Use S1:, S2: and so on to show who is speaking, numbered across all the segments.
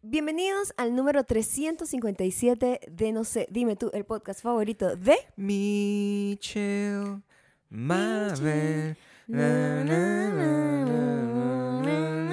S1: Bienvenidos al número 357 de No sé, dime tú, el podcast favorito de...
S2: Michel, Mabel.
S1: Na, na, na, na, na,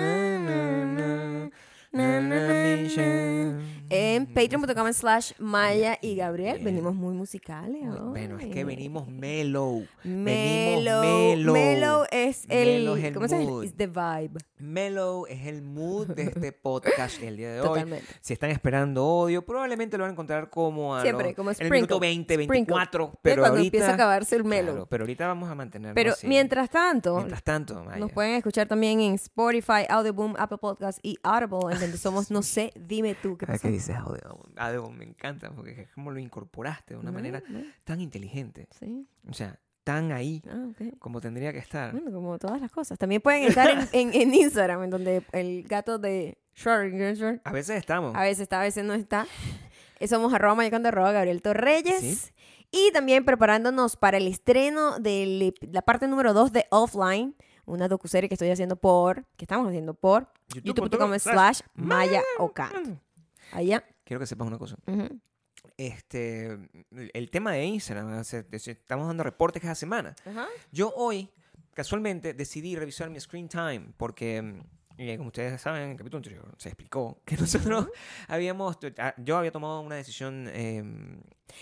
S1: na, na, na, Michelle. En patreon.com slash Maya y Gabriel.
S2: Bien.
S1: Venimos muy musicales. hoy.
S2: Bueno, es que venimos mellow.
S1: Melo.
S2: Venimos mellow.
S1: Melo es el...
S2: Melo es el
S1: ¿Cómo se dice?
S2: mood.
S1: It's the vibe.
S2: Mellow es el mood de este podcast el día de hoy.
S1: Totalmente.
S2: Si están esperando odio, probablemente lo van a encontrar como a
S1: Siempre,
S2: los-
S1: como
S2: en el minuto
S1: sprinkle,
S2: 20,
S1: sprinkle.
S2: 24.
S1: Ve
S2: Pero
S1: cuando
S2: ahorita,
S1: empieza a acabarse el melo.
S2: Claro, pero ahorita vamos a mantenernos
S1: pero
S2: así.
S1: mientras tanto...
S2: Mientras tanto, Maya.
S1: Nos pueden escuchar también en Spotify, Audioboom, Apple Podcast y Audible, en donde somos No sé, dime tú qué
S2: ¿Sabes
S1: pasa.
S2: qué dices? Adeon? Adeon, me encanta porque es como lo incorporaste de una
S1: No,
S2: manera
S1: no,
S2: tan inteligente.
S1: Sí.
S2: O sea, tan ahí
S1: Ah, ok.
S2: como tendría que estar.
S1: Bueno, como todas las cosas. También pueden estar en, en- en Instagram, en donde el gato de Schrödinger
S2: A veces estamos.
S1: a veces está, a veces no está. Eh, Somos arroba mayocando arroba Gabriel Torreyes.
S2: Sí.
S1: Y también preparándonos para el estreno de le- la parte número 2 de Offline, una docuserie que estoy haciendo por, que estamos haciendo por
S2: YouTube.com
S1: youtube.com slash Maya Ocan. Allá.
S2: Quiero que sepas una cosa.
S1: Ujú.
S2: Este, el el tema de Instagram, o sea, de- estamos dando reportes cada semana.
S1: Ajá.
S2: Yo hoy, casualmente, decidí revisar mi screen time porque, mm, eh, como ustedes saben, en el capítulo anterior se explicó que nosotros habíamos, yo había tomado una decisión eh,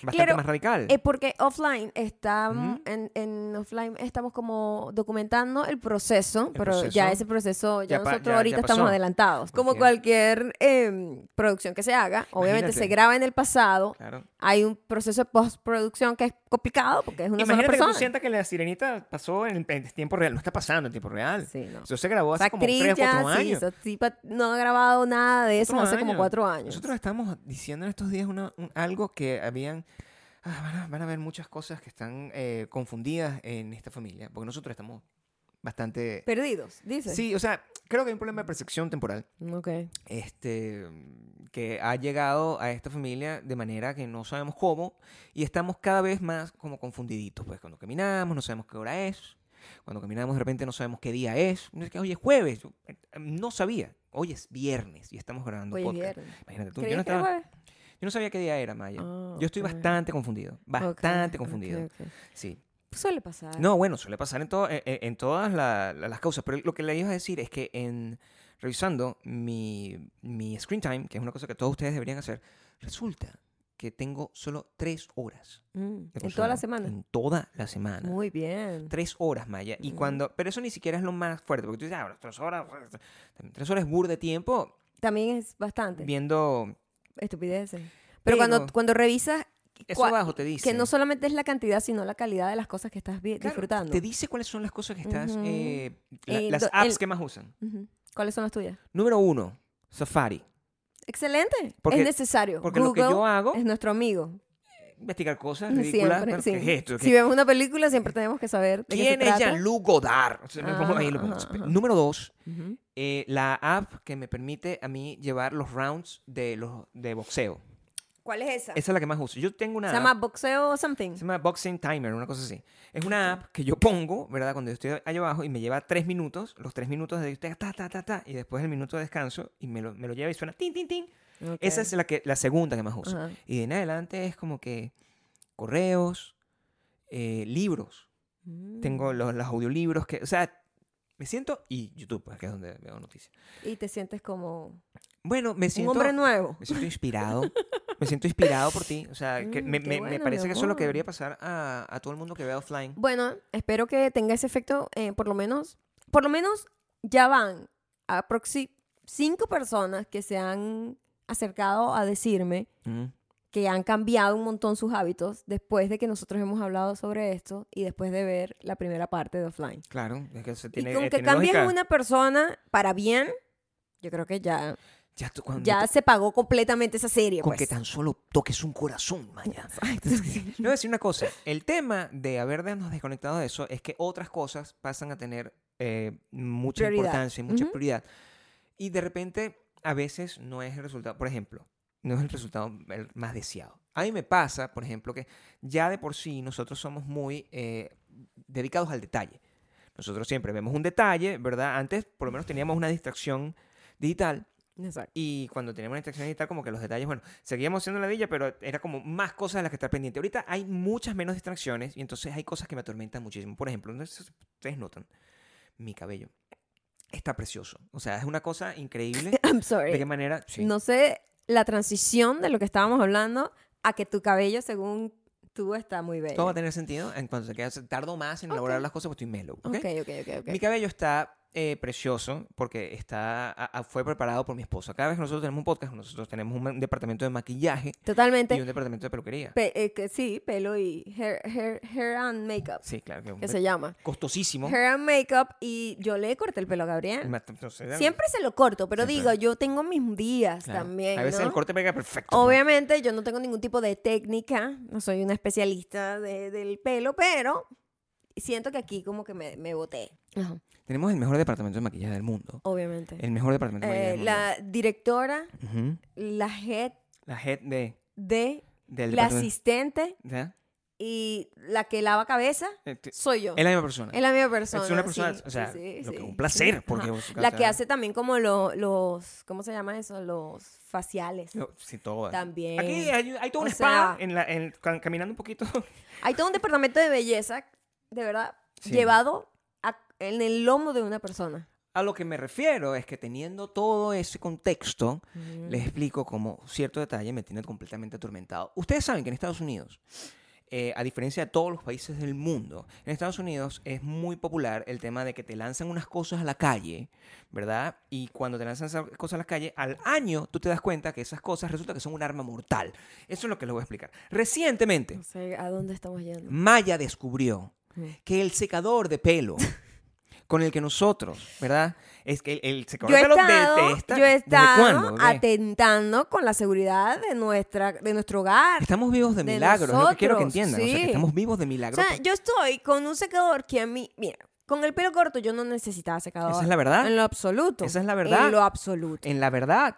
S2: bastante
S1: Claro,
S2: más radical.
S1: Eh, porque offline está,
S2: Ujú.
S1: en, en offline estamos como documentando el proceso, pero ya
S2: proceso.
S1: ese proceso, ya,
S2: Ya pa-
S1: nosotros
S2: ya- ya
S1: ahorita estamos
S2: pasó.
S1: adelantados. Como
S2: Ok.
S1: cualquier em, producción que se haga, obviamente se
S2: Imagínate.
S1: graba en el pasado,
S2: claro.
S1: hay un proceso de postproducción que es complicado porque es una sola
S2: Imagínate que tú
S1: persona.
S2: sientas que la sirenita pasó en, en tiempo real. No está pasando en tiempo real.
S1: Sí, no.
S2: Eso se grabó
S1: Esa
S2: hace como 3
S1: actriz
S2: o 4
S1: ya, sí,
S2: años.
S1: esa tipa no ha grabado nada de eso
S2: Cuatro
S1: hace como
S2: años.
S1: cuatro años.
S2: Nosotros estamos diciendo en estos días una- un- algo que habían... ah, van, a, van a haber muchas cosas que están eh, confundidas en esta familia, porque nosotros estamos bastante...
S1: Perdidos, dice.
S2: Sí, o sea, creo que hay un problema de percepción temporal
S1: Ok.
S2: este, que ha llegado a esta familia de manera que no sabemos cómo y estamos cada vez más como confundiditos. Pues cuando caminamos no sabemos qué hora es, cuando caminamos de repente no sabemos qué día es. No es que, Hoy es jueves, Yo, eh, no sabía. Hoy es viernes y estamos grabando
S1: Hoy es
S2: podcast.
S1: viernes.
S2: Imagínate tú, yo
S1: ¿Creías
S2: no,
S1: que era
S2: estaba-
S1: jueves?
S2: yo no sabía qué día era, Maya.
S1: Ah,
S2: yo estoy
S1: ok.
S2: bastante confundido,
S1: Ok,
S2: bastante
S1: ok,
S2: confundido.
S1: ok.
S2: Sí.
S1: Pues Suele pasar.
S2: No, bueno, suele pasar en, todo- en, en- en todas la- la- las causas, pero lo que le iba a decir es que en revisando mi, mi screen time, que es una cosa que todos ustedes deberían hacer, resulta que tengo solo tres horas.
S1: Mm,
S2: de
S1: en toda la
S2: consumo.
S1: semana.
S2: En toda la semana.
S1: Muy bien.
S2: Tres horas, Maya. Y
S1: Mm.
S2: cuando, pero eso ni siquiera es lo más fuerte, porque tú dices, ah, bueno, tres horas, tres horas es burda de tiempo
S1: También es bastante.
S2: viendo...
S1: Estupideces. Pero, cuando,
S2: Pero-
S1: cuando revisas
S2: Eso
S1: Cua-
S2: abajo te dice.
S1: que no solamente es la cantidad, sino la calidad de las cosas que estás vi-
S2: Claro,
S1: disfrutando.
S2: Te dice cuáles son las cosas que estás...
S1: Ujú.
S2: eh, la-
S1: Eh,
S2: las
S1: do-
S2: apps
S1: el-
S2: que más usan.
S1: Ujú. ¿Cuáles son las tuyas?
S2: Número uno, Safari.
S1: Excelente.
S2: Porque-
S1: es necesario.
S2: Porque
S1: Google
S2: lo que yo hago
S1: es nuestro amigo.
S2: investigar cosas ridículas.
S1: Siempre.
S2: Bueno,
S1: sí.
S2: ¿qué es esto?
S1: Si
S2: ¿Qué-
S1: vemos una película, siempre tenemos que saber de qué se
S2: ¿Quién es
S1: trata.
S2: Jean-Luc Godard? O sea, me pongo
S1: Ajá,
S2: ahí, lo pongo.
S1: ajá, ajá.
S2: Número dos,
S1: Ujú.
S2: eh, la app que me permite a mí llevar los rounds de, los, de boxeo.
S1: ¿Cuál es esa?
S2: Esa es la que más uso. Yo tengo una
S1: Ah. Se llama
S2: app,
S1: Boxeo Something.
S2: se llama Boxing Timer, una cosa así. Es una app que yo pongo, ¿verdad? Cuando yo estoy allá abajo y me lleva tres minutos, los tres minutos de ta, ta, ta, ta, ta, y después el minuto de descanso y me lo, me lo lleva y suena tin, tin, tin.
S1: Ok.
S2: Esa es la, que, la segunda que más uso.
S1: Ajá.
S2: Y de en adelante es como que correos, eh, libros.
S1: Mm.
S2: Tengo los, los audiolibros que, o sea, me siento y YouTube, pues, que es donde veo noticias.
S1: Y te sientes como
S2: Bueno, me
S1: un
S2: siento
S1: hombre nuevo.
S2: me siento inspirado. me siento inspirado por ti, o sea, que
S1: Mm,
S2: me,
S1: qué
S2: me- me
S1: bueno, mi
S2: parece que eso es lo
S1: amor.
S2: que debería pasar a, a todo el mundo que vea offline.
S1: Bueno, espero que tenga ese efecto, eh, por lo menos, por lo menos ya van aproxi cinco personas que se han acercado a decirme
S2: Mm.
S1: que han cambiado un montón sus hábitos después de que nosotros hemos hablado sobre esto y después de ver la primera parte de offline.
S2: Claro, es que se tiene
S1: y
S2: eh,
S1: con que
S2: tiene
S1: cambies
S2: lógica.
S1: una persona para bien, yo creo que ya,
S2: Ya tú- cuando
S1: ya
S2: tú-
S1: se pagó completamente esa serie.
S2: con
S1: pues.
S2: que tan solo toques un corazón, Maya.
S1: Exacto.
S2: Le voy a decir una cosa. El tema de habernos desconectado de eso es que otras cosas pasan a tener eh, mucha
S1: Prioridad.
S2: importancia y mucha
S1: Ujú.
S2: prioridad. Y de repente, a veces no es el resultado. Por ejemplo, no es el resultado el más deseado. A mí me pasa, por ejemplo, que ya de por sí nosotros somos muy eh, dedicados al detalle. Nosotros siempre vemos un detalle, ¿verdad? Antes, por lo menos, teníamos una distracción digital
S1: Exacto.
S2: Y cuando teníamos una interacción digital, como que los detalles, bueno, seguíamos siendo la villa, pero era como más cosas de las que estar pendiente. Ahorita hay muchas menos distracciones y entonces hay cosas que me atormentan muchísimo. Por ejemplo, no sé si ustedes notan, mi cabello está precioso. O sea, es una cosa increíble.
S1: I'm
S2: ¿De qué
S1: sorry.
S2: manera? Sí.
S1: No sé la transición de lo que estábamos hablando a que tu cabello, según tú, está muy bello.
S2: Todo va a tener sentido en cuanto se queda. Tardo más en elaborar las cosas porque estoy mellow. ¿ok?
S1: ok, ok, ok.
S2: Mi cabello está eh, precioso porque está, a- a- fue preparado por mi esposa. Cada vez que nosotros tenemos un podcast, nosotros tenemos un, ma- un departamento de maquillaje
S1: Totalmente.
S2: y un departamento de peluquería.
S1: Pe- eh, que sí, pelo y hair, hair, hair and makeup,
S2: sí, claro, que es un
S1: que se llama.
S2: costosísimo.
S1: Hair and makeup y yo le corté el pelo a Gabriel.
S2: Ma- no sé,
S1: Siempre se lo corto, pero
S2: Siempre.
S1: digo, yo tengo mis días
S2: claro.
S1: también.
S2: A veces
S1: ¿no?
S2: el corte pega perfecto. pues.
S1: Obviamente yo no tengo ningún tipo de técnica, no soy una especialista de- del pelo, pero siento que aquí como que me, me boté.
S2: Tenemos el mejor departamento de maquillaje del mundo.
S1: Obviamente.
S2: El mejor departamento de maquillaje
S1: Eh,
S2: del mundo.
S1: la directora,
S2: Ujú.
S1: la head
S2: La head de,
S1: de
S2: del
S1: la
S2: departamento.
S1: asistente
S2: ¿Ya?
S1: y la que lava cabeza
S2: Eh, t-
S1: soy yo.
S2: Es la misma persona.
S1: Es la misma persona.
S2: Es una
S1: sí,
S2: persona, o
S1: sí,
S2: sea,
S1: sí,
S2: lo que
S1: sí.
S2: un placer, porque
S1: Ajá.
S2: vos- o
S1: La que
S2: sea,
S1: hace también como lo- los, ¿cómo se llama eso? Los faciales.
S2: yo- sí, todo.
S1: También.
S2: Aquí hay, hay toda
S1: O
S2: una espada
S1: sea-
S2: en la, en- cam- caminando un poquito.
S1: Hay todo un departamento de belleza, de verdad,
S2: Sí.
S1: llevado a- en el lomo de una persona.
S2: A lo que me refiero es que teniendo todo ese contexto, les
S1: Mm,
S2: explico cómo cierto detalle me tiene completamente atormentado. Ustedes saben que en Estados Unidos, eh, a diferencia de todos los países del mundo, en Estados Unidos es muy popular el tema de que te lanzan unas cosas a la calle, ¿verdad? Y cuando te lanzan esas cosas a la calle, al año tú te das cuenta que esas cosas resulta que son un arma mortal. Eso es lo que les voy a explicar. Recientemente,
S1: No sé a dónde estamos yendo.
S2: Maya descubrió
S1: Mm.
S2: que el secador de pelo con el que nosotros, ¿verdad? Es que el, el secador
S1: Yo he
S2: de pelo
S1: estado,
S2: detesta.
S1: yo he
S2: ¿Desde cuándo,
S1: estado
S2: bebé?
S1: atentando con la seguridad de, nuestra, de nuestro hogar.
S2: Estamos vivos de
S1: de
S2: milagros, es lo que quiero que
S1: nosotros,
S2: entiendan. o sea, que
S1: sí.
S2: estamos vivos de
S1: O
S2: milagros.
S1: sea, yo estoy con un secador que a mí, mira, con el pelo corto yo no necesitaba secador.
S2: Esa es la verdad.
S1: En lo absoluto.
S2: Esa es la verdad.
S1: En lo absoluto.
S2: En la verdad,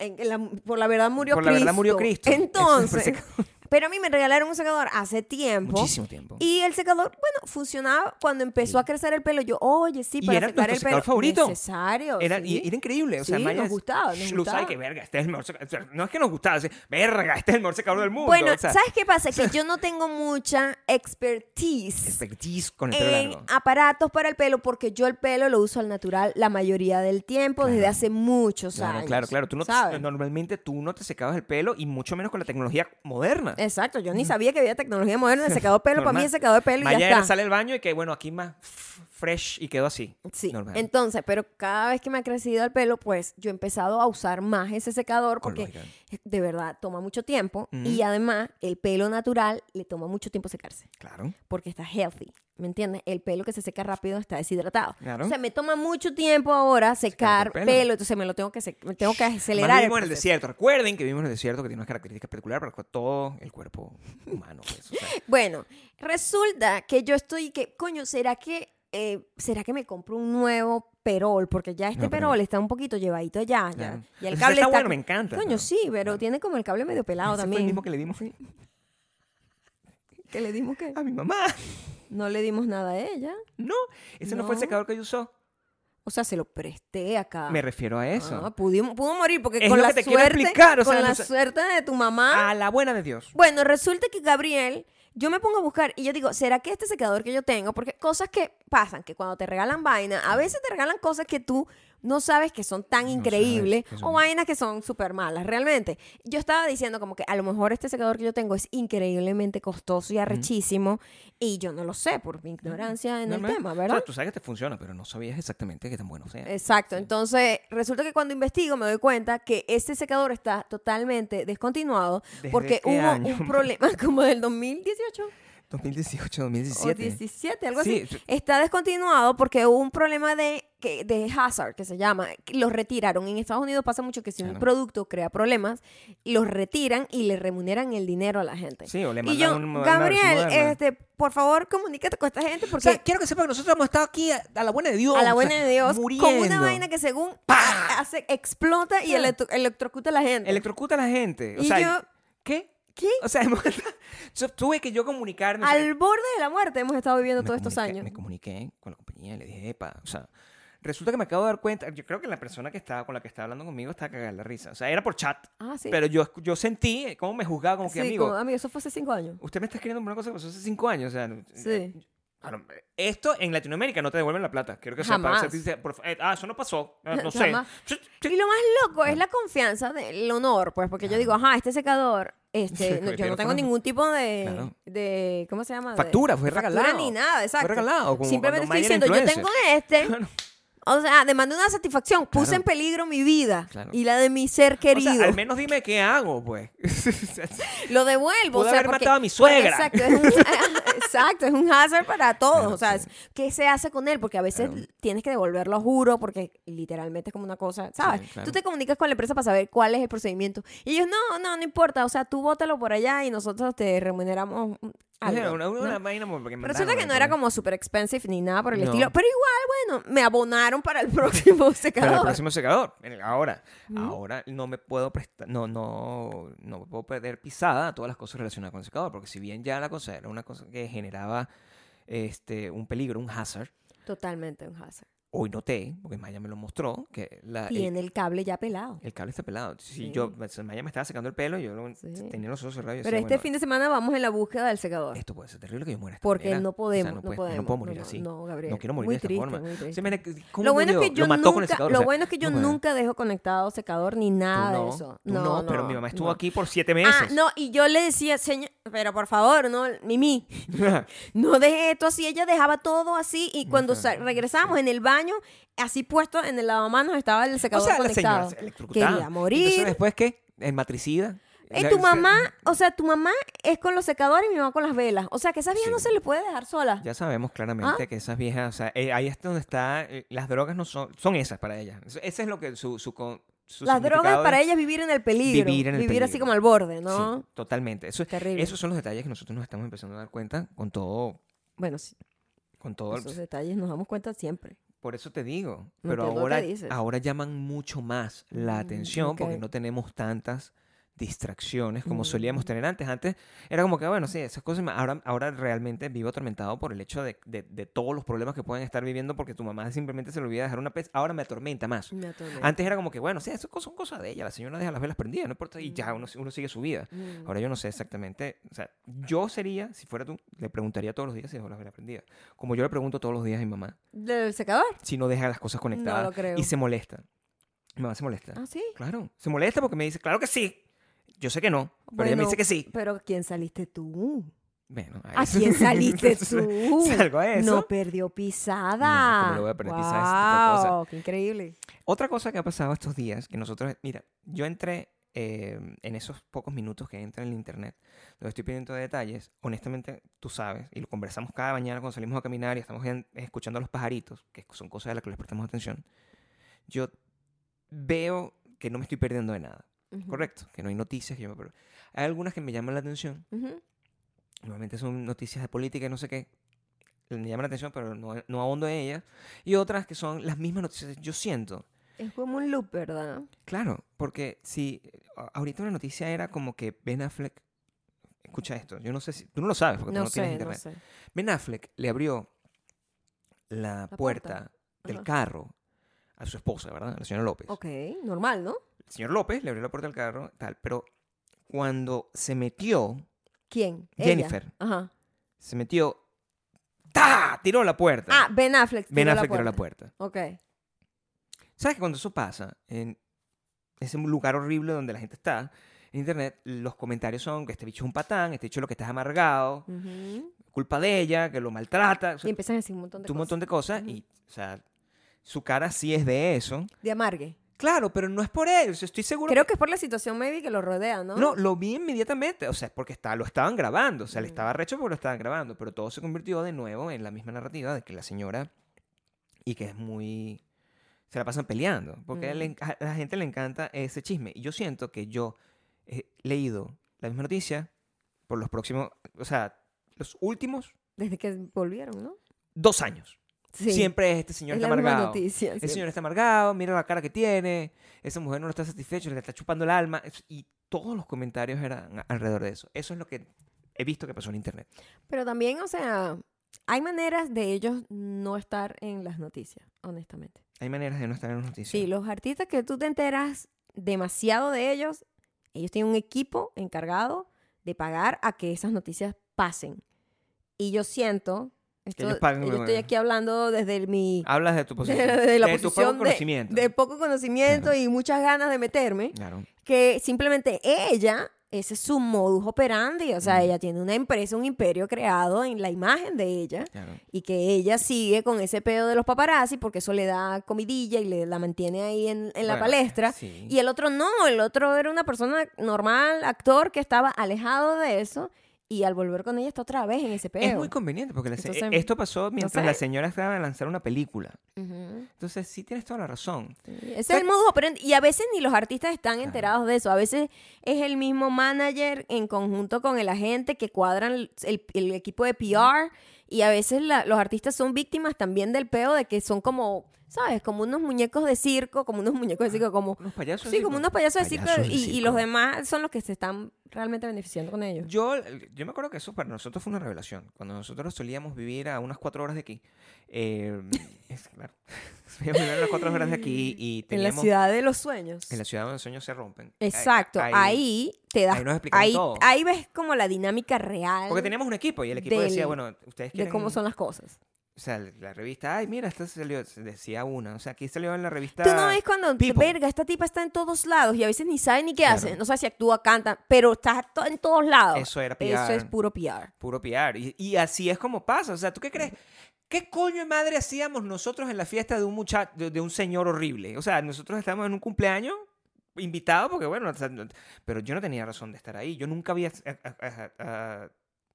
S1: En- en la- por la verdad murió
S2: por la
S1: Cristo.
S2: verdad murió Cristo.
S1: Entonces,
S2: Eso
S1: pero a mí me regalaron un secador hace tiempo.
S2: muchísimo tiempo.
S1: Y el secador, bueno, funcionaba cuando empezó
S2: Sí.
S1: a crecer el pelo. Yo, oye, sí,
S2: Y
S1: para
S2: era
S1: secar
S2: nuestro
S1: el
S2: secador
S1: pelo.
S2: favorito.
S1: Necesario.
S2: Era,
S1: sí.
S2: y- era increíble. O sea,
S1: Sí,
S2: Maya
S1: nos
S2: es-
S1: gustaba, nos
S2: Shh, Luzay,
S1: gustaba.
S2: que verga, este es el mejor secador. O sea, no es que nos gustaba, así, verga, este es el mejor secador del mundo.
S1: bueno,
S2: o sea,
S1: ¿sabes qué pasa? Que yo no tengo mucha
S2: Este,
S1: expertise
S2: expertise con el pelo
S1: en
S2: largo.
S1: aparatos para el pelo porque yo el pelo lo uso al natural la mayoría del tiempo desde
S2: Claro.
S1: hace muchos
S2: Claro,
S1: años.
S2: claro, claro. Tú no te-
S1: ¿sabes?
S2: normalmente tú no te secabas el pelo y mucho menos con la tecnología moderna.
S1: Exacto, yo ni sabía que había tecnología moderna de secador de pelo. Para mí
S2: Normal.
S1: es secador de pelo y
S2: Maya
S1: ya
S2: era,
S1: está.
S2: sale del baño y que bueno, aquí más f- fresh y quedó así.
S1: Sí,
S2: Normal.
S1: entonces, pero cada vez que me ha crecido el pelo, pues yo he empezado a usar más ese secador
S2: Con
S1: porque
S2: lógica.
S1: de verdad toma mucho tiempo
S2: Ujú.
S1: y además el pelo natural le toma mucho tiempo secarse
S2: Claro.
S1: porque está healthy, ¿me entiendes? El pelo que se seca rápido está deshidratado.
S2: Claro.
S1: O sea, me toma mucho tiempo ahora secar
S2: tu pelo.
S1: pelo. entonces me lo tengo que, sec- me tengo que acelerar.
S2: Además,
S1: el
S2: vivimos en el
S1: proceso.
S2: desierto. Recuerden que vivimos en el desierto que tiene unas características particulares para todo el cuerpo humano. pues, o sea,
S1: Bueno, resulta que yo estoy que, coño, ¿será que, eh, ¿será que me compro un nuevo perol? Porque ya este
S2: No, pero-
S1: perol está un poquito llevadito ya,
S2: Claro.
S1: ya. Y el
S2: Ese
S1: cable
S2: está
S1: está,
S2: bueno, me encanta,
S1: Coño,
S2: pero-
S1: sí, pero
S2: claro.
S1: tiene como el cable medio pelado
S2: ese fue el
S1: también.
S2: mismo que le dimos
S1: Que le dimos que
S2: a mi mamá.
S1: no le dimos nada a ella.
S2: No, ese no, fue
S1: No.
S2: el secador que yo usó.
S1: O sea, se lo presté acá.
S2: Me refiero a eso.
S1: Ah, pudimos- pudo morir porque
S2: Es
S1: con
S2: lo
S1: la
S2: que te quiero
S1: suerte,
S2: explicar, o
S1: con
S2: sea,
S1: la
S2: no sé-
S1: suerte de tu mamá,
S2: A la buena de Dios.
S1: Bueno, resulta que Gabriel, yo me pongo a buscar y yo digo, ¿será que este secador que yo tengo? Porque cosas que pasan, que cuando te regalan vaina, a veces te regalan cosas que tú no sabes que son tan
S2: No
S1: increíbles
S2: sabes que son-
S1: o vainas que son súper malas, realmente. Yo estaba diciendo como que a lo mejor este secador que yo tengo es increíblemente costoso y arrechísimo y yo no lo sé por mi ignorancia en
S2: Normal.
S1: el tema,
S2: O
S1: ¿verdad?
S2: sea, tú sabes que te funciona, pero no sabías exactamente qué tan bueno sea.
S1: Exacto, entonces resulta que cuando investigo me doy cuenta que este secador está totalmente descontinuado
S2: ¿Desde
S1: porque
S2: qué
S1: hubo
S2: año?
S1: un problema como del 2018. Oh,
S2: 2018,
S1: o
S2: 2017.
S1: 17, algo
S2: Sí,
S1: así.
S2: yo-
S1: Está descontinuado porque hubo un problema de, que, de hazard, que se llama. que Los retiraron. En Estados Unidos pasa mucho que si un
S2: Claro.
S1: producto crea problemas, los retiran y le remuneran el dinero a la gente.
S2: Sí, o le
S1: y
S2: mandan
S1: yo,
S2: un- una versión
S1: Gabriel,
S2: moderna.
S1: este, por favor, comunícate con esta gente
S2: O
S1: porque...
S2: sea, quiero que sepa que nosotros hemos estado aquí a, a la buena de Dios.
S1: a la
S2: o
S1: buena
S2: sea,
S1: de Dios, con una
S2: muriendo.
S1: vaina que según hace, explota y
S2: Claro.
S1: electro- electrocuta a la gente.
S2: Electrocuta a la gente. O
S1: Y
S2: sea,
S1: yo-
S2: ¿qué?
S1: ¿Qué?
S2: O sea, hemos- yo tuve que yo comunicarme. o sea,
S1: Al borde de la muerte hemos estado viviendo
S2: me
S1: todos estos
S2: comuniqué-
S1: años.
S2: Me comuniqué con la compañía y le dije, epa, o sea, Resulta que me acabo de dar cuenta, yo creo que la persona que estaba con la que estaba hablando conmigo estaba cagada de la risa. O sea, era por chat,
S1: Ah, sí.
S2: pero yo, escu- yo sentí cómo me juzgaba, como que,
S1: Sí,
S2: amigo,
S1: como, ah. amigo, eso fue hace cinco años.
S2: usted me está escribiendo por una cosa que pasó hace cinco años. O sea, no- eh,
S1: Sí.
S2: Ah, no, Esto en Latinoamérica no te devuelven la plata. Quiero que
S1: Jamás.
S2: sepas. O sea, dice, por fa- eh, ah, eso no pasó. Ah, No sé.
S1: Jamás.
S2: Sí,
S1: Y
S2: sí. Ah.
S1: lo más loco es la confianza del honor, pues, porque yo digo, ajá, este secador, este,
S2: Sí,
S1: no- yo no
S2: pero
S1: tengo
S2: fue-
S1: ningún tipo de,
S2: Claro.
S1: de, ¿cómo se llama? De-
S2: Factura, fue
S1: Factura
S2: regalado.
S1: ni nada, exacto.
S2: regalado, como
S1: Simplemente
S2: cuando
S1: estoy
S2: Mayer
S1: diciendo, yo
S2: influencer.
S1: tengo este,
S2: Claro.
S1: o sea, demandé una satisfacción, puse en
S2: Claro.
S1: peligro mi vida
S2: Claro.
S1: y la de mi ser
S2: O
S1: querido.
S2: sea, al menos dime qué hago, pues.
S1: Lo devuelvo.
S2: Pude
S1: o sea,
S2: haber
S1: porque- pues,
S2: matado a mi suegra.
S1: Exacto, es un, exacto, es un hazard para todos.
S2: Claro,
S1: o sea,
S2: sí.
S1: es- ¿qué se hace con él? Porque a veces
S2: Claro.
S1: tienes que devolverlo a juro, porque literalmente es como una cosa, ¿sabes?
S2: Sí, claro.
S1: Tú te comunicas con la empresa para saber cuál es el procedimiento. Y ellos, no, no, no importa. O sea, tú bótalo por allá y nosotros te remuneramos. mm, algo",
S2: Era una, una,
S1: ¿no?
S2: vaina porque me
S1: Resulta
S2: mandaron,
S1: que no era
S2: pues.
S1: como super expensive ni nada por el
S2: No.
S1: estilo. Pero igual, bueno, me abonaron para el próximo
S2: Pero el
S1: secador.
S2: próximo secador, el- ahora, ahora no me puedo prestar, no, no, no me puedo perder pisada a todas las cosas relacionadas con el secador, porque si bien ya la cosa era una cosa que generaba este, un peligro, un hazard,
S1: Totalmente un hazard.
S2: hoy noté, porque Maya me lo mostró, que la, el-
S1: Tiene el cable ya pelado.
S2: El cable está pelado. Si
S1: Sí.
S2: yo, pues, Maya me estaba secando el pelo, yo lo-
S1: Sí.
S2: tenía los ojos cerrados. y yo
S1: Pero
S2: decía,
S1: este
S2: bueno,
S1: fin de semana vamos en la búsqueda del secador.
S2: Esto puede ser terrible que yo muera. de esta
S1: Porque
S2: manera.
S1: no
S2: O sea,
S1: podemos, no,
S2: puede-
S1: podemos.
S2: No puedo morir
S1: no,
S2: así.
S1: No, Gabriel.
S2: No quiero morir
S1: muy
S2: de esta
S1: triste,
S2: forma.
S1: muy
S2: O sea,
S1: triste.
S2: mira, ¿cómo
S1: Lo bueno, es
S2: murió?
S1: que yo
S2: Lo mató con el
S1: nunca,
S2: secador,
S1: lo
S2: o sea,
S1: bueno es que yo
S2: no, bueno,
S1: nunca dejo conectado secador ni
S2: tú
S1: nada
S2: no,
S1: de eso.
S2: tú no, pero mi mamá estuvo
S1: no.
S2: aquí por siete meses.
S1: Ah, no, y yo le decía, señor, pero por favor, no, Mimi, no deje esto así. Ella dejaba todo así y cuando
S2: Ajá,
S1: sa- regresamos en el baño, así puesto en el lavamanos estaba el
S2: o
S1: secador
S2: sea, la
S1: conectado.
S2: señora se electrocutaba.
S1: Quería morir.
S2: Entonces, después, ¿qué? El matricida.
S1: Eh,
S2: La-
S1: tu
S2: se-
S1: mamá, o sea, tu mamá es con los secadores y mi mamá con las velas. O sea, que esa vieja
S2: Sí.
S1: no se le puede dejar sola.
S2: Ya sabemos claramente
S1: ¿Ah?
S2: que esas viejas, o sea, eh, ahí es donde está, eh, las drogas no son, son esas para ellas. Eso- Ese es lo que su, su, con- su
S1: Las drogas
S2: significado
S1: para
S2: es-
S1: ella es vivir en el peligro. Vivir,
S2: Vivir en el
S1: así
S2: peligro.
S1: como al borde,
S2: Sí,
S1: ¿no?
S2: totalmente. Eso,
S1: Terrible.
S2: Esos son los detalles que nosotros nos estamos empezando a dar cuenta con todo,
S1: Bueno, sí,
S2: con todo. el-
S1: esos detalles nos damos cuenta siempre.
S2: Por eso te digo.
S1: No
S2: Pero
S1: entiendo lo que
S2: ahora,
S1: dices.
S2: ahora llaman mucho más la
S1: Mm,
S2: atención porque
S1: ok.
S2: no tenemos tantas distracciones como
S1: Mm.
S2: solíamos tener antes. Antes era como que, "Ah, bueno, sí, esas cosas. me- Ahora, ahora realmente vivo atormentado por el hecho de, de- de todos los problemas que pueden estar viviendo porque tu mamá simplemente se le olvida dejar una pez. Ahora me atormenta más.
S1: Me atormenta.
S2: Antes era como que, bueno, sí, esas cosas son cosas de ella. La señora deja las velas prendidas, no importa. Y ya uno, uno sigue su vida.
S1: Mm.
S2: Ahora yo no sé exactamente, o sea, yo sería, si fuera tú, le preguntaría todos los días si dejó las velas prendidas. Como yo le pregunto todos los días a mi mamá,
S1: ¿Del secador?
S2: si no deja las cosas conectadas.
S1: lo creo.
S2: Y se molesta. Mi mamá se molesta.
S1: Ah, sí.
S2: Claro, se molesta porque me dice, claro que sí. Yo sé que no, pero ella me
S1: Bueno,
S2: dice que sí.
S1: Pero ¿quién saliste tú?
S2: Bueno, ahí-
S1: ¿A quién saliste tú?
S2: Salgo a eso.
S1: No perdió
S2: No,
S1: pisada.
S2: ¿cómo le voy a perder pisada a ese tipo de
S1: Guau, ¡Qué increíble!
S2: Otra cosa que ha pasado estos días, que nosotros, mira, yo entré eh, en esos pocos minutos que entra en el internet, donde estoy pidiendo detalles, honestamente tú sabes, y lo conversamos cada mañana cuando salimos a caminar y estamos en- escuchando a los pajaritos, que son cosas a las que les prestamos atención, yo veo que no me estoy perdiendo de nada,
S1: Ujú,
S2: ¿correcto? Que no hay noticias que yo me pierdo. Hay algunas que me llaman la atención,
S1: ujú.
S2: normalmente son noticias de política y no sé qué, me llaman la atención, pero no, no ahondo en ellas, y otras que son las mismas noticias, yo siento
S1: Es como un loop, ¿verdad?
S2: Claro, porque si a- ahorita una noticia era como que Ben Affleck, escucha esto, yo no sé si tú no lo sabes porque tú
S1: No
S2: no tienes
S1: sé, no
S2: internet.
S1: sé.
S2: Ben Affleck le abrió la,
S1: puerta,
S2: puerta, del
S1: ajá.
S2: carro a su esposa, ¿verdad? A la señora López.
S1: Ok, normal, ¿no?
S2: El señor López le abrió la puerta del carro, tal, pero cuando se metió,
S1: ¿Quién? Ella.
S2: Jennifer
S1: Ajá.
S2: se metió, ¡ta! Tiró la puerta.
S1: Ah, Ben Affleck.
S2: ben
S1: tiró
S2: Affleck
S1: la
S2: tiró la
S1: puerta.
S2: puerta.
S1: Ok.
S2: ¿Sabes que cuando eso pasa en ese lugar horrible donde la gente está, en internet, los comentarios son que este bicho es un patán, este bicho lo que estás amargado,
S1: Ujú.
S2: culpa de ella, que lo maltrata, o sea,
S1: Y empiezan a decir un montón de
S2: un
S1: cosas.
S2: montón de cosas
S1: Ujú.
S2: y, o sea, su cara sí es de eso.
S1: De amargue.
S2: Claro, pero no es por él, o sea, estoy seguro.
S1: Creo que es por la situación maybe que lo rodea, ¿no?
S2: No, lo vi inmediatamente, o sea, es porque está, lo estaban grabando, o sea, le
S1: Mm.
S2: estaba recho porque lo estaban grabando, pero todo se convirtió de nuevo en la misma narrativa de que la señora y que es muy se la pasan peleando, porque le
S1: Mm.
S2: enc- a la gente le encanta ese chisme y yo siento que yo he leído la misma noticia por los próximos, o sea, los últimos
S1: Desde que volvieron, ¿no?
S2: dos años.
S1: Sí.
S2: Siempre es este señor
S1: es
S2: está
S1: la misma
S2: amargado.
S1: noticia.
S2: El
S1: siempre.
S2: señor está amargado, mira la cara que tiene, esa mujer no lo está satisfecho, le está chupando el alma. es- Y todos los comentarios eran a- alrededor de eso. Eso es lo que he visto que pasó en internet.
S1: Pero también, o sea, Hay maneras de ellos no estar en las noticias, honestamente.
S2: Hay maneras de no estar en las noticias.
S1: Sí, los artistas que tú te enteras demasiado de ellos, ellos tienen un equipo encargado de pagar a que esas noticias pasen. Y yo siento, esto-
S2: ellos paguen, Ah,
S1: yo
S2: bueno,
S1: estoy aquí hablando desde el- mi
S2: Hablas de tu posición.
S1: de, de la
S2: de tu
S1: posición
S2: poco
S1: de-
S2: conocimiento.
S1: de poco conocimiento y muchas ganas de meterme,
S2: Claro.
S1: que simplemente ella, ese es su modus operandi, o sea,
S2: Mm.
S1: ella tiene una empresa, un imperio creado en la imagen de ella
S2: Claro.
S1: y que ella sigue con ese pedo de los paparazzi porque eso le da comidilla y le, la mantiene ahí en, en la
S2: Bueno,
S1: palestra.
S2: sí.
S1: Y el otro no, el otro era una persona normal, actor que estaba alejado de eso y al volver con ella está otra vez en ese pedo.
S2: Es muy conveniente porque la se-
S1: Entonces,
S2: esto pasó mientras
S1: sé.
S2: la señora estaba a lanzar una película.
S1: Ujú.
S2: Entonces sí tienes toda la razón.
S1: Ese es el modus operandi. Y a veces ni los artistas están
S2: Ajá.
S1: enterados de eso. A veces es el mismo manager en conjunto con el agente que cuadran el, el- el equipo de PR. Y a veces la- los artistas son víctimas también del peo de que son como, ¿sabes? Como unos muñecos de circo, como unos muñecos de circo, como...
S2: Unos payasos. de
S1: Sí, como
S2: circo.
S1: unos payasos de circo,
S2: Payasos de
S1: y, y
S2: circo.
S1: los demás son los que se están realmente beneficiando con ellos.
S2: Yo, eh, yo me acuerdo que eso para nosotros fue una revelación. Cuando nosotros solíamos vivir a unas cuatro horas de aquí. eh, es claro. Solíamos vivir a unas cuatro horas de aquí y
S1: En la
S2: teníamos...
S1: ciudad de los sueños.
S2: en la ciudad donde los sueños se rompen. Ahí-
S1: Exacto, ahí, te das...
S2: ahí nos explicaron
S1: Ahí,
S2: todo.
S1: ahí ves como la dinámica real
S2: Porque teníamos un equipo y el equipo
S1: del-
S2: decía, bueno, ustedes quieren...
S1: de cómo son las cosas.
S2: O sea, la revista, ay, mira, esta salió, decía una. O sea, aquí salió en la revista...
S1: Tú no ves cuando,
S2: People.
S1: verga, esta tipa está en todos lados y a veces ni sabe ni qué
S2: Claro.
S1: hace. No sabe si actúa, canta, pero está to- en todos lados.
S2: Eso era
S1: Eso
S2: PR.
S1: es puro PR.
S2: Puro PR. Y, y así es como pasa. O sea, ¿tú qué crees? ¿Qué coño de madre hacíamos nosotros en la fiesta de un muchacho, de, de un señor horrible? O sea, nosotros estábamos en un cumpleaños invitado porque, bueno, o sea, no- pero yo no tenía razón de estar ahí. Yo nunca había, a- a- a- a-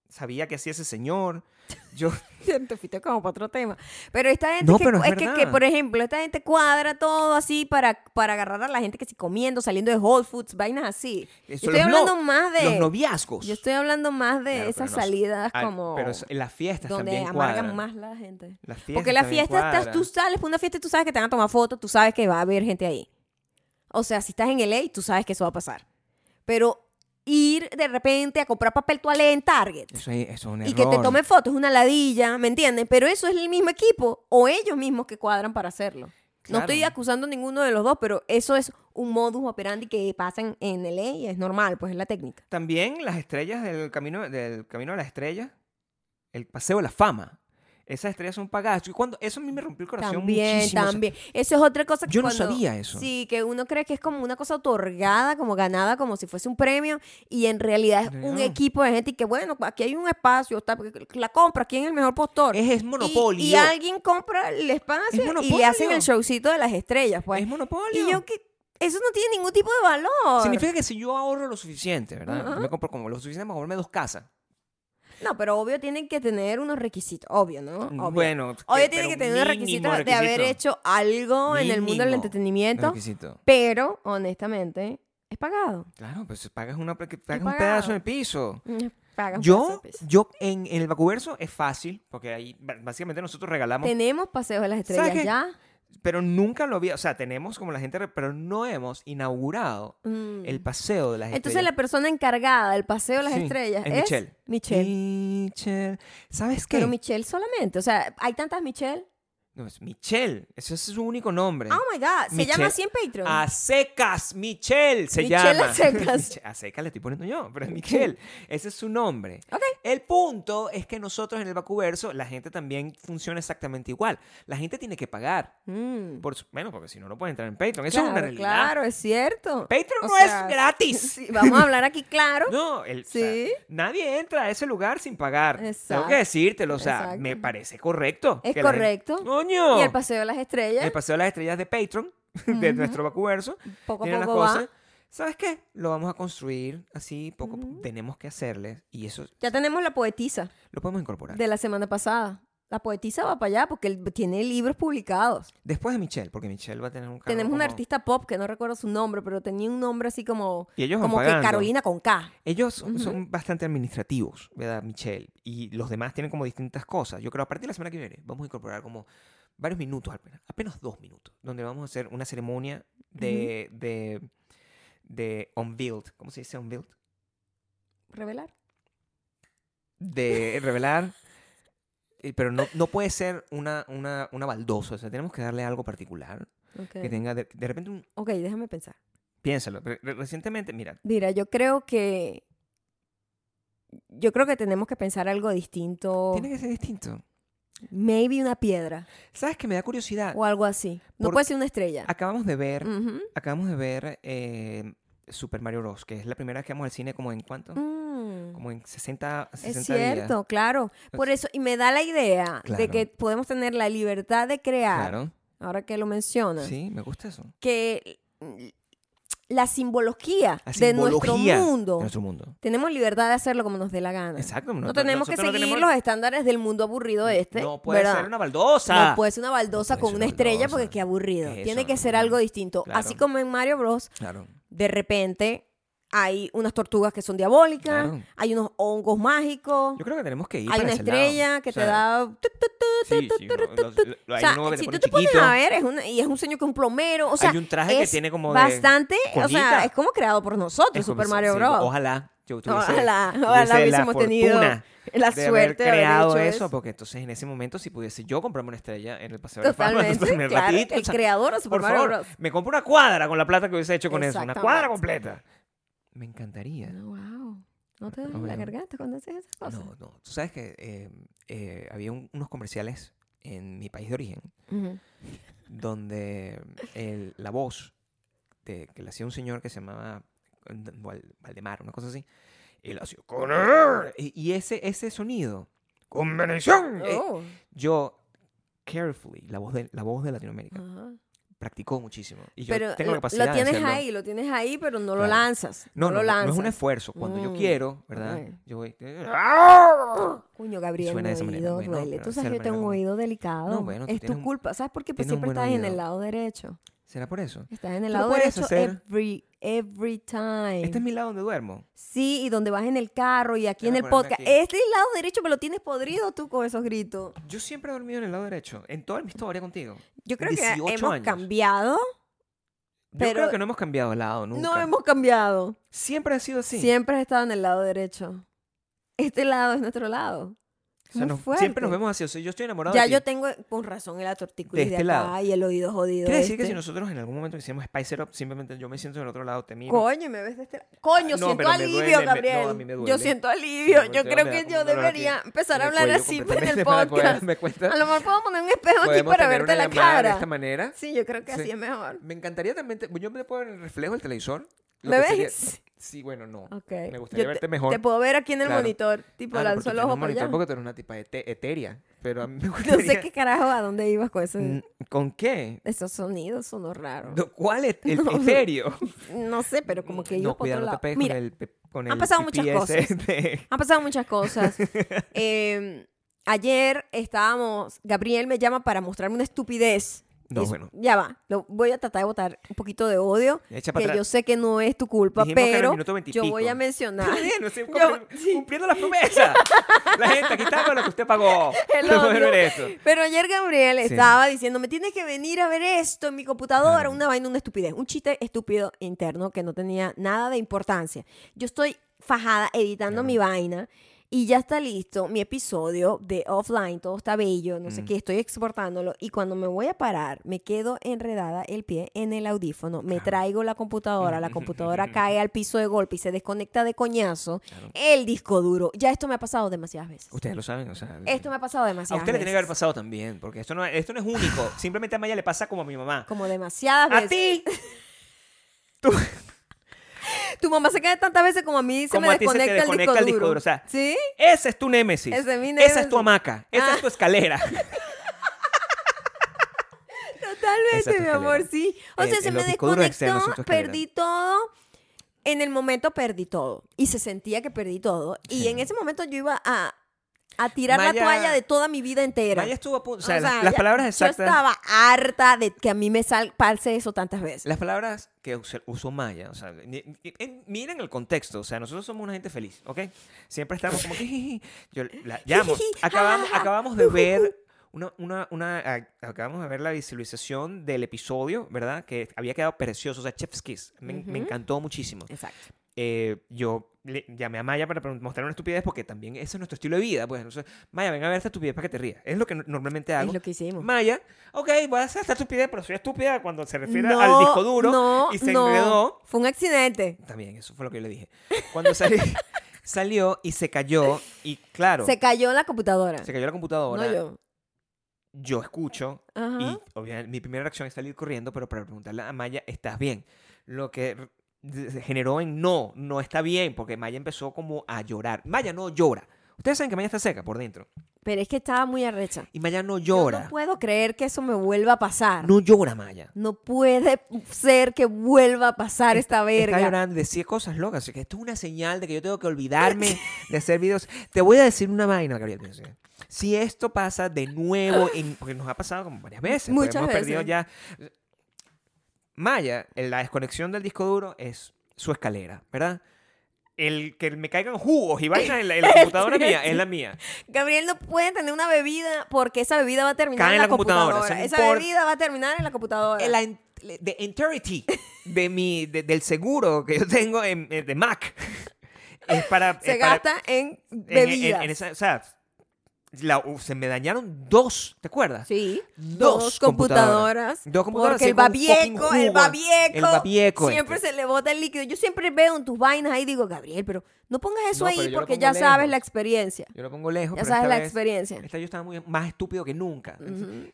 S2: sabía que hacía ese señor. Yo,
S1: Te fuiste como para otro tema. Pero esta gente
S2: No,
S1: que,
S2: pero es
S1: es que,
S2: verdad.
S1: que, por ejemplo, esta gente cuadra todo así para, para agarrar a la gente que sí comiendo, saliendo de Whole Foods, vainas así. Yo
S2: eso,
S1: estoy
S2: los no-
S1: hablando más
S2: Los
S1: de...
S2: noviazgos.
S1: yo estoy hablando más de
S2: Claro,
S1: esas
S2: pero no-
S1: salidas
S2: Ah,
S1: como...
S2: Pero eso- en las fiestas
S1: donde
S2: también
S1: amargan
S2: cuadran.
S1: más la gente.
S2: Las fiestas
S1: Porque la
S2: también
S1: fiesta, estás,
S2: cuadran.
S1: tú sales para una fiesta y tú sabes que te van a tomar fotos, tú sabes que va a haber gente ahí. O sea, si estás en LA, tú sabes que eso va a pasar. Pero ir de repente a comprar papel toalé en Target
S2: Eso, es- eso es un
S1: y que te
S2: error.
S1: tomen fotos es una ladilla, ¿me entiendes? Pero eso es el mismo equipo o ellos mismos que cuadran para hacerlo. No
S2: Claro.
S1: estoy acusando a ninguno de los dos, pero eso es un modus operandi que pasan en LA y es normal, pues es la técnica.
S2: También las estrellas del camino, del camino de las estrellas, el paseo de la fama. Esas estrellas son pagadas. Y cuando, eso a mí me rompió el corazón
S1: También,
S2: muchísimo. O sea,
S1: también. Eso es otra cosa que
S2: Yo no
S1: cuando-
S2: sabía eso.
S1: Sí, que uno cree que es como una cosa otorgada, como ganada, como si fuese un premio, y en realidad es
S2: No.
S1: un equipo de gente y que, bueno, aquí hay un espacio, está, la compra, ¿quién es el mejor postor?
S2: es, es
S1: Y-
S2: monopolio.
S1: Y, alguien compra el espacio
S2: Es
S1: y le
S2: monopolio.
S1: hacen el showcito de las estrellas, pues.
S2: es monopolio.
S1: Y yo que eso no tiene ningún tipo de valor.
S2: Significa que si yo ahorro lo suficiente, ¿verdad?
S1: Ajá.
S2: Yo Me compro como lo suficiente para comprarme dos casas.
S1: No, pero obvio tienen que tener unos requisitos, obvio, ¿no? Obvio.
S2: Mm, Bueno,
S1: obvio tiene
S2: que- pero
S1: que tener unos
S2: mínimo
S1: requisitos de haber
S2: requisito.
S1: hecho algo en el mundo del
S2: Mínimo
S1: entretenimiento.
S2: requisito.
S1: Pero, honestamente, es pagado. Mm,
S2: Claro, pues pagas, una, pagas un
S1: pagado.
S2: pedazo en el piso.
S1: Pagan
S2: Yo,
S1: pasos, pues.
S2: yo en, en el Vacuverso es fácil, porque ahí ba- básicamente nosotros regalamos
S1: Tenemos Paseo de las Estrellas
S2: ¿Sabes qué?
S1: ya.
S2: pero nunca lo había, o sea, tenemos como la gente, re- pero no hemos inaugurado
S1: Mm.
S2: el paseo de las
S1: Entonces
S2: estrellas.
S1: la persona encargada del Paseo de las
S2: Sí,
S1: Estrellas
S2: es
S1: es,
S2: Michelle.
S1: Michelle.
S2: Michelle. ¿Sabes qué?
S1: Pero Michelle solamente. O sea, hay tantas Michelle.
S2: No, es Michelle, ese es su único nombre.
S1: Oh my God. Se
S2: Michelle. Ah,
S1: llama así en Patreon.
S2: A secas, Michelle se
S1: Michelle
S2: llama.
S1: a secas.
S2: Mich- a secas le estoy poniendo yo, pero es Michelle. Ese es su nombre.
S1: Ok.
S2: El punto es que nosotros en el Vacuverso, la gente también funciona exactamente igual. La gente tiene que pagar.
S1: Mm.
S2: Por su- bueno, porque si no, no pueden entrar en Patreon. Eso
S1: claro,
S2: es una realidad.
S1: Claro, es cierto.
S2: Patreon
S1: O
S2: no
S1: sea,
S2: es gratis.
S1: sí, vamos a hablar aquí claro.
S2: No, el, o sea,
S1: Sí.
S2: nadie entra a ese lugar sin pagar.
S1: Exacto.
S2: Tengo que decírtelo, o sea,
S1: Exacto.
S2: me parece correcto.
S1: Es
S2: que la gente-
S1: correcto.
S2: ¡Coño!
S1: Y el Paseo de las Estrellas,
S2: El paseo de las estrellas de Patreon, de nuestro vacuverso,
S1: poco
S2: tiene
S1: a
S2: las
S1: poco va.
S2: cosas. ¿Sabes qué? Lo vamos a construir así, poco a poco. Tenemos que hacerle y eso
S1: Ya tenemos la poetisa
S2: lo podemos incorporar.
S1: de la semana pasada. La poetisa va para allá porque él tiene libros publicados.
S2: Después de Michelle, porque Michelle va a tener un cargo
S1: Tenemos una
S2: como-
S1: artista pop que no recuerdo su nombre, pero tenía un nombre así como,
S2: Y ellos van
S1: como que
S2: pagando.
S1: Carolina con K.
S2: Ellos son, son bastante administrativos, ¿verdad, Michelle? Y los demás tienen como distintas cosas. Yo creo a partir de la semana que viene vamos a incorporar como varios minutos, apenas, apenas dos minutos, donde vamos a hacer una ceremonia de, de, de unveiled. ¿Cómo se dice unveiled?
S1: Revelar.
S2: De revelar eh, pero no, no puede ser una, una, una baldosa. O sea, tenemos que darle algo particular. Que
S1: Ok,
S2: tenga de, de repente un.
S1: Ok, déjame pensar.
S2: Piénsalo. Re- re- recientemente, mira,
S1: Mira, yo creo que. Yo creo que tenemos que pensar algo distinto.
S2: tiene que ser distinto.
S1: Maybe una piedra
S2: ¿Sabes que me da curiosidad?
S1: o algo así. No
S2: Ah, por- Ah,
S1: puede ser una estrella.
S2: Acabamos de ver,
S1: Ujú.
S2: acabamos de ver eh, Super Mario Bros. Que es la primera vez que vamos al cine como en cuánto?
S1: Mm.
S2: Como en 60, 60
S1: Es
S2: días.
S1: cierto, claro. Por eso, y me da la idea de
S2: Claro.
S1: que podemos tener la libertad de crear,
S2: Claro.
S1: ahora que lo mencionas,
S2: Sí, me gusta eso.
S1: que mm, la simbología,
S2: La
S1: de nuestro
S2: simbología de
S1: mundo,
S2: nuestro mundo.
S1: tenemos libertad de hacerlo como nos dé la gana.
S2: Exacto.
S1: No, tenemos que
S2: nosotros
S1: seguir
S2: no tenemos-
S1: los estándares del mundo aburrido este.
S2: No puede
S1: ¿verdad?
S2: ser una baldosa.
S1: no puede ser una baldosa
S2: No puede
S1: con
S2: ser
S1: una
S2: una
S1: estrella porque
S2: baldosa.
S1: qué aburrido.
S2: Eso,
S1: Tiene que
S2: no,
S1: ser
S2: no.
S1: algo distinto.
S2: Claro.
S1: Así como en Mario Bros,
S2: Claro.
S1: de repente hay unas tortugas que son diabólicas,
S2: Claro.
S1: hay unos hongos mágicos.
S2: Yo creo que tenemos que ir
S1: Hay
S2: para
S1: una
S2: ese lado.
S1: estrella que
S2: O sea,
S1: te da. tu, tu, tu,
S2: Sí, sí, no, los- lo-
S1: o
S2: hay
S1: sea,
S2: uno que te
S1: si
S2: pone
S1: tú te pones
S2: chiquito.
S1: a ver, es una, y es un sueño que un plomero. O sea,
S2: hay un traje que
S1: es
S2: tiene como de-
S1: bastante. O sea,
S2: colita.
S1: es como creado por nosotros,
S2: es como
S1: Super
S2: si-
S1: Mario
S2: sí,
S1: Bros.
S2: Ojalá. Yo tuviese-
S1: Ojalá,
S2: tuviese
S1: ojalá
S2: la
S1: hubiésemos tenido
S2: fortuna
S1: la
S2: de
S1: suerte de
S2: haber
S1: haber
S2: creado
S1: hecho
S2: eso,
S1: eso.
S2: porque entonces en ese momento si pudiese yo comprarme una estrella en el paseo de la
S1: Totalmente,
S2: fama, entonces,
S1: claro,
S2: rapidito,
S1: el
S2: o sea,
S1: creador de Super
S2: por
S1: Mario
S2: favor,
S1: Bros.
S2: me compro una cuadra con la plata que hubiese hecho con eso, una cuadra
S1: Exactamente.
S2: completa. Me encantaría.
S1: No, wow. No te duele
S2: No,
S1: la
S2: no.
S1: garganta cuando haces esas cosas.
S2: No, no. Tú sabes que eh, eh, había un- unos comerciales en mi país de origen
S1: Ujú.
S2: donde el- la voz de- que le hacía un señor que se llamaba Val- Valdemar, una cosa así, y le hacía "Con er", y, y ese, ese sonido, con bendición, eh,
S1: Oh,
S2: yo, carefully, la voz de, la voz de Latinoamérica,
S1: ajá.
S2: practicó muchísimo. Y yo
S1: Pero
S2: tengo la
S1: lo,
S2: capacidad
S1: lo
S2: de
S1: tienes
S2: hacerlo.
S1: ahí, lo tienes ahí, pero no lo
S2: Claro.
S1: lanzas. No,
S2: No, no,
S1: lo
S2: no, no
S1: lanzas.
S2: es un esfuerzo. Cuando yo
S1: Mm,
S2: quiero, ¿verdad?
S1: ok. Ah.
S2: Yo voy. "Ah,
S1: Cuño, Gabriel,
S2: Suena de
S1: mi
S2: esa
S1: oído
S2: manera. Bueno,
S1: duele.
S2: pero
S1: Tú
S2: esa es
S1: sabes,
S2: la
S1: yo tengo un
S2: manera como-
S1: oído delicado.
S2: No, bueno, tú
S1: es tu
S2: tienes un-
S1: culpa. ¿Sabes por qué? Porque
S2: tienes un
S1: siempre
S2: buen
S1: estás en el
S2: oído.
S1: lado derecho.
S2: ¿Será por eso?
S1: Estás en el
S2: Tú lo
S1: lado
S2: puedes
S1: derecho
S2: hacer.
S1: every, every time.
S2: Este es mi lado donde duermo.
S1: Sí, y donde vas en el carro y aquí
S2: Déjame
S1: en el
S2: ponerme
S1: podcast.
S2: aquí.
S1: Este lado derecho me lo tienes podrido tú con esos gritos.
S2: Yo siempre he dormido en el lado derecho, en toda mi historia contigo.
S1: Yo creo que
S2: 18
S1: hemos
S2: años.
S1: cambiado.
S2: Yo
S1: Pero-
S2: creo que no hemos cambiado de lado nunca.
S1: No hemos cambiado.
S2: Siempre ha sido así.
S1: Siempre has estado en el lado derecho. Este lado es nuestro lado.
S2: O sea,
S1: Muy
S2: nos-
S1: fuerte.
S2: siempre nos vemos así. O sea, yo estoy enamorado
S1: Ya
S2: de ti.
S1: yo tengo con razón el tortícolis
S2: De
S1: de,
S2: este
S1: acá
S2: lado.
S1: y el oído jodido.
S2: Quiere decir que
S1: este.
S2: si nosotros en algún momento hicimos Spice It Up, simplemente yo me siento del otro lado, te miro.
S1: Coño, me ves de este lado. Coño,
S2: Ah, no,
S1: siento
S2: pero me
S1: alivio,
S2: duele, me- no,
S1: Gabriel.
S2: a mí me duele.
S1: Yo siento alivio.
S2: Me
S1: Yo
S2: volteo,
S1: creo
S2: me da
S1: que
S2: un
S1: yo
S2: dolor aquí
S1: debería empezar a
S2: en el
S1: hablar
S2: cuello
S1: así pues, en el
S2: completamente para poder
S1: podcast.
S2: darme cuenta.
S1: A lo mejor puedo poner un espejo aquí
S2: Podemos
S1: para
S2: tener
S1: verte
S2: una
S1: la
S2: llamada
S1: cara.
S2: De esta manera.
S1: Sí, yo creo que así
S2: Sí.
S1: es mejor.
S2: Me encantaría también. te- Yo me puedo ver en el reflejo del televisor. Lo
S1: ¿Me
S2: que sería-
S1: ves?
S2: Sí, bueno, no.
S1: Ok.
S2: Me gustaría
S1: Yo te-
S2: verte mejor.
S1: Te puedo ver aquí en el
S2: Claro.
S1: monitor. Tipo,
S2: Ah, no,
S1: lanzó
S2: porque
S1: el
S2: tú eres
S1: ojo
S2: un
S1: para allá.
S2: monitor porque tú eres una tipa ete- etérea. Pero a mí me
S1: No
S2: gustaría...
S1: sé qué carajo a dónde ibas con eso.
S2: Mm, ¿Con qué?
S1: Esos sonidos sonos raros.
S2: No, ¿Cuál es el etéreo?
S1: No sé, pero como que
S2: no,
S1: yo por
S2: cuidado,
S1: otro
S2: no te
S1: lado.
S2: pegues
S1: Mira,
S2: con el, pe- con
S1: han
S2: el
S1: pasado muchas
S2: PPS
S1: cosas.
S2: de-
S1: han pasado muchas cosas. Eh, ayer estábamos. Gabriel me llama para mostrarme una estupidez.
S2: No,
S1: Es-
S2: bueno.
S1: Ya va. Lo, voy a tratar de botar un poquito de odio.
S2: Echa para
S1: Que
S2: atrás.
S1: yo sé que no es tu culpa,
S2: Dijimos que era el
S1: pero
S2: minuto 20 y
S1: yo voy
S2: pico.
S1: a mencionar.
S2: Está bien, o sea,
S1: Yo-
S2: cumpli-
S1: sí.
S2: cumpliendo las promesas. La gente, aquí está con lo que usted pagó.
S1: El
S2: No puede
S1: odio.
S2: ver eso.
S1: Pero ayer Gabriel
S2: Sí.
S1: estaba diciendo, me tienes que venir a ver esto en mi computadora,
S2: Claro.
S1: una vaina, una estupidez, un chiste estúpido interno que no tenía nada de importancia. Yo estoy fajada editando
S2: Claro.
S1: mi vaina y ya está listo mi episodio de offline, todo está bello, no sé
S2: Mm.
S1: qué, estoy exportándolo y cuando me voy a parar me quedo enredada el pie en el audífono, me
S2: Claro.
S1: traigo la computadora, la computadora cae al piso de golpe y se desconecta de coñazo,
S2: Claro.
S1: el disco duro, ya esto me ha pasado demasiadas veces.
S2: Ustedes lo saben, o sea...
S1: Esto me ha pasado
S2: a
S1: demasiadas
S2: usted le tiene que
S1: veces.
S2: haber pasado también, porque esto no, esto no es único. Simplemente a Maya le pasa como a mi mamá.
S1: Como demasiadas
S2: A
S1: veces.
S2: ti,
S1: Tu mamá se cae tantas veces como a mí se
S2: Como
S1: me
S2: a ti se te
S1: desconecta,
S2: desconecta
S1: el disco duro.
S2: o sea,
S1: ¿Sí?
S2: ese es tu némesis.
S1: Ese es mi
S2: Esa es
S1: némesis. Ah.
S2: tu hamaca. Esa es tu escalera. Esa es
S1: Totalmente,
S2: tu
S1: mi amor,
S2: escalera.
S1: sí. O
S2: El-
S1: sea, se
S2: el-
S1: me
S2: los discos
S1: desconectó,
S2: duros externos son tu escalera.
S1: perdí todo. En el momento perdí todo. Y se sentía que perdí todo. Y
S2: Sí.
S1: en ese momento yo iba a, a tirar la
S2: Maya-
S1: toalla de toda mi vida entera.
S2: Maya estuvo a punto... O sea,
S1: O
S2: las,
S1: sea,
S2: las
S1: ya-
S2: palabras exactas...
S1: Yo estaba harta de que a mí me sal, pase eso tantas veces.
S2: Las palabras que us- usó Maya, o sea, ni- ni- en- miren el contexto, o sea, nosotros somos una gente feliz, ¿ok? Siempre estamos como que, "Jiji". yo la llamo,
S1: Jijiji,
S2: acabamos,
S1: jajaja.
S2: acabamos de ver una, una, una, a- acabamos de ver la visualización del episodio, ¿verdad? Que había quedado precioso, o sea, Chef's Kiss, me, me
S1: Ujú.
S2: encantó muchísimo.
S1: Exacto.
S2: eh, yo le llamé a Maya para pregun- mostrar una estupidez porque también ese es nuestro estilo de vida. Pues entonces, Maya, ven a ver esta estupidez para que te rías. Es lo que no- normalmente hago.
S1: Es lo que hicimos.
S2: Maya, ok, voy a hacer esta estupidez, pero soy estúpida cuando se refiere
S1: No,
S2: al disco duro
S1: no,
S2: y se
S1: no.
S2: enredó.
S1: Fue un accidente.
S2: También, eso fue lo que yo le dije. Cuando salí, salió y se cayó y claro,
S1: Se
S2: se,
S1: cayó la computadora.
S2: cayó la computadora.
S1: no
S2: yo.
S1: yo.
S2: escucho
S1: Ajá.
S2: y obviamente mi primera reacción es salir corriendo, pero para preguntarle a Maya, ¿estás bien? Lo que r- d- generó en no, no está bien, porque Maya empezó como a llorar. Maya no llora. Ustedes saben que Maya está seca por dentro.
S1: Pero es que estaba muy arrecha.
S2: Y Maya no
S1: Yo
S2: llora.
S1: no puedo creer que eso me vuelva a pasar. No,
S2: no llora Maya.
S1: puede ser que vuelva a pasar esta verga.
S2: Está llorando, decía cosas locas. Así que esto es una señal de que yo tengo que olvidarme de hacer videos. Te voy a decir una vaina, Gabriel. pero sí. Si esto pasa de nuevo, en- porque nos ha pasado como varias veces, porque
S1: Muchas
S2: hemos
S1: veces.
S2: perdido ya. Maya, en la desconexión del disco duro es su escalera, ¿verdad? El que me caigan jugos y vainas en la, en la computadora
S1: Sí,
S2: mía
S1: sí.
S2: es la mía.
S1: Gabriel no puede tener una bebida porque esa bebida va a terminar
S2: Cae
S1: en la, computadora.
S2: o sea, no
S1: esa
S2: importa.
S1: bebida va a terminar en la computadora.
S2: La en- the entirety de mi, de- del seguro que yo tengo en, en- de Mac es para.
S1: Se
S2: es para-
S1: gasta en
S2: en- en-
S1: bebidas.
S2: en esa- o sea, la- uh, se me dañaron dos, ¿te acuerdas?
S1: Sí.
S2: Dos computadoras. Dos computadoras,
S1: Porque el
S2: así con fucking
S1: babieco, el
S2: jugo.
S1: babieco.
S2: El babieco,
S1: Siempre
S2: este.
S1: se le bota el líquido. Yo siempre veo en tus vainas ahí digo, Gabriel, pero no pongas eso
S2: No, pero
S1: ahí
S2: yo lo
S1: porque
S2: pongo
S1: ya
S2: lejos.
S1: sabes la experiencia.
S2: Yo lo pongo lejos.
S1: Ya
S2: pero
S1: sabes
S2: esta
S1: la
S2: vez-
S1: experiencia.
S2: Esta yo estaba muy, más estúpido que nunca.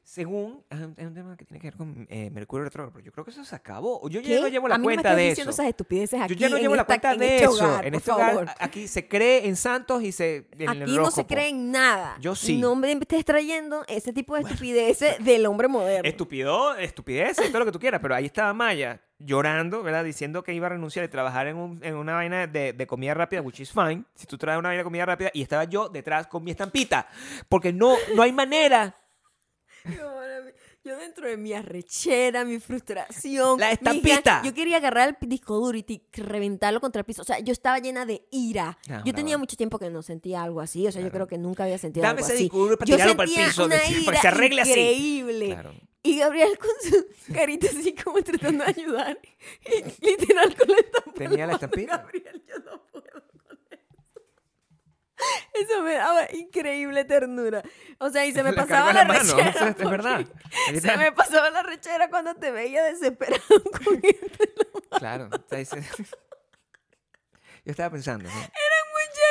S2: Según, es un, es un tema que tiene que ver con eh, Mercurio Retrógrado, pero yo creo que eso se acabó. Yo ya no
S1: ¿Qué?
S2: llevo la
S1: a mí
S2: cuenta
S1: no me
S2: de
S1: estás
S2: eso.
S1: diciendo esas estupideces aquí.
S2: yo ya no
S1: en
S2: llevo la
S1: esta-
S2: cuenta
S1: en
S2: de
S1: este
S2: eso.
S1: hogar,
S2: en
S1: por
S2: este hogar,
S1: favor.
S2: a- aquí se cree en santos y se. en el
S1: Aquí no se
S2: horóscopo.
S1: cree en nada.
S2: Yo sí.
S1: No me estés trayendo ese tipo de estupideces del hombre moderno.
S2: Este Estupido, estupidez, todo lo que tú quieras, pero ahí estaba Maya llorando, ¿verdad? Diciendo que iba a renunciar y trabajar en, un- en una vaina de, de comida rápida, which is fine. Si tú traes una vaina de comida rápida y estaba yo detrás con mi estampita, porque no, no hay manera.
S1: No, ahora mi- Yo dentro de mi arrechera, mi frustración.
S2: La
S1: mi
S2: estampita.
S1: gra- Yo quería agarrar el disco duro y ti- reventarlo contra el piso. O sea, yo estaba llena de ira.
S2: Ah,
S1: yo
S2: brava.
S1: tenía mucho tiempo que no sentía algo así. O sea, yo
S2: Claro.
S1: creo que nunca había sentido
S2: Dame
S1: algo
S2: ese
S1: así.
S2: disco duro para
S1: yo
S2: tirarlo para el
S1: sentía
S2: piso,
S1: una
S2: decía, para
S1: ira
S2: que se arregle así.
S1: increíble.
S2: Claro.
S1: Y Gabriel con su carita así como tratando de ayudar. Y literal con la estampa. en
S2: Tenía la
S1: mano.
S2: estampita.
S1: Gabriel, yo no puedo con eso. Eso me daba increíble ternura. O sea, y se me
S2: Le
S1: pasaba
S2: cargo
S1: la,
S2: mano,
S1: rechera.
S2: eso es- es
S1: porque-
S2: verdad. Ahí
S1: se
S2: está.
S1: me pasaba la rechera cuando te veía desesperado con esto.
S2: Claro. está ahí se- Yo estaba pensando, ¿no?
S1: Eran muchas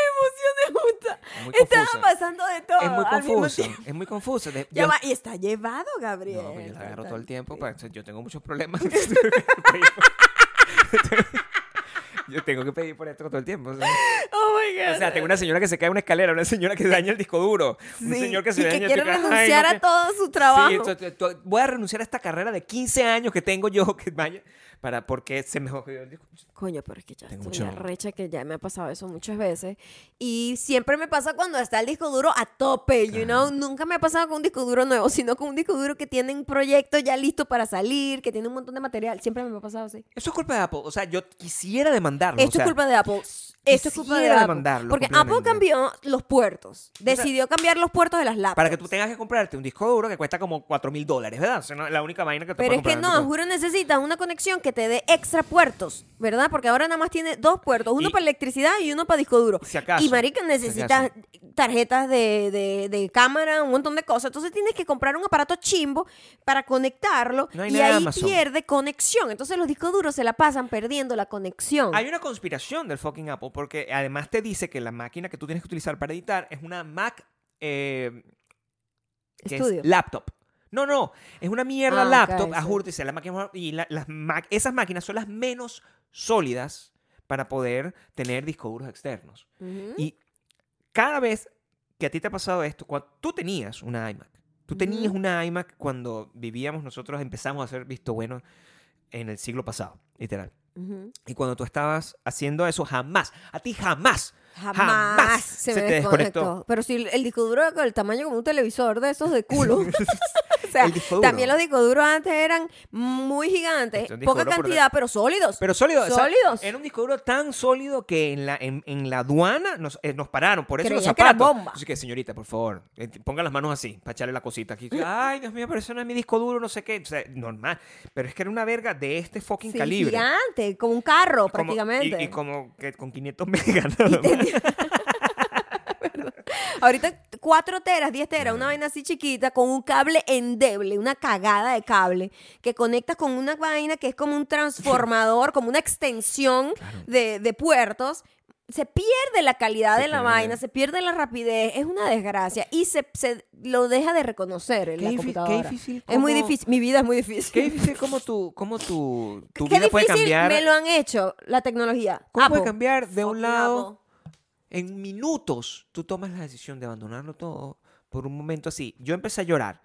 S1: emociones juntas.
S2: Muy
S1: Estaba
S2: confuso.
S1: pasando de todo.
S2: es muy
S1: al mismo
S2: confuso,
S1: tiempo.
S2: es muy confuso. De-
S1: Ya
S2: yo-
S1: va, y está llevado, Gabriel.
S2: No, pues yo la agarro todo el
S1: Total.
S2: tiempo. para- yo tengo muchos problemas. yo tengo que pedir por esto todo el tiempo. o sea.
S1: Oh my God.
S2: O sea, tengo una señora que se cae de una escalera, una señora que daña el disco duro, un
S1: Sí,
S2: señor que se
S1: y
S2: daña
S1: que
S2: el
S1: quiere
S2: disco- Ay, no,
S1: renunciar
S2: que-
S1: a todo su trabajo.
S2: Sí, esto- esto- esto- voy a renunciar a esta carrera de 15 años que tengo yo, que vaya, para porque se me jodió el disco.
S1: Coño, pero es que ya
S2: Tengo
S1: estoy
S2: mucho-
S1: recha que ya me ha pasado eso muchas veces. Y siempre me pasa cuando está el disco duro a tope, you know. Nunca me ha pasado con un disco duro nuevo, sino con un disco duro que tiene un proyecto ya listo para salir, que tiene un montón de material. Siempre me ha pasado así.
S2: Eso es culpa de Apple. O sea, yo quisiera demandarlo.
S1: Esto
S2: Ah, o sea,
S1: es culpa de Apple. Esto es culpa de
S2: quisiera
S1: Apple.
S2: demandarlo
S1: Porque Apple
S2: completamente.
S1: cambió los puertos. Decidió cambiar los puertos de las laptops.
S2: Para que tú tengas que comprarte un disco duro que cuesta como 4 mil dólares, ¿verdad? O sea, no, la única vaina que te
S1: Pero
S2: puedes
S1: es que
S2: comprar
S1: no,
S2: un disco-
S1: juro necesitas una conexión que te dé extra puertos, ¿verdad? Porque ahora nada más tiene dos puertos, uno
S2: Y-
S1: para electricidad y uno para disco duro.
S2: Si acaso,
S1: y marica
S2: si
S1: necesitas tarjetas de, de- de cámara, un montón de cosas. Entonces tienes que comprar un aparato chimbo para conectarlo
S2: No hay
S1: y
S2: nada en
S1: ahí
S2: Amazon.
S1: pierde conexión. Entonces los discos duros se la pasan perdiendo la conexión.
S2: Hay una conspiración del fucking Apple porque además te dice que la máquina que tú tienes que utilizar para editar es una Mac eh, que es
S1: Estudio.
S2: laptop. No, no, es una mierda
S1: Ah, ok,
S2: laptop. a
S1: sí.
S2: juro, te dice, la máquina y la- las Mac- esas máquinas son las menos sólidas para poder tener discos duros externos.
S1: Ujú.
S2: Y cada vez que a ti te ha pasado esto, cuando tú tenías una iMac, tú tenías
S1: Ujú.
S2: una iMac cuando vivíamos nosotros, empezamos a hacer visto bueno en el siglo pasado, literal.
S1: Ujú.
S2: Y cuando tú estabas haciendo eso, jamás, a ti jamás
S1: Jamás, se, me
S2: te
S1: desconectó. Pero si el disco duro era con el tamaño como un televisor de esos de culo. o sea,
S2: El disco duro.
S1: también los discos duros antes eran muy gigantes,
S2: Esto es disco
S1: poca
S2: duro, pero-
S1: cantidad, pero sólidos.
S2: Pero sólido. o sea,
S1: Sólidos.
S2: era un disco duro tan sólido que en la, en, en la aduana nos, eh, nos pararon. Por eso los
S1: Creían que era
S2: zapatos.
S1: bomba.
S2: Así que, señorita, por favor, eh, ponga las manos así para echarle la cosita aquí. Ay, Dios mío, pero eso no es mi disco duro, no sé qué. O sea, normal. Pero es que era una verga de este fucking
S1: Sí,
S2: calibre.
S1: gigante, como un carro
S2: Y como- y-
S1: prácticamente.
S2: Y, como que con 500 megas. nada más.
S1: Ahorita 4 teras, 10 teras, una vaina así chiquita con un cable endeble, una cagada de cable que conectas con una vaina que es como un transformador, como una extensión de, de puertos. Se pierde la calidad
S2: Se
S1: de la
S2: pierde.
S1: vaina, se pierde la rapidez, es una desgracia y se, se lo deja de reconocer en
S2: Qué
S1: la
S2: difí- qué
S1: computadora.
S2: difícil
S1: es muy
S2: cómo-
S1: difícil, mi vida es muy difícil.
S2: Qué difícil cómo tu, cómo tu, tu
S1: Qué
S2: vida puede
S1: difícil
S2: cambiar.
S1: me lo han hecho la tecnología.
S2: ¿Cómo puede
S1: Apple.
S2: cambiar de un
S1: Fucking
S2: lado?
S1: Apple.
S2: En minutos tú tomas la decisión de abandonarlo todo por un momento así. Yo empecé a llorar.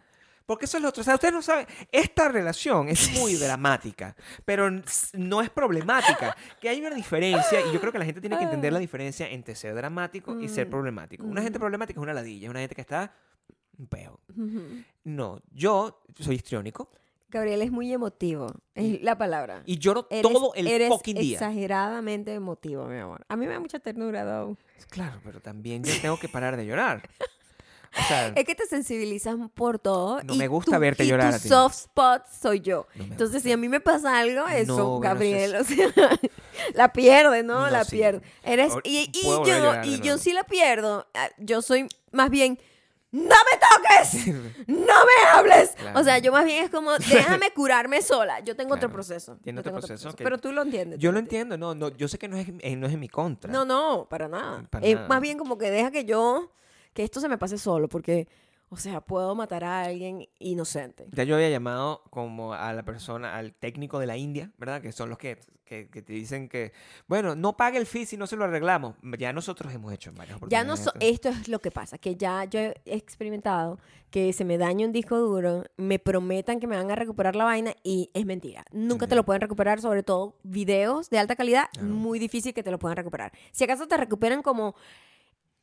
S2: Porque eso es lo otro. O sea, ustedes no saben, esta relación es muy dramática, pero n- s- no es problemática. Que hay una diferencia, y yo creo que la gente tiene que entender la diferencia entre ser dramático y
S1: Mm,
S2: ser problemático. Una gente problemática es una ladilla, es una gente que está un peo.
S1: Ujú.
S2: No, yo soy histriónico
S1: Gabriel es muy emotivo, es la palabra.
S2: y lloro
S1: Eres-
S2: todo el
S1: eres
S2: fucking día.
S1: exageradamente emotivo, mi amor. A mí me da mucha ternura, Dau.
S2: Claro, pero también yo tengo que parar de llorar. O sea,
S1: Es que te sensibilizas por todo.
S2: No
S1: y
S2: me gusta
S1: tu-
S2: verte
S1: y
S2: llorar
S1: Tu
S2: a ti.
S1: soft spot soy yo.
S2: No me
S1: Entonces,
S2: gusta.
S1: si a mí me pasa algo, eso,
S2: No, bueno, eso
S1: Gabriel,
S2: es-
S1: o sea, la pierde, ¿no?
S2: No,
S1: la
S2: sí.
S1: pierde. Eres,
S2: Ahor-
S1: y y
S2: puedo
S1: yo,
S2: volver a llorar de
S1: y yo
S2: nuevo.
S1: sí la pierdo. Ah, Yo soy más bien, ¡no me toques! ¡No me hables!
S2: Claro.
S1: O sea, yo más bien es como, déjame curarme sola. Yo tengo otro
S2: Claro.
S1: proceso.
S2: Tiene
S1: Yo
S2: otro
S1: tengo
S2: proceso que-
S1: Pero tú lo entiendes.
S2: yo
S1: tú
S2: lo entiendo, no, no, yo sé que no es, eh, no es en mi contra.
S1: No, no, para nada.
S2: Mm, Para
S1: es
S2: nada.
S1: más bien como que deja que yo, que esto se me pase solo, porque, o sea, puedo matar a alguien inocente.
S2: Ya yo había llamado como a la persona, al técnico de la India, ¿verdad? Que son los que, que, que te dicen que, bueno, no pague el fee si no se lo arreglamos. Ya nosotros hemos hecho en varias
S1: Ya no
S2: oportunidades.
S1: so- esto es lo que pasa, que ya yo he experimentado que se me daña un disco duro, me prometan que me van a recuperar la vaina y es mentira. Nunca te lo pueden recuperar, sobre todo videos de alta calidad,
S2: Claro.
S1: muy difícil que te lo puedan recuperar. Si acaso te recuperan como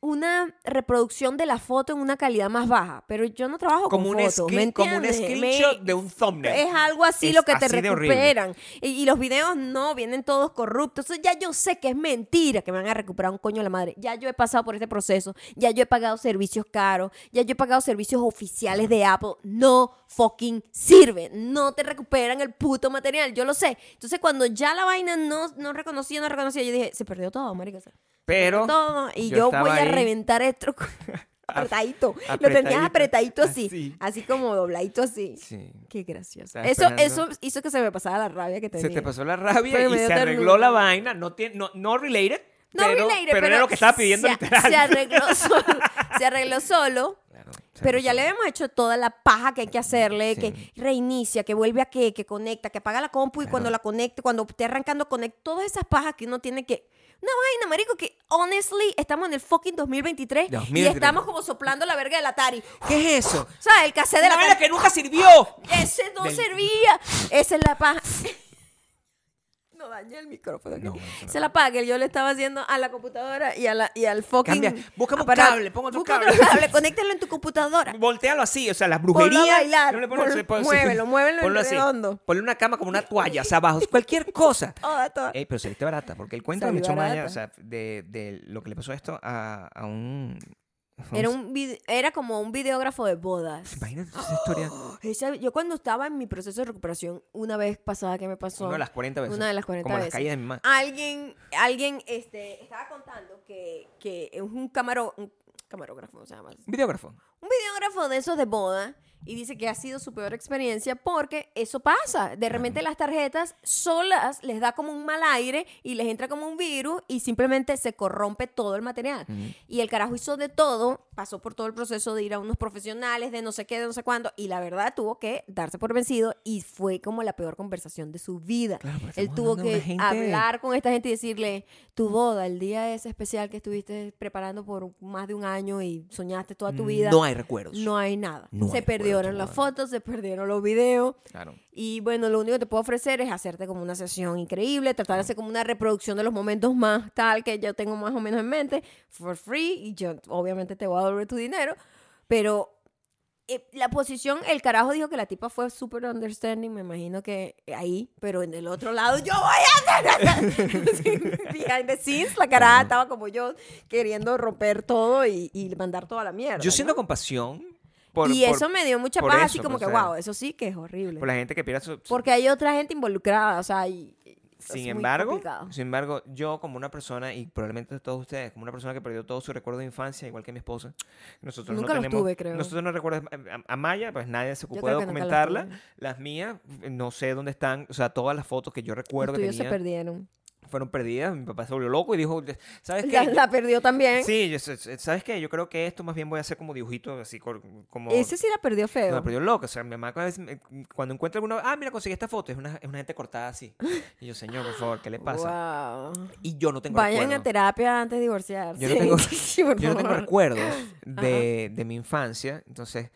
S1: una reproducción de la foto en una calidad más baja, pero yo no trabajo
S2: como,
S1: con
S2: un
S1: fotos,
S2: screen-
S1: ¿me
S2: como un
S1: entiendes? Me-
S2: screenshot de un thumbnail.
S1: Es algo así
S2: Es
S1: lo que te
S2: así de horrible.
S1: recuperan. Y, y los videos no, vienen todos corruptos. Entonces ya yo sé que es mentira que me van a recuperar un coño de la madre. Ya yo he pasado por este proceso. Ya yo he pagado servicios caros. Ya yo he pagado servicios oficiales de Apple. No fucking sirve. No te recuperan el puto material. Yo lo sé. Entonces cuando ya la vaina no, no reconocía, no reconocía, yo dije, se perdió todo, marica. se
S2: Pero
S1: todo, y
S2: yo
S1: yo, voy
S2: estaba
S1: a
S2: ahí.
S1: reventar esto apretadito. Lo tenías
S2: Apretadito.
S1: apretadito así, así,
S2: Así.
S1: como dobladito así.
S2: Sí.
S1: Qué gracioso.
S2: Estaba
S1: Eso, eso
S2: esperando.
S1: hizo que se me pasara la rabia que tenía.
S2: Se te pasó la
S1: Pero
S2: rabia
S1: me
S2: y
S1: dio
S2: se arregló
S1: ternura.
S2: la vaina. No, tiene, no, no related.
S1: No
S2: pero,
S1: related,
S2: pero, era lo que estaba pidiendo
S1: se,
S2: literal.
S1: se arregló solo. se arregló solo.
S2: Claro, se
S1: Pero
S2: arregló
S1: ya le
S2: solo. Eh,
S1: habíamos hecho toda la paja que hay que hacerle,
S2: Sí.
S1: que reinicia, que vuelve a que, que conecta, que apaga la compu y
S2: Claro.
S1: cuando la conecte, cuando esté arrancando, conecta, todas esas pajas que uno tiene que... Una vaina, marico, que honestly, estamos en el fucking 2023 y
S2: 2023.
S1: estamos como soplando la verga del Atari.
S2: ¿Qué es eso?
S1: O sea, el cassette de
S2: Una
S1: la
S2: vaina
S1: Atari.
S2: que nunca sirvió.
S1: Ese no
S2: Del-
S1: servía. Esa es la paja. no dañé el micrófono.
S2: No,
S1: ¿ok?
S2: eso no.
S1: Se la pague. Yo le estaba haciendo a la computadora y, a la, y al fucking.
S2: Cambia. Búscame un
S1: aparato.
S2: cable, pon otro
S1: Busca
S2: cable.
S1: conéctalo en tu computadora.
S2: Voltealo así, o sea, las
S1: Ponlo a
S2: brujerías.
S1: bailar,
S2: no le pones-
S1: ponlo-
S2: le pones-
S1: muévelo, muévelo
S2: ponlo así.
S1: redondo.
S2: Ponle una cama como una toalla hacia abajo, cualquier cosa.
S1: Toda, toda.
S2: Ey, pero saliste barata, porque el cuento de
S1: Salí
S2: Micho Maya,
S1: barata.
S2: o sea, de, de lo que le pasó a esto a, a un.
S1: Era, un vide- era como un videógrafo de bodas. Oh,
S2: Imagínate esa historia.
S1: Esa- yo cuando estaba en mi proceso de recuperación, una vez pasada que me pasó.
S2: Una de las 40 veces.
S1: Una de las 40
S2: Como
S1: veces.
S2: las caídas de mi mamá.
S1: Alguien, alguien este, estaba contando que, que es un, camaro, un camarógrafo, se llama.
S2: Videógrafo.
S1: un videógrafo de esos de boda y dice que ha sido su peor experiencia porque eso pasa. De repente las tarjetas solas les da como un mal aire y les entra como un virus y simplemente se corrompe todo el material. Y el carajo hizo de todo, pasó por todo el proceso de ir a unos profesionales, de no sé qué, de no sé cuándo, y la verdad tuvo que darse por vencido y fue como la peor conversación de su vida.
S2: Claro, pero
S1: Él
S2: estamos
S1: tuvo
S2: hablando de
S1: que
S2: una gente-
S1: hablar con esta gente y decirle, tu boda, el día ese especial que estuviste preparando por más de un año y soñaste toda tu vida.
S2: Mm, No hay recuerdos.
S1: No hay nada.
S2: No
S1: se
S2: hay
S1: perdió perdieron las
S2: chaval.
S1: fotos, se perdieron los videos.
S2: Claro.
S1: Y bueno, lo único que te puedo ofrecer es hacerte como una sesión increíble, tratar de hacer como una reproducción de los momentos más tal que yo tengo más o menos en mente, for free, y yo obviamente te voy a devolver tu dinero, pero eh, la posición, el carajo dijo que la tipa fue super understanding, me imagino que ahí, pero en el otro lado yo voy a... Behind the scenes, la caraja
S2: Claro.
S1: estaba como yo queriendo romper todo y, y mandar toda la mierda.
S2: Yo siento
S1: ¿no?
S2: compasión por,
S1: y
S2: por-
S1: eso me dio mucha
S2: por
S1: paz, así
S2: eso,
S1: como
S2: pues,
S1: que,
S2: o sea,
S1: wow, eso sí que es horrible.
S2: por la gente que pierde su... su-
S1: Porque hay otra gente involucrada, o sea, y- y- es
S2: sin
S1: muy
S2: embargo,
S1: complicado.
S2: sin embargo, yo como una persona, y probablemente todos ustedes, como una persona que perdió todo su recuerdo de infancia, igual que mi esposa, nosotros
S1: Nunca
S2: no
S1: los
S2: tenemos...
S1: tuve, creo.
S2: Nosotros no recuerdo... a- A Maya, pues nadie se ocupó de
S1: creo que nunca los
S2: documentarla.
S1: tuve.
S2: Las mías, no sé dónde están. O sea, todas las fotos que yo recuerdo
S1: los
S2: que
S1: tuyos se
S2: tenía
S1: perdieron.
S2: fueron perdidas. Mi papá se volvió loco y dijo, ¿sabes qué?
S1: La, la perdió también.
S2: Sí, yo sé- sé- ¿sabes qué? Yo creo que esto más bien voy a hacer como dibujitos, así cor- como...
S1: Ese sí la perdió feo.
S2: No, pero yo loco, o sea, mi mamá cada vez me- cuando encuentra alguna, ah, mira, conseguí esta foto, es una, es una gente cortada así. Y yo, señor, por favor, ¿qué le pasa?
S1: Wow.
S2: Y yo no tengo
S1: Vayan a
S2: recuerdos.
S1: terapia antes de divorciarse.
S2: Yo no tengo-
S1: Sí, por
S2: Yo no tengo
S1: favor.
S2: recuerdos de, de mi infancia, entonces,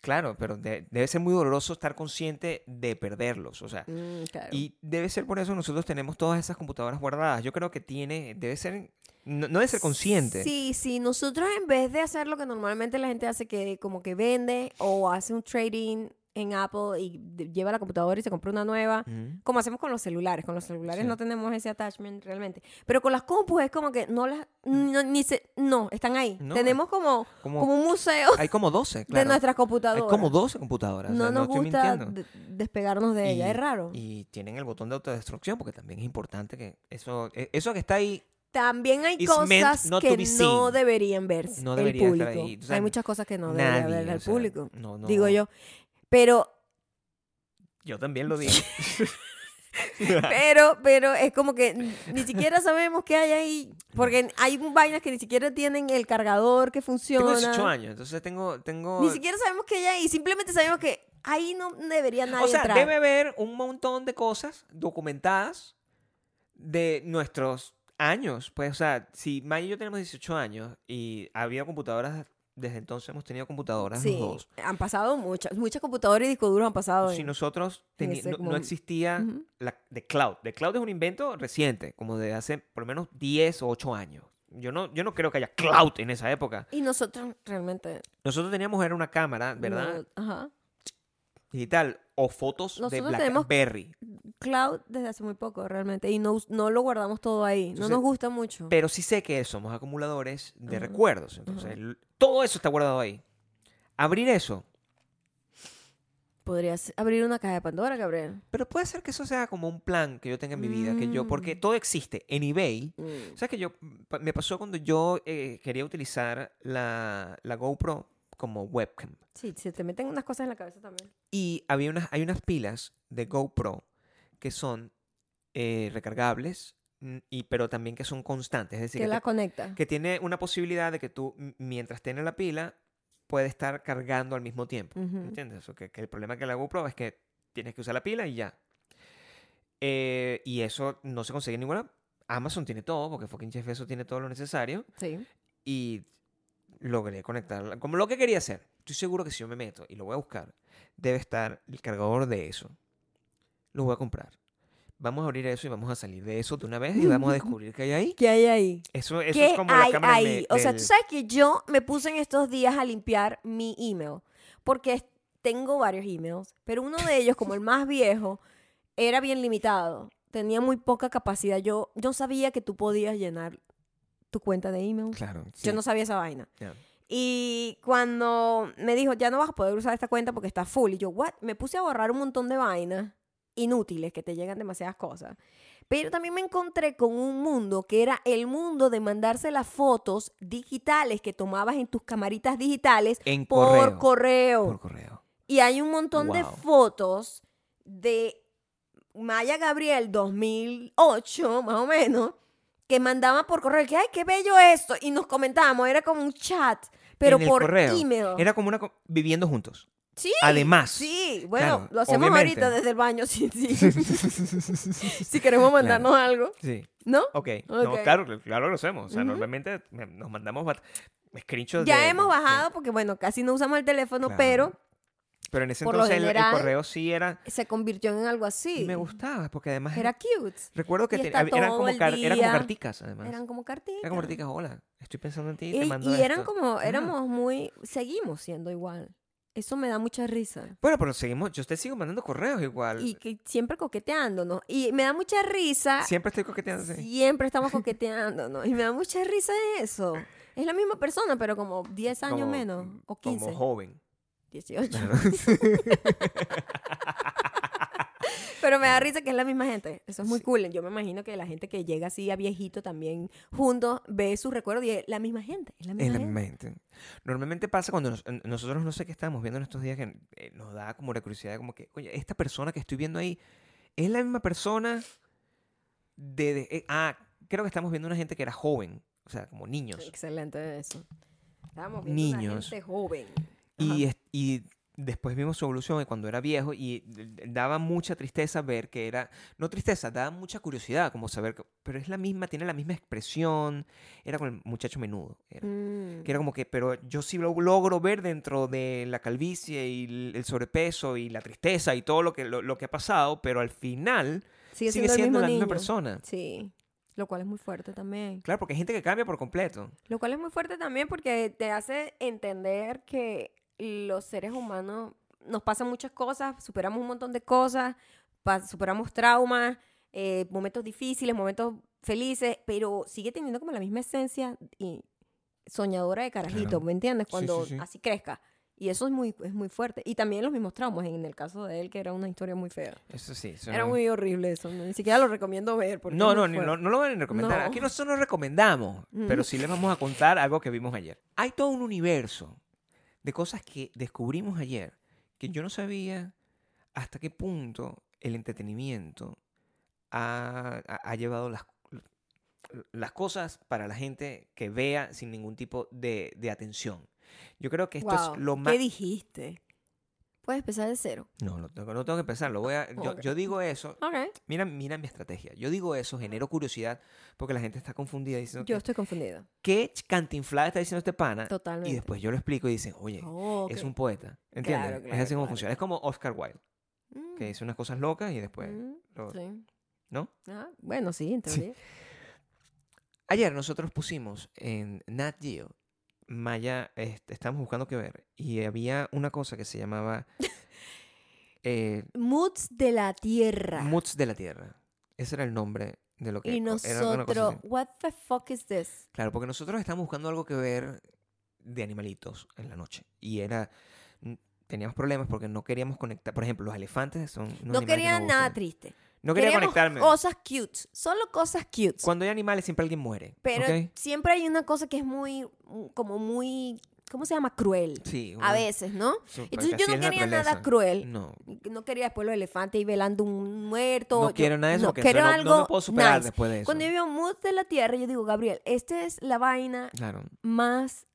S2: claro, pero de- debe ser muy doloroso estar consciente de perderlos, o sea,
S1: Mm, claro.
S2: y debe ser por eso nosotros tenemos todas esas computadoras guardadas. Yo creo que tiene, debe ser, no, no debe ser consciente.
S1: Sí, sí, nosotros en vez de hacer lo que normalmente la gente hace, que como que vende o hace un trading en Apple y de- lleva la computadora y se compra una nueva,
S2: Ujú.
S1: como hacemos con los celulares. Con los celulares
S2: Sí.
S1: no tenemos ese attachment realmente. Pero con las compus es como que no las. No, ni se, no están ahí.
S2: No,
S1: tenemos como,
S2: Como,
S1: como un museo
S2: Hay como 12, claro.
S1: de nuestras
S2: Hay
S1: computadoras.
S2: como 12 computadoras. o
S1: no
S2: sea,
S1: nos
S2: estoy
S1: gusta
S2: mintiendo.
S1: de- despegarnos de ella.
S2: Y-
S1: Es raro.
S2: Y tienen el botón de autodestrucción porque también es importante que eso, e- eso que está ahí,
S1: También hay
S2: It's meant
S1: cosas
S2: not to
S1: que
S2: be
S1: no
S2: seen.
S1: deberían verse
S2: No
S1: el
S2: debería estar
S1: público.
S2: ahí. O sea,
S1: hay muchas cosas que no
S2: nadie.
S1: deberían ver
S2: o
S1: al
S2: sea,
S1: público.
S2: no, no,
S1: Digo yo. Pero,
S2: Yo también lo digo.
S1: pero, pero es como que n- ni siquiera sabemos qué hay ahí. Porque hay vainas que ni siquiera tienen el cargador que
S2: tengo 18
S1: funciona.
S2: años, entonces tengo... tengo
S1: Ni siquiera sabemos qué hay ahí. Simplemente sabemos que ahí no debería nadie
S2: o sea,
S1: entrar.
S2: debe haber un montón de cosas documentadas de nuestros años. Pues, o sea, si Maya y yo tenemos 18 años y ha habido computadoras, desde entonces hemos tenido computadoras
S1: Sí,
S2: los dos.
S1: han pasado muchas. Muchas computadoras y discos duros han pasado.
S2: Si
S1: en-
S2: nosotros teni-
S1: ese
S2: no, no
S1: como-
S2: existía
S1: Ujú.
S2: la de cloud. De cloud es un invento reciente, como de hace por lo menos 10 o 8 años. Yo no, yo no creo que haya cloud en esa época.
S1: Y nosotros realmente.
S2: Nosotros teníamos era una cámara, ¿verdad?
S1: no- ajá.
S2: Digital o fotos de
S1: Nosotros tenemos-
S2: BlackBerry.
S1: Cloud desde hace muy poco realmente. Y no, us- no lo guardamos todo ahí.
S2: Entonces-
S1: no nos gusta mucho.
S2: Pero sí sé que somos acumuladores de
S1: Ajá.
S2: recuerdos. Entonces, l- todo eso está guardado ahí. Abrir eso.
S1: Podrías abrir una caja de Pandora, Gabriel.
S2: Pero puede ser que eso sea como un plan que yo tenga en mi vida, que yo, porque
S1: Mm.
S2: todo existe en eBay.
S1: Mm.
S2: ¿Sabes que yo pa- me pasó cuando yo eh, quería utilizar la, la GoPro como webcam?
S1: Sí, se te meten unas cosas en la cabeza también.
S2: Y había unas, hay unas pilas de GoPro que son eh, recargables, mm, y, pero también que son constantes. Es decir,
S1: que
S2: que,
S1: la
S2: te-
S1: conecta.
S2: que tiene una posibilidad de que tú, m- mientras tiene la pila, puedes estar cargando al mismo tiempo.
S1: Ujú.
S2: ¿Entiendes? O que, que el problema que la GoPro es que tienes que usar la pila y ya. Eh, y eso no se consigue en ninguna. Amazon tiene todo, porque fucking Jeff Bezos tiene todo lo necesario.
S1: Sí.
S2: Y logré conectarla. Como lo que quería hacer. Estoy seguro que si yo me meto y lo voy a buscar, debe estar el cargador de eso. Lo voy a comprar. Vamos a abrir eso y vamos a salir de eso de una vez y vamos a descubrir qué hay ahí.
S1: ¿Qué hay ahí?
S2: Eso, eso
S1: ¿Qué
S2: es como
S1: hay
S2: la cámara
S1: ahí?
S2: de-
S1: O sea, tú
S2: del-
S1: sabes que yo me puse en estos días a limpiar mi email. Porque es- tengo varios emails, pero uno de ellos, como el más viejo, era bien limitado. Tenía muy poca capacidad. Yo, yo sabía que tú podías llenar tu cuenta de email.
S2: Claro.
S1: Yo
S2: sí,
S1: no sabía esa vaina.
S2: ya.
S1: Y cuando me dijo, ya no vas a poder usar esta cuenta porque está full. Y yo, what? Me puse a borrar un montón de vainas inútiles que te llegan demasiadas cosas. Pero también me encontré con un mundo que era el mundo de mandarse las fotos digitales que tomabas en tus camaritas digitales
S2: En
S1: por
S2: correo.
S1: correo.
S2: Por correo.
S1: Y hay un montón de
S2: Wow.
S1: fotos de Maya Gabriel 2008, más o menos, que mandaban por correo, que, ay, qué bello esto, y nos comentábamos, era como un chat, pero
S2: En el
S1: por
S2: correo.
S1: email.
S2: Era como una... co- viviendo juntos.
S1: Sí,
S2: Además.
S1: sí, bueno,
S2: claro,
S1: lo hacemos
S2: obviamente.
S1: ahorita desde el baño, sí, sí. si queremos mandarnos algo,
S2: Sí.
S1: ¿no?
S2: Ok. No,
S1: Ok.
S2: claro, claro lo hacemos. O sea,
S1: Ujú.
S2: normalmente me- nos mandamos bat- screenshots
S1: Ya
S2: de-
S1: hemos
S2: de-
S1: bajado porque, bueno, casi no usamos el teléfono,
S2: Claro.
S1: pero
S2: Pero en ese
S1: Por lo
S2: entonces el-
S1: general-
S2: el correo sí era...
S1: Se convirtió en algo así.
S2: Me ¿eh? gustaba, porque además
S1: Era cute.
S2: Recuerdo que
S1: Y
S2: te-
S1: está
S2: hab- eran,
S1: todo
S2: como
S1: el
S2: car- eran como
S1: día.
S2: carticas, además.
S1: Eran
S2: Eran,
S1: como cartitas.
S2: como carticas, hola, estoy pensando en ti, te
S1: Y,
S2: mando
S1: y eran
S2: esto". Ah.
S1: como,
S2: Ajá.
S1: éramos muy, seguimos siendo igual. Eso me da mucha risa.
S2: Bueno, pero seguimos, yo te sigo mandando correos igual.
S1: Y que siempre coqueteándonos. Y me da mucha risa.
S2: Siempre estoy coqueteando así.
S1: Siempre estamos coqueteándonos. Y me da mucha risa eso. Es la misma persona, pero como 10 años
S2: Como-
S1: menos. O 15.
S2: Como joven.
S1: 18. Pero me da risa que es la misma gente. Eso es muy cool. Yo me imagino que la gente que llega así a viejito también juntos ve sus recuerdos y es la misma gente. Es la misma
S2: En la
S1: gente.
S2: misma gente. Normalmente pasa cuando nos- en- nosotros no sé qué estamos viendo en estos días que eh, nos da como la curiosidad, como que, oye, esta persona que estoy viendo ahí es la misma persona de. de- eh, ah, creo que estamos viendo una gente que era joven, o sea, como niños.
S1: Excelente eso. Estábamos viendo Niños.
S2: Niños.
S1: gente joven.
S2: Y, es- y después vimos su evolución de cuando era viejo y d- d- daba mucha tristeza ver que era, no tristeza, daba mucha curiosidad como saber, que- pero es la misma, tiene la misma expresión, era con el muchacho menudo. era.
S1: Mm.
S2: Que era como que, pero yo sí lo logro ver dentro de la calvicie y el el sobrepeso y la tristeza y todo lo que, lo, lo que ha pasado, pero al final
S1: Sigue
S2: sigue
S1: siendo,
S2: siendo,
S1: el mismo
S2: la
S1: niño.
S2: misma persona.
S1: Sí. Lo cual es muy fuerte también.
S2: Claro, porque hay gente que cambia por completo.
S1: Lo cual es muy fuerte también porque te hace entender que los seres humanos nos pasan muchas cosas, superamos un montón de cosas, pa- superamos traumas, eh, momentos difíciles, momentos felices, pero sigue teniendo como la misma esencia y soñadora de carajito,
S2: Claro.
S1: ¿me entiendes?
S2: Sí,
S1: Cuando
S2: sí, sí.
S1: así crezca. Y eso es muy, es muy fuerte. Y también los mismos traumas, en el caso de él, que era una historia muy fea.
S2: Eso sí. eso
S1: Era
S2: no-
S1: muy horrible eso, ¿no? ni siquiera lo recomiendo ver. Porque
S2: No,
S1: es muy
S2: no, ni- no,
S1: fuerte.
S2: no lo van a recomendar.
S1: No. Mm.
S2: Aquí nosotros no recomendamos, pero sí les vamos a contar algo que vimos ayer. Hay todo un universo de cosas que descubrimos ayer que yo no sabía hasta qué punto el entretenimiento ha, ha- ha llevado las, las cosas para la gente que vea sin ningún tipo de, de atención. Yo creo que esto
S1: Wow,
S2: es lo más...
S1: ¿Qué dijiste? Puedes empezar de cero.
S2: No, no tengo, no tengo que pensar, lo voy a... Yo,
S1: Ok.
S2: yo digo eso,
S1: Ok.
S2: mira, mira mi estrategia. Yo digo eso, genero curiosidad, porque la gente está confundida diciendo
S1: Yo
S2: que
S1: estoy confundida.
S2: qué ch- cantinflada está diciendo este pana.
S1: Totalmente.
S2: Ah, Y después yo lo explico y dicen, oye,
S1: Oh, ok.
S2: es un poeta. ¿Entiendes?
S1: Claro,
S2: es
S1: claro,
S2: así como
S1: claro.
S2: funciona. Es como Oscar Wilde,
S1: Mm,
S2: que dice unas cosas locas y después.
S1: mm,
S2: lo-
S1: sí.
S2: ¿No?
S1: Ah, bueno, sí, en
S2: Sí.
S1: teoría.
S2: Ayer nosotros pusimos en Nat Geo, Maya, este, estábamos buscando qué ver, y había una cosa que se llamaba eh,
S1: Moods de la Tierra.
S2: Moods de la Tierra. Ese era el nombre de lo que
S1: y
S2: era una cosa
S1: nosotros,
S2: así.
S1: what the fuck is this?
S2: Claro, porque nosotros estábamos buscando algo que ver de animalitos en la noche. Y era. n- Teníamos problemas porque no queríamos conectar. Por ejemplo, los elefantes son. unos animales
S1: No
S2: que
S1: quería
S2: me
S1: nada
S2: gustan.
S1: triste.
S2: No quería
S1: Queríamos
S2: conectarme.
S1: Cosas cute, solo cosas cute.
S2: Cuando hay animales, siempre alguien muere.
S1: Pero
S2: ¿ok?
S1: siempre hay una cosa que es muy, mm, como muy, ¿cómo se llama? Cruel.
S2: Sí.
S1: A
S2: uno-
S1: veces, ¿no?
S2: su- porque
S1: Entonces yo
S2: así
S1: no
S2: es la
S1: quería nada
S2: naturaleza.
S1: cruel.
S2: No.
S1: No quería después los elefantes y velando un muerto.
S2: No
S1: Yo-
S2: quiero nada de eso porque
S1: quiero
S2: no, no
S1: algo
S2: me puedo superar
S1: nice.
S2: después de eso.
S1: Cuando yo veo Mood de la Tierra, yo digo, Gabriel, esta es la vaina
S2: Claro.
S1: más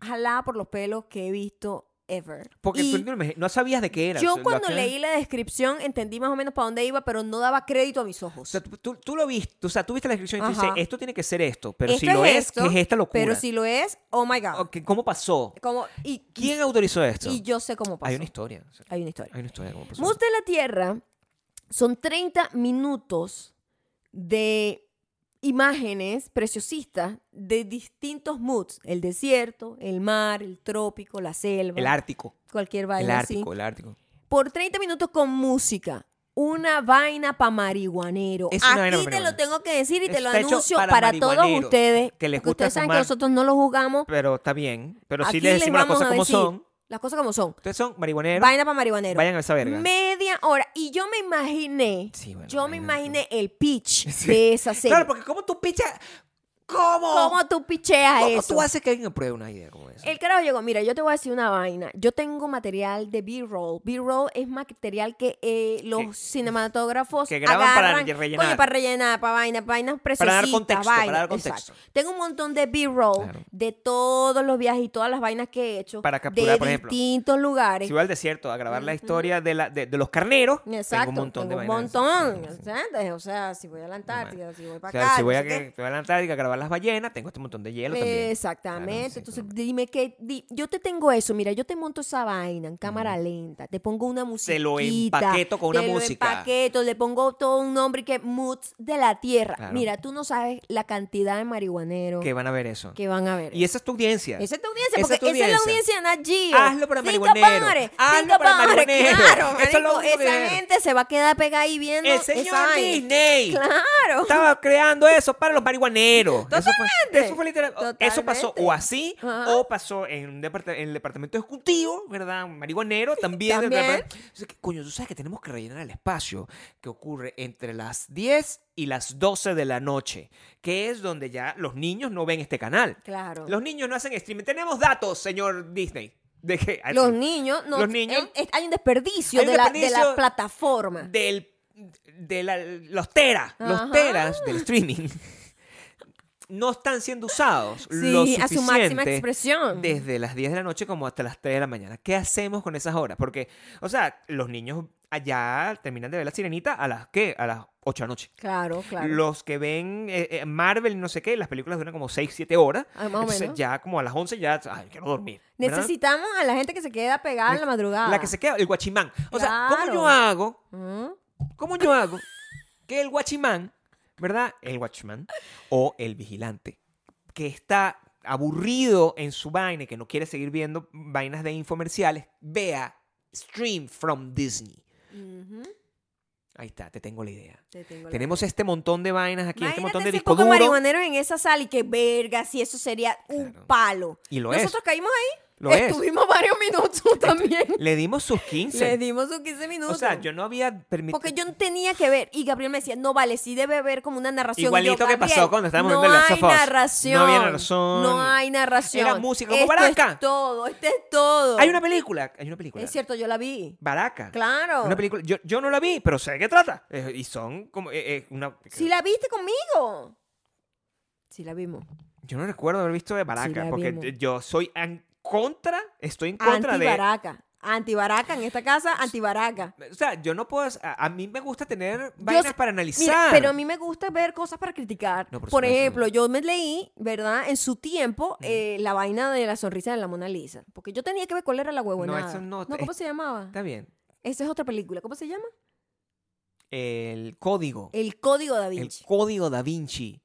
S1: jalada por los pelos que he visto ever.
S2: Porque
S1: Y
S2: tú no, me- no sabías de qué era. o
S1: yo
S2: sea, lo
S1: cuando
S2: hacían-
S1: leí la descripción entendí más o menos para dónde iba, pero no daba crédito a mis
S2: O
S1: ojos.
S2: sea, tú, tú- tú lo viste, o sea, tú viste la descripción y tú dices,
S1: Ajá.
S2: esto tiene que ser esto, pero si
S1: Esto
S2: lo
S1: es
S2: es,
S1: esto,
S2: ¿qué es esta locura?
S1: pero si lo es, oh my God.
S2: Ok, ¿Cómo pasó?
S1: Como, y,
S2: ¿Quién autorizó esto?
S1: y yo sé cómo pasó.
S2: Hay una historia. o sea,
S1: Hay una historia.
S2: Hay una historia como por
S1: Mus de la Tierra son 30 minutos de imágenes preciosistas de distintos moods. El desierto, el mar, el trópico, la selva,
S2: El Ártico.
S1: cualquier
S2: El
S1: vaina así.
S2: Ártico, el Ártico.
S1: Por 30 minutos con música. Una vaina para marihuanero.
S2: Es una
S1: Aquí
S2: vaina pa'
S1: te lo
S2: marihuanero.
S1: tengo que decir y te
S2: Eso
S1: lo
S2: está hecho
S1: anuncio para,
S2: para
S1: todos
S2: marihuaneros,
S1: ustedes.
S2: que les
S1: porque
S2: gusta
S1: ustedes saben que
S2: fumar.
S1: nosotros no lo juzgamos.
S2: Pero está bien. Pero sí
S1: Aquí
S2: les
S1: les
S2: decimos las
S1: vamos
S2: cosas
S1: a
S2: como
S1: decir
S2: son.
S1: Las cosas como son.
S2: Ustedes son marihuaneros.
S1: Vaina para marihuanero.
S2: Vayan a esa verga.
S1: Media hora. Y yo me imaginé.
S2: Sí, bueno,
S1: yo me
S2: imagínate
S1: imaginé el pitch
S2: Sí.
S1: de esa serie.
S2: Claro, porque ¿cómo tú pichas? ¿Cómo?
S1: ¿Cómo tú picheas
S2: ¿Cómo
S1: eso?
S2: tú haces que alguien apruebe una idea como esa?
S1: El carajo llegó, mira, yo te voy a decir una vaina. Yo tengo material de B-roll. B-roll es material que eh, los
S2: Que-
S1: cinematógrafos
S2: que graban para
S1: agarran,
S2: re- rellenar.
S1: coño, para rellenar, para vainas, vainas preciositas.
S2: contexto, para
S1: vainas,
S2: dar contexto.
S1: exacto. Tengo un montón de B-roll
S2: Claro.
S1: de todos los viajes y todas las vainas que he hecho.
S2: Para capturar,
S1: de
S2: por ejemplo.
S1: distintos lugares.
S2: Si voy al desierto a grabar la historia de, la, de, de los carneros,
S1: Exacto,
S2: tengo un montón
S1: tengo
S2: de
S1: un
S2: vainas.
S1: montón, ¿entiendes? O sea, si voy a la Antártida, si voy
S2: O
S1: para
S2: sea,
S1: acá,
S2: si voy
S1: no
S2: a,
S1: sé
S2: que-
S1: qué. Eh,
S2: voy a la Antártica a grabar llevar las ballenas, tengo este montón de hielo también.
S1: Exactamente.
S2: Claro, sí,
S1: Entonces,
S2: claro.
S1: dime que di- yo te tengo eso, mira, yo te monto esa vaina en cámara lenta, te pongo una música.
S2: lo empaqueto con una música.
S1: Te lo empaqueto, le pongo todo un nombre que Moods de la Tierra.
S2: Claro.
S1: Mira, tú no sabes la cantidad de marihuaneros
S2: Que
S1: que,
S2: van a ver eso.
S1: van a ver.
S2: Y esa es tu audiencia.
S1: esa es tu audiencia,
S2: esa
S1: porque
S2: es tu
S1: esa es la audiencia
S2: audiencia.
S1: de Nat Geo.
S2: Hazlo para
S1: Think
S2: marihuanero,
S1: about it,
S2: hazlo
S1: think
S2: para
S1: about it.
S2: marihuanero.
S1: Claro,
S2: Eso es lo
S1: marico,
S2: único que
S1: esa
S2: viene.
S1: gente se va a quedar pegada ahí viendo
S2: El
S1: esa
S2: señor
S1: vaina.
S2: Disney
S1: Claro.
S2: estaba creando eso para los marihuaneros. Eso fue,
S1: Totalmente.
S2: eso fue literal. Eso pasó
S1: Totalmente.
S2: o así,
S1: Ajá.
S2: o pasó en, un depart- en el departamento ejecutivo, ¿verdad? Un Marihuanero también.
S1: También.
S2: Entonces, ¿qué coño, tú sabes que tenemos que rellenar el espacio que ocurre entre las 10 y las 12 de la noche, que es donde ya los niños no ven este canal.
S1: Claro.
S2: Los niños no hacen streaming. Tenemos datos, señor Disney. De que,
S1: Los niños, no,
S2: Los niños-
S1: eh, eh, hay un desperdicio,
S2: Hay un
S1: de, La, de la
S2: desperdicio
S1: plataforma.
S2: del de la- los teras,
S1: Ajá.
S2: los teras del streaming no están siendo usados lo
S1: sí, a su máxima
S2: suficiente
S1: expresión.
S2: desde las 10 de la noche como hasta las 3 de la mañana. ¿Qué hacemos con esas horas? Porque, o sea, los niños allá terminan de ver la sirenita a las ¿qué? A las 8 de la noche.
S1: Claro, claro.
S2: Los que ven eh, eh, Marvel y no sé qué, las películas duran como 6, 7 horas.
S1: Ah, más o
S2: Entonces,
S1: menos.
S2: ya como a las 11 ya, ay, quiero dormir. ¿verdad?
S1: Necesitamos a la gente que se queda pegada en la madrugada.
S2: La que se queda, el guachimán. O sea, ¿cómo
S1: Claro.
S2: yo hago
S1: ¿Mm?
S2: ¿Cómo yo hago que el guachimán, ¿verdad? El guachimán o el vigilante, que está aburrido en su vaina y que no quiere seguir viendo vainas de infomerciales, vea Stream from Disney.
S1: Ujú,
S2: Ahí está, te tengo la idea.
S1: te tengo la-
S2: Tenemos este montón de vainas aquí, este montón
S1: Imagínate
S2: de
S1: ese
S2: disco
S1: poco
S2: duro.
S1: marihuaneros en esa sala y que verga, si eso sería un
S2: Claro.
S1: palo.
S2: Y lo
S1: Nosotros caímos ahí,
S2: es, lo es.
S1: estuvimos varios minutos también.
S2: Le dimos sus 15.
S1: Le dimos sus 15
S2: o
S1: minutos.
S2: sea, yo no había permitido...
S1: Porque yo no tenía que ver. Y Gabriel me decía, no vale, sí debe haber como una narración. Y
S2: Igualito
S1: yo,
S2: que
S1: Gabriel,
S2: pasó cuando estábamos
S1: no
S2: viendo Last
S1: hay
S2: of Us.
S1: narración.
S2: No había narración.
S1: No hay narración.
S2: Era música como
S1: Esto
S2: Baraka.
S1: Es todo, esto es todo.
S2: Hay una película, hay una película.
S1: Es cierto, yo la vi.
S2: Baraka.
S1: Claro.
S2: Una película. Yo, yo no la vi, pero sé de qué trata. Eh, y son como. eh, eh, una,
S1: Sí la viste conmigo. Sí la vimos.
S2: Yo no recuerdo haber visto de Baraka,
S1: la
S2: porque
S1: vimos.
S2: eh, yo soy en contra. Estoy en contra de.
S1: Antibaraca. Antibaraca en esta casa, antibaraca.
S2: O sea, yo no puedo. A, a mí me gusta tener vainas
S1: sé-
S2: para
S1: Mira,
S2: analizar.
S1: pero a mí me gusta ver cosas para criticar.
S2: No, por
S1: por
S2: supuesto.
S1: ejemplo, yo me leí, ¿verdad? En su tiempo, eh, la vaina de la sonrisa de la Mona Lisa. Porque yo tenía que ver cuál era la huevonada.
S2: eso no-
S1: ¿cómo se llamaba?
S2: Está bien.
S1: Esa es otra película. ¿Cómo se llama?
S2: El código.
S1: El Código da
S2: El,
S1: Vinci.
S2: código da Vinci.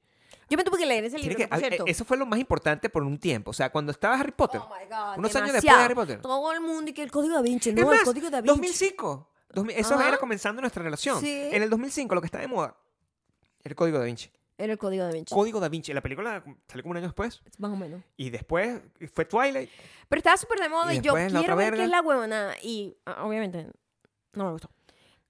S1: Yo me tuve que leer ese
S2: Tiene
S1: libro,
S2: que-
S1: por
S2: a- eh,
S1: cierto.
S2: eso fue lo más importante por un tiempo. O sea, cuando estaba Harry Potter.
S1: Oh my God,
S2: Unos años
S1: demasiado.
S2: después de Harry Potter.
S1: Todo el mundo y que el Código da Vinci.
S2: Es
S1: No,
S2: más,
S1: el Código da Vinci.
S2: 2005. 2000 eso
S1: Ajá.
S2: era comenzando nuestra relación.
S1: Sí.
S2: En el 2005, lo que está de moda. El código da Vinci.
S1: Era el Código da Vinci.
S2: Código da Vinci. La película salió como un año después.
S1: más o menos.
S2: Y después fue Twilight.
S1: Pero estaba súper de moda
S2: Y
S1: y, yo
S2: después la otra
S1: quiero ver
S2: verga.
S1: qué es la huevonada. Y ah, obviamente no me gustó.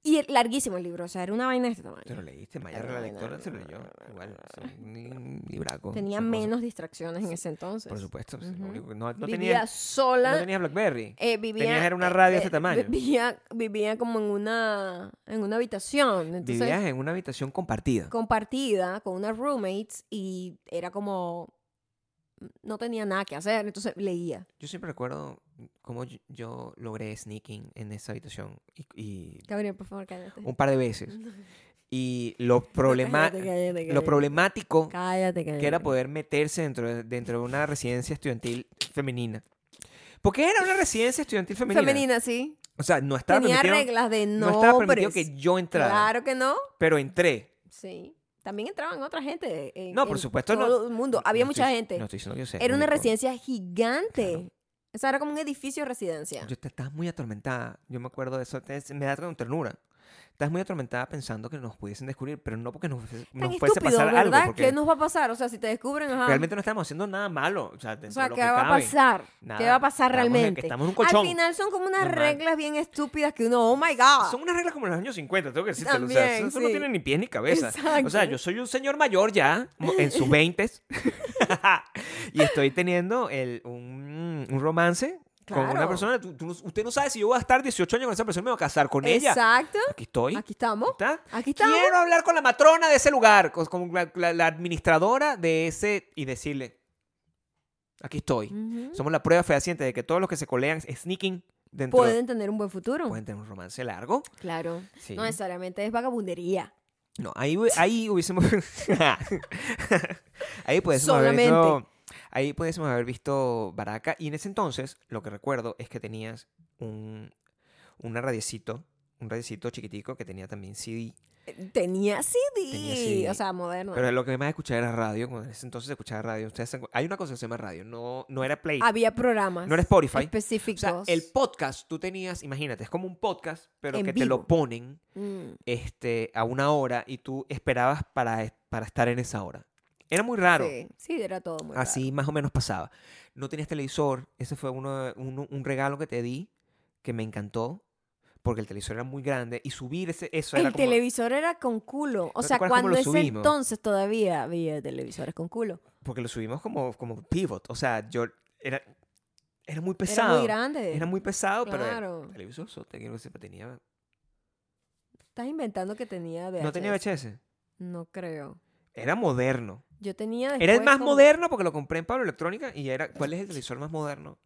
S1: Y el- larguísimo el libro, o sea, era una vaina de este tamaño.
S2: Te lo leíste, Mayor
S1: Ay,
S2: la
S1: no,
S2: lectora
S1: no,
S2: se lo
S1: no,
S2: leyó.
S1: no, no,
S2: Igual, sí, ni- un libraco.
S1: Tenía
S2: esa cosa.
S1: menos distracciones en ese entonces.
S2: Por supuesto. sí, lo
S1: Ujú.
S2: único que- No, no
S1: vivía
S2: tenía,
S1: sola.
S2: no tenía Blackberry.
S1: eh, vivía,
S2: tenías era una radio de este
S1: eh,
S2: tamaño.
S1: Vivía, vivía como en una, en una habitación. Entonces,
S2: Vivías en una habitación compartida.
S1: compartida con unas roommates y era como. No tenía nada que hacer, entonces leía.
S2: Yo siempre recuerdo cómo yo- yo logré sneaking en esa habitación. Y, y
S1: Gabriel, por favor, cállate.
S2: un par de veces. Y lo, problema
S1: Cállate, cállate, cállate.
S2: lo problemático
S1: Cállate, cállate.
S2: que era poder meterse dentro de, dentro de una residencia estudiantil femenina. Porque era una residencia estudiantil femenina.
S1: Femenina, sí.
S2: O sea, no estaba
S1: Tenía
S2: permitido,
S1: reglas de
S2: no
S1: no.
S2: estaba permitido que yo entrara,
S1: Claro que no.
S2: pero entré.
S1: Sí. También entraban otra gente. en-
S2: No, por
S1: en
S2: supuesto, no-
S1: Todo el mundo. Había
S2: No
S1: mucha
S2: estoy-
S1: gente.
S2: No estoy diciendo que yo sea el
S1: era una
S2: único.
S1: residencia gigante. O sea, era como un edificio de residencia.
S2: Yo te estás muy atormentada. Yo me acuerdo de eso. te- me da como ternura. Estás muy atormentada pensando que nos pudiesen descubrir, pero no porque nos, fuese-
S1: Tan
S2: nos fuese a
S1: estúpido,
S2: pasar
S1: ¿verdad?
S2: algo. Porque
S1: ¿Qué nos va a pasar? O sea, si te descubren, ajá.
S2: realmente no estábamos haciendo nada malo. O sea,
S1: o
S2: dentro de
S1: sea,
S2: lo
S1: ¿qué
S2: que
S1: va a
S2: cabe.
S1: pasar? ¿Qué
S2: Nada.
S1: va a pasar
S2: Estamos en-
S1: realmente?
S2: estamos en un colchón.
S1: Al final son como unas
S2: Normal.
S1: reglas bien estúpidas que uno, oh my God.
S2: Son unas reglas como los años 50, tengo que decirte. o sea,
S1: También,
S2: eso no
S1: sí.
S2: tiene ni pies ni cabeza. O sea,
S1: Exacto.
S2: yo soy un señor mayor ya, mo- en sus 20 y estoy teniendo el, un, un romance con una
S1: Claro.
S2: persona. Tú- tú no- usted no sabe si yo voy a estar 18 años con esa persona y me voy a casar con ella.
S1: Exacto.
S2: Aquí estoy.
S1: Aquí estamos.
S2: ¿Está?
S1: Aquí estamos.
S2: Quiero hablar con la matrona de ese lugar, con, con la, la- la administradora de ese, y decirle: Aquí estoy.
S1: Ujú.
S2: Somos la prueba fehaciente de que todos los que se colean sneaking dentro
S1: Pueden tener un buen futuro.
S2: pueden tener un romance largo.
S1: Claro.
S2: Sí.
S1: No necesariamente es vagabundería.
S2: No, ahí, hu- ahí hubiésemos. ahí pudiésemos haber
S1: Solamente.
S2: visto. Ahí pudiésemos haber visto Baraka. Y en ese entonces, lo que recuerdo es que tenías un, un radiecito, un radiecito chiquitico que tenía también CD.
S1: Eh, Tenía CD,
S2: Tenía CD.
S1: o sea, moderno.
S2: Pero lo que más escuchaba era radio. Cuando en ese entonces se escuchaba radio. Ustedes se acu- hay una cosa que se llama radio. No, no era Play.
S1: Había programas
S2: No era Spotify. O
S1: específicos.
S2: sea, el podcast tú tenías, imagínate, es como un podcast, pero
S1: En
S2: que te lo
S1: vivo.
S2: ponen
S1: Mm.
S2: este, a una hora y tú esperabas para, para estar en esa hora. Era muy raro.
S1: Sí, sí, era todo muy
S2: Así más o menos pasaba. No tenías televisor. Ese fue uno, de- uno- un regalo que te di que me encantó porque el televisor era muy grande y subir ese, eso
S1: raro.
S2: era
S1: El
S2: como...
S1: televisor era con culo. O
S2: te
S1: sea,
S2: acuerdas cómo
S1: cuando
S2: lo
S1: ese
S2: subimos?
S1: entonces todavía había televisores con culo.
S2: Porque lo subimos como, como pivot. O sea, yo... Era, era muy pesado.
S1: Era muy grande.
S2: Era muy pesado, pero...
S1: Claro.
S2: El televisor sote, que no sé, tenía...
S1: Estás inventando que tenía VHS.
S2: No tenía VHS.
S1: No creo.
S2: Era moderno.
S1: Yo tenía
S2: Era el
S1: después
S2: más
S1: como-
S2: moderno porque lo compré en Pablo Electrónica y era... ¿Cuál es el televisor más moderno?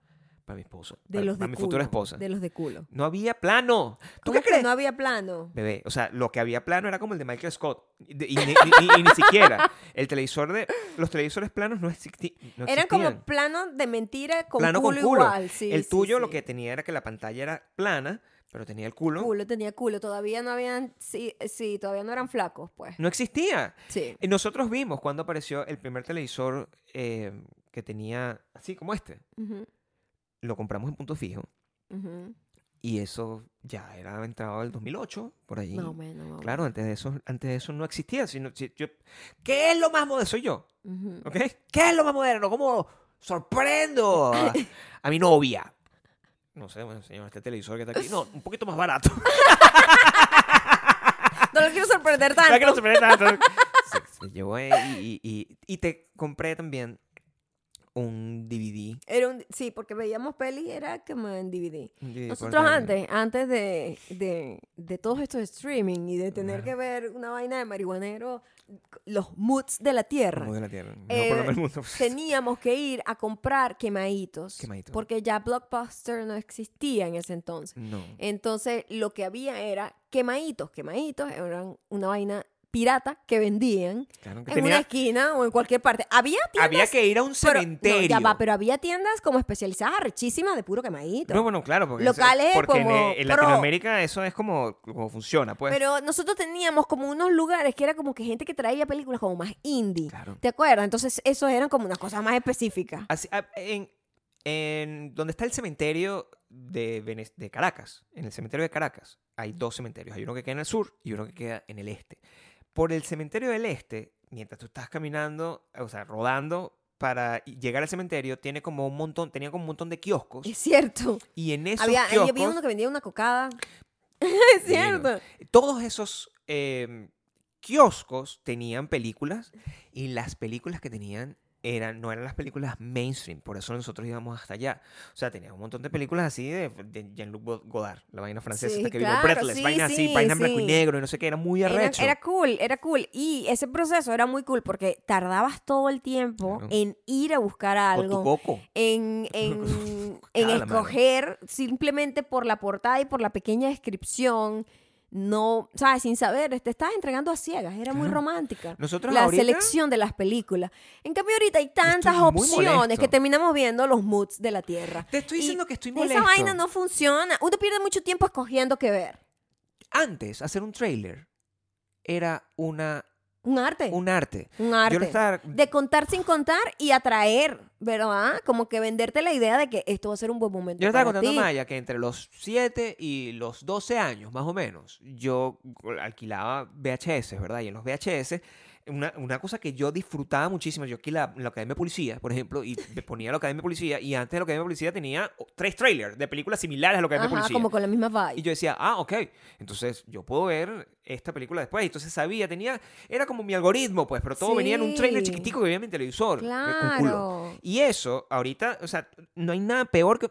S2: Para mi esposo.
S1: De
S2: para,
S1: los de
S2: para mi futura
S1: culo,
S2: esposa.
S1: De los de culo.
S2: No había plano. ¿Tú
S1: ¿Cómo
S2: qué
S1: que
S2: crees?
S1: no había plano?
S2: Bebé, o sea, lo que había plano era como el de Michael Scott. Y, de- y ni, ni- y- y ni siquiera. El televisor de. Los televisores planos no, existi- no existían.
S1: Eran como plano de mentira con
S2: Plano
S1: culo
S2: con culo.
S1: igual. Sí,
S2: el
S1: sí,
S2: tuyo lo
S1: sí.
S2: que tenía era que la pantalla era plana, pero tenía el culo.
S1: Culo tenía culo. Todavía no habían... Sí, sí, todavía no eran flacos, pues.
S2: No existía.
S1: Sí.
S2: Y nosotros vimos cuando apareció el primer televisor eh, que tenía así como este.
S1: Ujú,
S2: Lo compramos en punto fijo.
S1: ujú.
S2: Y eso ya era entrado el 2008, por ahí.
S1: Más o menos. más o
S2: Claro, antes de eso, antes de eso no existía. Sino, si- yo- ¿Qué es lo más moderno? Soy yo.
S1: menos. Ujú.
S2: ¿Ok? ¿Qué es lo más moderno? ¿Cómo sorprendo a, a mi novia? No sé, bueno, señor, este televisor que está aquí. No, un poquito más barato.
S1: Ah, No lo quiero sorprender
S2: Ya
S1: tanto.
S2: que no se merece nada. Se, se llevó eh, y, y- y- y te compré también un DVD.
S1: Era un, sí, porque veíamos pelis, era como en DVD.
S2: un DVD
S1: Nosotros
S2: por-
S1: antes, antes de, de, de todos estos streaming y de tener que ver una vaina de marihuanero, los moods de la tierra,
S2: Como de la tierra. el
S1: Eh,
S2: mejor programa del mundo.
S1: teníamos que ir a comprar quemaditos.
S2: Quemaditos. Mm.
S1: Porque ya Blockbuster no existía en ese entonces.
S2: No.
S1: Entonces, lo que había era quemaditos. Quemaditos eran una vaina pirata que vendían
S2: Claro que
S1: en una
S2: tenía,
S1: esquina o en cualquier parte. Había tiendas
S2: había que ir a un
S1: pero-
S2: cementerio.
S1: no, ya va, pero había tiendas como especializadas, rechísimas, de puro quemadito.
S2: No, pues, bueno, claro, porque,
S1: Locales
S2: porque en,
S1: como
S2: eh, en
S1: pro.
S2: Latinoamérica eso es como, como funciona, pues.
S1: Pero nosotros teníamos como unos lugares que era como que gente que traía películas como más indie.
S2: Claro.
S1: ¿Te acuerdas? Entonces, esos eran como unas cosas más específicas.
S2: Así, ah, en, en donde está el cementerio de, Vene- de Caracas, en el cementerio de Caracas, hay dos cementerios. Hay uno que queda en el sur y uno que queda en el este. Por el cementerio del este, mientras tú estás caminando, o sea, rodando para llegar al cementerio, tiene como un montón, tenía como un montón de kioscos.
S1: Es cierto.
S2: Y en esos
S1: Había, ahí
S2: kioscos,
S1: había uno que vendía una cocada. es
S2: Divino.
S1: cierto.
S2: todos esos eh, kioscos tenían películas y las películas que tenían eran, no eran las películas mainstream, por eso nosotros íbamos hasta allá. O sea, tenían un montón de películas así de, de Jean-Luc Go- Godard, la vaina francesa
S1: Sí,
S2: esta que
S1: claro,
S2: vino Breathless,
S1: sí,
S2: vaina
S1: sí,
S2: así, vaina en blanco
S1: sí.
S2: y negro y no sé qué, era muy
S1: Era,
S2: arrecho.
S1: era cool, era cool. Y ese proceso era muy cool porque tardabas todo el tiempo
S2: Claro.
S1: en ir a buscar
S2: Con tu
S1: algo.
S2: coco.
S1: en, en, en
S2: Cala, mano.
S1: escoger simplemente por la portada y por la pequeña descripción. No, sabes, sin saber, te estabas entregando a ciegas, era muy
S2: Claro.
S1: romántica.
S2: Nosotros
S1: la
S2: ahorita-
S1: selección de las películas. En cambio, ahorita hay tantas
S2: muy
S1: opciones
S2: molesto.
S1: que terminamos viendo los moods de la tierra.
S2: Te estoy
S1: Y
S2: diciendo que estoy
S1: Esa
S2: molesto.
S1: vaina no funciona. Uno pierde mucho tiempo escogiendo qué ver.
S2: Antes, hacer un trailer era una,
S1: Un arte. Un,
S2: un arte. Yo
S1: arte.
S2: lo estaba-
S1: De contar sin contar y atraer, ¿verdad? Como que venderte la idea de que esto va a ser un buen momento.
S2: Yo le estaba
S1: para
S2: contando
S1: ti.
S2: a Maya que entre los 7 y los 12 años, más o menos, yo alquilaba VHS, ¿verdad? Y en los VHS, una, una cosa que yo disfrutaba muchísimo, yo alquilaba en la Academia de Policía, por ejemplo, y me ponía la Academia de Policía, y antes de la Academia de Policía tenía o- tres trailers de películas similares a la Academia de
S1: Ajá,
S2: Policía.
S1: como con la misma vibe.
S2: Y yo decía, ah, ok, entonces yo puedo ver esta película después. Y entonces sabía, tenía, era como mi algoritmo, pues, pero todo venía en un trailer
S1: Sí.
S2: chiquitico que veía en mi televisor. eh, con culo.
S1: Claro.
S2: Y eso, ahorita, o sea, no hay nada peor que.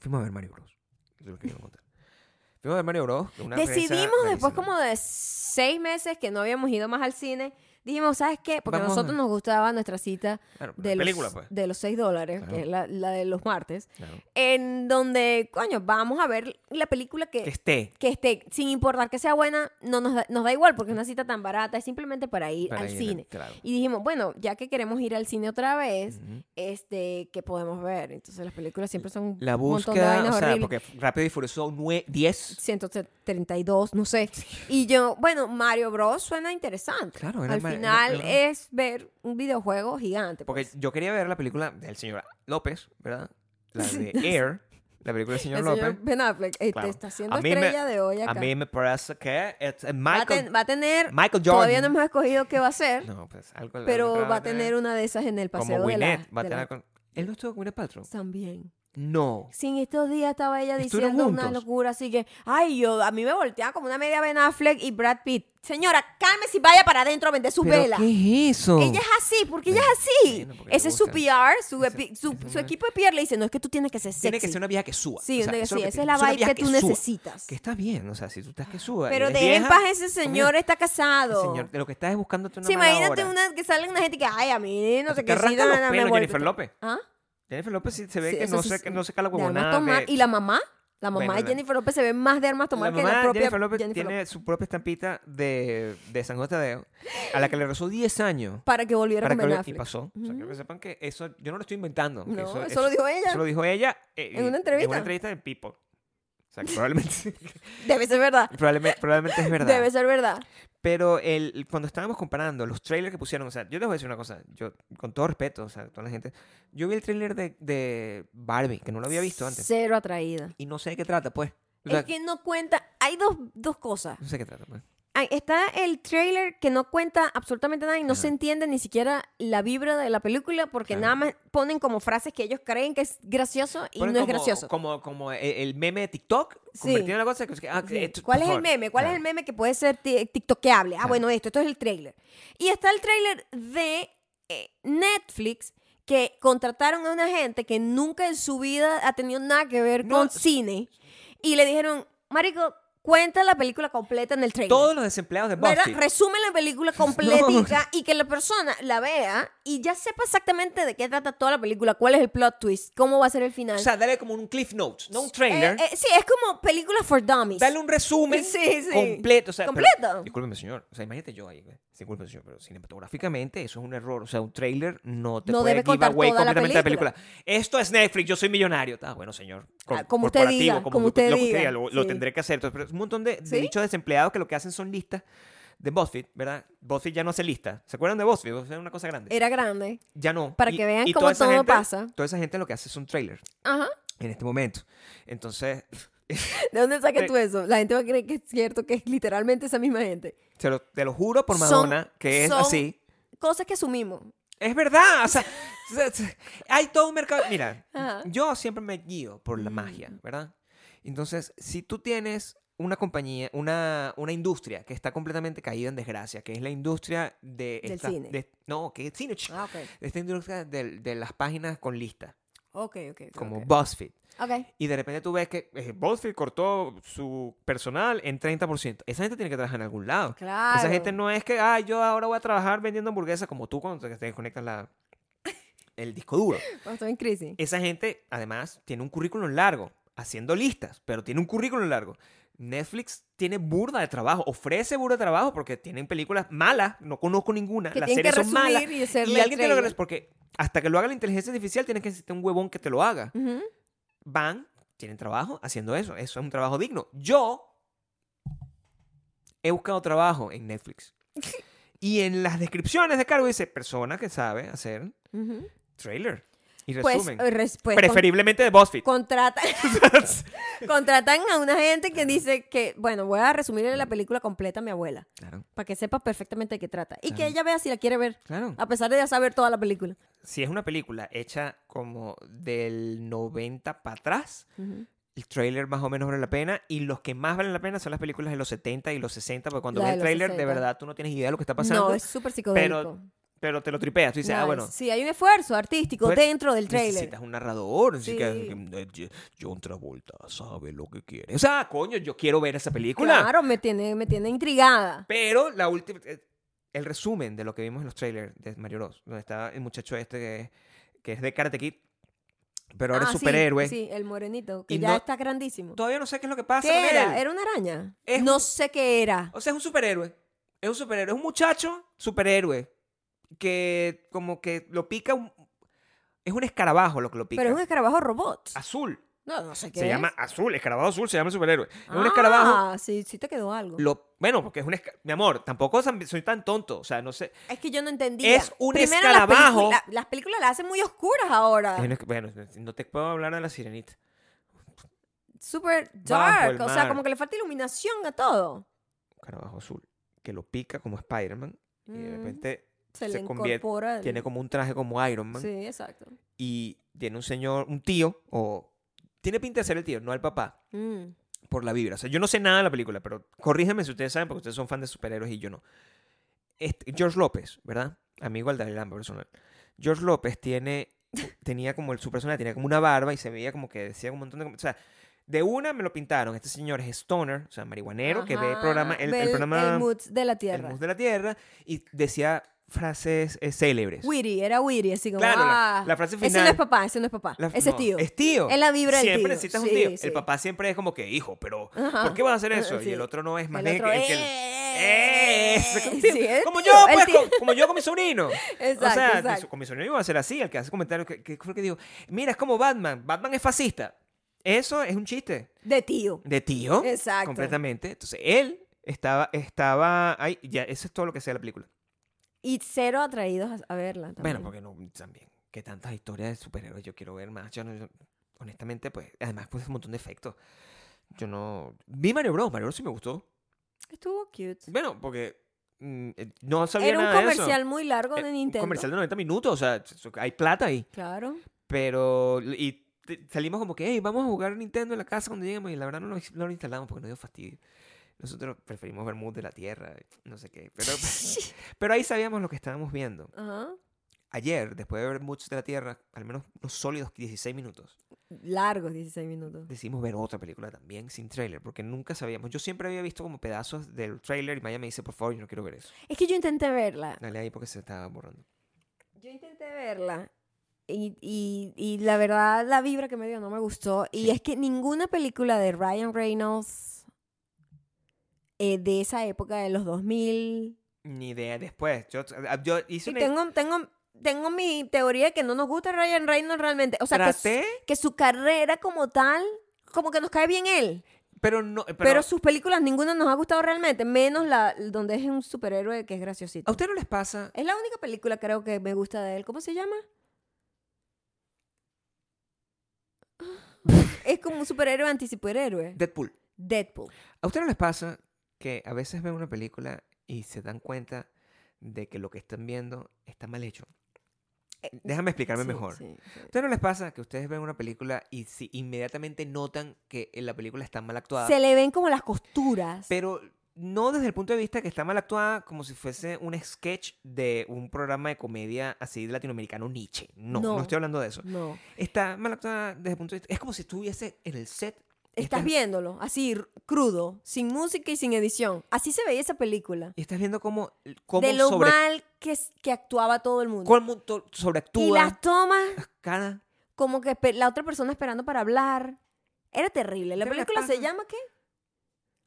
S2: Fuimos a ver Mario Bros. Eso es lo que iba a contar. Fuimos a ver Mario Bros. que es una experiencia
S1: Decidimos después
S2: rarísima.
S1: como de seis meses que no habíamos ido más al cine, Dijimos, ¿sabes qué? Porque
S2: Vamos
S1: a nosotros
S2: a-
S1: nos gustaba nuestra cita
S2: Claro,
S1: de los,
S2: película, pues.
S1: de los 6 dólares,
S2: Claro.
S1: que es la, la de los martes,
S2: Claro.
S1: en donde, coño, vamos a ver la película que,
S2: Que esté.
S1: que esté, sin importar que sea buena, no nos da, nos da igual porque es una cita tan barata, es simplemente para ir
S2: para
S1: al
S2: ir,
S1: cine.
S2: Claro.
S1: Y dijimos, bueno, ya que queremos ir al cine otra vez,
S2: Ujú.
S1: este, ¿qué podemos ver? Entonces las películas siempre son un
S2: La
S1: montón de
S2: búsqueda,
S1: vainas
S2: o sea,
S1: horribles. pues.
S2: porque Rápido y Furioso nue- 10.
S1: 132, no sé. Y yo, bueno, Mario Bros suena interesante.
S2: Claro, era
S1: Al
S2: Mario-
S1: final
S2: era-
S1: es ver un videojuego gigante.
S2: Porque
S1: pues.
S2: yo quería ver la película del señor López, ¿verdad? La de
S1: Sí.
S2: Air, la película del señor
S1: el
S2: López.
S1: señor Ben Affleck este,
S2: Claro.
S1: está siendo
S2: A mí me-
S1: estrella de hoy acá.
S2: A mí me parece que es eh,
S1: va, a ten-
S2: Michael,
S1: va a tener,
S2: Michael Jordan.
S1: todavía no hemos escogido qué va a ser,
S2: No, pues algo
S1: pero va a tener una de esas en el paseo
S2: Como
S1: de la,
S2: Winnet, va a
S1: de la-
S2: tener. con- ¿Él no estuvo con Gwyneth Paltrow?
S1: También.
S2: No.
S1: Sí, en estos días estaba ella
S2: Estuvieron
S1: diciendo una
S2: juntos.
S1: locura, así que, ay, yo, a mí me volteaba como una media Ben Affleck y Brad Pitt. Señora, cálmese y vaya para adentro a vender su
S2: ¿Pero
S1: vela.
S2: ¿Qué es eso?
S1: Ella es así, porque ella es así.
S2: Bueno, porque le
S1: Ese es su
S2: gusta.
S1: PR, su,
S2: Ese-
S1: epi- su,
S2: ese
S1: su
S2: man-
S1: equipo de PR le dice, no, es que tú tienes que ser sexy.
S2: Tiene que ser una vieja que suba.
S1: Sí,
S2: o sea,
S1: una-
S2: eso
S1: sí,
S2: lo
S1: esa
S2: tiene-
S1: es la
S2: una
S1: vibe
S2: vieja
S1: que tú
S2: suba,
S1: necesitas.
S2: Que está bien, o sea, si tú estás que suba. y
S1: Pero
S2: es
S1: dejen en
S2: vieja,
S1: paz, ese
S2: coño,
S1: señor está casado.
S2: ese señor, de lo que estás es buscándote una
S1: sí,
S2: mala
S1: imagínate
S2: hora.
S1: una que salga una gente que, ay, a mí no
S2: Así
S1: sé
S2: que
S1: qué. sí,
S2: arranca
S1: no,
S2: los
S1: no, me
S2: pelos,
S1: vuelve-
S2: Jennifer López.
S1: ¿Ah?
S2: Jennifer López sí se ve
S1: Sí,
S2: que,
S1: eso
S2: no
S1: sí
S2: se,
S1: es
S2: que no se cala
S1: de
S2: como
S1: Armas
S2: nada.
S1: Tomar.
S2: ve-
S1: ¿Y la mamá? La mamá
S2: Bueno,
S1: de
S2: la-
S1: Jennifer López se ve más de armas tomar
S2: la
S1: que
S2: mamá
S1: la
S2: de
S1: propia
S2: Jennifer López tiene
S1: López.
S2: su propia estampita de, de San Jotadeo, a la que le rezó 10 años.
S1: Para que volviera
S2: para
S1: con
S2: que
S1: Ben
S2: lo- y
S1: Affleck.
S2: pasó. O sea, quiero que sepan que eso, yo no lo estoy inventando. que
S1: No, eso, lo dijo ella.
S2: eso lo dijo ella. eh,
S1: En una
S2: y- En
S1: entrevista.
S2: una entrevista de People. O sea, que probablemente,
S1: Debe ser verdad.
S2: probablemente, probablemente es verdad.
S1: Debe ser verdad.
S2: Pero el, cuando estábamos comparando los trailers que pusieron, o sea, yo les voy a decir una cosa, yo con todo respeto, o sea, toda la gente, yo vi el trailer de, de Barbie, que no lo había visto antes,
S1: Cero atraída.
S2: y no sé de qué trata, pues. O sea,
S1: es que no cuenta. Hay dos, dos cosas.
S2: No sé de qué trata, pues.
S1: Ay, Está el trailer que no cuenta absolutamente nada y no
S2: Ajá.
S1: se entiende ni siquiera la vibra de la película porque
S2: Claro.
S1: nada más ponen como frases que ellos creen que es gracioso y
S2: Ponen
S1: no es
S2: como-
S1: gracioso.
S2: Como, como el- el meme de TikTok,
S1: Sí.
S2: convertido en una cosa que... ah,
S1: Sí.
S2: esto,
S1: ¿Cuál
S2: por
S1: es el
S2: favor.
S1: meme? ¿Cuál es
S2: Claro.
S1: el meme que puede ser ti- tiktokeable? Ah,
S2: Claro.
S1: bueno, esto, esto es el trailer. Y está el trailer de eh, Netflix que contrataron a una gente que nunca en su vida ha tenido nada que ver
S2: No.
S1: con cine y le dijeron, Marico, cuenta la película completa en el trailer.
S2: Todos los desempleados de
S1: ¿Verdad?
S2: BuzzFeed.
S1: Resume la película completica y que la persona la vea y ya sepa exactamente de qué trata toda la película, cuál es el plot twist, cómo va a ser el final.
S2: O sea, dale como un cliff note, no un
S1: Eh,
S2: trailer.
S1: eh, sí, es como película for dummies.
S2: Dale un resumen
S1: Sí, sí.
S2: completo. O sea, pero-
S1: Completo.
S2: discúlpeme, señor. O sea, imagínate yo ahí. güey. Discúlpeme, señor, pero cinematográficamente eso es un error. O sea, un trailer no te
S1: No
S2: puede
S1: debe contar
S2: giveaway
S1: toda la
S2: completamente la película. Esto es Netflix, yo soy millonario. Ah, bueno, señor. cor-
S1: Ah, como usted
S2: corporativo,
S1: diga, como usted
S2: lo
S1: diga,
S2: lo, lo
S1: sí.
S2: tendré que hacer. Entonces, pero es un montón de, de
S1: Sí.
S2: dichos desempleados que lo que hacen son listas de BuzzFeed, ¿verdad? BuzzFeed ya no hace listas. ¿Se acuerdan de BuzzFeed? BuzzFeed era una cosa grande.
S1: Era grande.
S2: ya no.
S1: Eh, para que vean cómo
S2: toda esa
S1: todo
S2: gente-
S1: pasa.
S2: Toda esa gente lo que hace es un trailer
S1: Ajá.
S2: en este momento. Entonces,
S1: ¿De dónde sacas
S2: Tre-
S1: tú eso? La gente va a creer que es cierto, que es literalmente esa misma gente.
S2: te lo, te lo juro por
S1: Son-
S2: Madonna que es
S1: son-
S2: así.
S1: Cosas que asumimos.
S2: Es verdad, o sea, se- se- hay todo un mercado. Mira,
S1: Ajá. Mm.
S2: yo siempre me guío por la magia, ¿verdad? Entonces, si tú tienes una compañía, una, una industria que está completamente caída en desgracia, que es la industria de...
S1: Del
S2: esta-
S1: cine.
S2: de- no, que es cine, ch-
S1: Ah, ok.
S2: de Esta industria del- de, las páginas con listas,
S1: Ok, ok. ok,
S2: como
S1: ok.
S2: BuzzFeed.
S1: Ok.
S2: Y de repente tú ves que eh, BuzzFeed cortó su personal en 30%. Esa gente tiene que trabajar en algún lado.
S1: Claro.
S2: Esa gente no es que, ah, yo ahora voy a trabajar vendiendo hamburguesas como tú cuando te te desconectas la, el disco duro.
S1: Cuando estoy en crisis.
S2: Esa gente, además, tiene un currículum largo, haciendo listas, pero tiene un currículum largo. Netflix tiene burda de trabajo, ofrece burda de trabajo porque tienen películas malas, no conozco ninguna,
S1: Que
S2: las
S1: tienen que
S2: series son malas.
S1: resumir y hacerle
S2: Y
S1: el
S2: alguien te lo
S1: trailer.
S2: agradece porque hasta que lo haga la inteligencia artificial tienes que necesitar un huevón que te lo haga.
S1: Ujú.
S2: Van, tienen trabajo haciendo eso, eso es un trabajo digno. Yo he buscado trabajo en Netflix. Y en las descripciones de cargo dice persona que sabe hacer
S1: Ujú.
S2: trailer y
S1: Pues,
S2: resumen.
S1: eh, res- pues, con-
S2: Preferiblemente de BuzzFeed.
S1: contrata- contratan a una gente que dice que, bueno, voy a resumirle la película completa a mi abuela,
S2: Claro,
S1: para que sepa perfectamente de qué trata. Y que
S2: Claro.
S1: ella vea si la quiere ver,
S2: claro.
S1: a pesar de ya saber toda la película.
S2: Si es una película hecha como del 90 para atrás,
S1: Ujú.
S2: el trailer más o menos vale la pena y los que más valen la pena son las películas de los 70 y los 60, porque cuando
S1: La
S2: ves
S1: de
S2: el
S1: los
S2: trailer
S1: 60.
S2: de verdad tú no tienes idea de lo que está pasando,
S1: No, es súper psicodélico.
S2: pero te lo tripeas, tú dices, ah,
S1: Nice.
S2: bueno.
S1: Sí, hay un esfuerzo artístico
S2: Pues,
S1: dentro del trailer.
S2: Necesitas un narrador. así
S1: Sí.
S2: que- que- John Travolta sabe lo que quiere. O sea, coño, yo quiero ver esa película.
S1: Claro, me tiene, me tiene intrigada.
S2: Pero la última. eh, el resumen de lo que vimos en los trailers de Mario Bros. Donde está el muchacho este que es, que es de Karate Kid, pero ahora
S1: Ah,
S2: es
S1: sí,
S2: superhéroe.
S1: Sí, el morenito, que
S2: Y
S1: ya
S2: no-
S1: está grandísimo.
S2: Todavía no sé qué es lo que pasa con
S1: ¿Qué
S2: él.
S1: era? ¿Era una araña?
S2: Es
S1: no sé qué era.
S2: O sea, es un superhéroe. Es un superhéroe. Es un muchacho superhéroe. Que como que lo pica un... Es un escarabajo lo que lo pica.
S1: Pero es un escarabajo robot.
S2: Azul.
S1: No, no sé qué
S2: Se
S1: es.
S2: llama azul. Escarabajo azul se llama el superhéroe. Es un
S1: Ah,
S2: escarabajo...
S1: Sí, sí te quedó algo.
S2: Lo... Bueno, porque es un... esca- Mi amor, tampoco sam- soy tan tonto. O sea, no sé...
S1: Es que yo no entendía.
S2: Es un
S1: Primero,
S2: escarabajo.
S1: Las películas, las películas las hacen muy oscuras ahora.
S2: Es un esca- Bueno, no te puedo hablar de la sirenita.
S1: Super
S2: Bajo el
S1: dark. O sea,
S2: mar.
S1: como que le falta iluminación a todo.
S2: Escarabajo azul. Que lo pica como Spider-Man. Y de
S1: Mm,
S2: repente
S1: se,
S2: se
S1: le
S2: convierte-
S1: incorpora. el-
S2: tiene como un traje como Iron Man.
S1: Sí, exacto.
S2: Y tiene un señor... Un tío o... Tiene pinta de ser el tío, no el papá.
S1: Mm.
S2: por la vibra. O sea, yo no sé nada de la película, pero corríjanme si ustedes saben, porque ustedes son fan de superhéroes y yo no. Este, George López, ¿verdad? Amigo al Dalai Lama personal. George López tiene, tenía como el su personaje, tenía como una barba y se veía como que decía un montón de... O sea, de una me lo pintaron. Este señor es stoner, o sea, marihuanero, que ve el
S1: Ajá,
S2: programa, el,
S1: ve
S2: el programa
S1: el Moods de la
S2: El
S1: Tierra.
S2: Mus de la Tierra, y decía frases eh, célebres.
S1: Wiri, era Wiri, así como.
S2: Claro, la-
S1: ah,
S2: la frase
S1: Ese no
S2: final-
S1: es papá, ese no es papá.
S2: La-
S1: ese
S2: no, este
S1: es tío.
S2: Es tío.
S1: Es la vibra del
S2: siempre
S1: tío.
S2: necesitas
S1: Sí,
S2: un tío.
S1: sí.
S2: El papá siempre es como que, hijo, pero
S1: Ajá.
S2: ¿por qué vas a hacer eso?
S1: Sí.
S2: Y el otro no es más
S1: El
S2: bien
S1: otro,
S2: que- que el-
S1: "Eh".
S2: Eso, como-
S1: Sí, es
S2: como
S1: tío,
S2: yo,
S1: el
S2: pues,
S1: tío.
S2: como, como yo con mi sobrino.
S1: Exacto,
S2: o sea, mi
S1: exacto.
S2: so- con mi sobrino iba a ser así, el que hace comentarios que, que fue el que digo, mira, es como Batman, Batman es fascista. Eso es un chiste
S1: De tío.
S2: de tío,
S1: Exacto.
S2: completamente. Entonces, él estaba, estaba, ahí, ya, eso es todo lo que sea la película.
S1: Y cero atraídos a, a verla. también.
S2: Bueno, porque no, también, que tantas historias de superhéroes yo quiero ver más. Yo no- yo- honestamente, pues, además, pues, un montón de efectos. Yo no, vi Mario Bros, Mario Bros sí me gustó.
S1: Estuvo cute.
S2: Bueno, porque mm, eh, no sabía
S1: Era un
S2: nada de eso.
S1: comercial muy largo
S2: Eh,
S1: de Nintendo.
S2: Un comercial de 90 minutos, o sea, s- hay plata ahí.
S1: Claro.
S2: Pero, y te- salimos como que, hey, vamos a jugar Nintendo en la casa cuando lleguemos. Y la verdad no lo, no lo instalamos porque nos dio fastidio. Nosotros preferimos ver Mood de la Tierra, no sé qué. Pero, pero ahí sabíamos lo que estábamos viendo.
S1: Ajá.
S2: Ayer, después de ver Mood de la Tierra, al menos unos sólidos 16 minutos,
S1: Largos 16 minutos.
S2: decidimos ver otra película también sin trailer, porque nunca sabíamos. Yo siempre había visto como pedazos del trailer y Maya me dice, por favor, yo no quiero ver eso.
S1: Es que yo intenté verla.
S2: Dale ahí porque se estaba borrando.
S1: Yo intenté verla. Y, y, y la verdad, la vibra que me dio no me gustó. Y
S2: Sí.
S1: es que ninguna película de Ryan Reynolds eh, de esa época de los 2000.
S2: Ni idea después. Yo, yo hice
S1: Y
S2: una-
S1: tengo, tengo, tengo mi teoría de que no nos gusta Ryan Reynolds realmente. O sea, que, su-
S2: traté,
S1: que su carrera como tal, como que nos cae bien él.
S2: pero no. Pero,
S1: Pero, sus películas ninguna nos ha gustado realmente, menos la donde es un superhéroe que es
S2: ¿a
S1: graciosito.
S2: usted no les pasa?
S1: Es la única película creo que me gusta de él. ¿Cómo se llama? es como un superhéroe antisuperhéroe.
S2: Deadpool.
S1: Deadpool.
S2: ¿A usted no les pasa que a veces ven una película y se dan cuenta de que lo que están viendo está mal hecho? Eh, Déjame explicarme
S1: Sí,
S2: mejor.
S1: sí, sí.
S2: ¿A usted no les pasa que ustedes ven una película y si inmediatamente notan que la película está mal actuada?
S1: Se le ven como las costuras.
S2: Pero no desde el punto de vista que está mal actuada como si fuese un sketch de un programa de comedia así latinoamericano Nietzsche. No, no,
S1: No.
S2: estoy hablando de eso.
S1: no.
S2: Está mal actuada desde el punto de vista... Es como si estuviese en el set.
S1: Estás viéndolo, así, r- crudo, sin música y sin edición. Así se veía esa película.
S2: Y estás viendo cómo, cómo
S1: de lo
S2: sobre,
S1: mal que, s- que actuaba todo el mundo.
S2: cómo to-
S1: Y
S2: sobreactúa.
S1: las tomas
S2: las caras.
S1: como que espe- la otra persona esperando para hablar. Era terrible. ¿La
S2: Pero la
S1: película se
S2: paja-
S1: llama qué?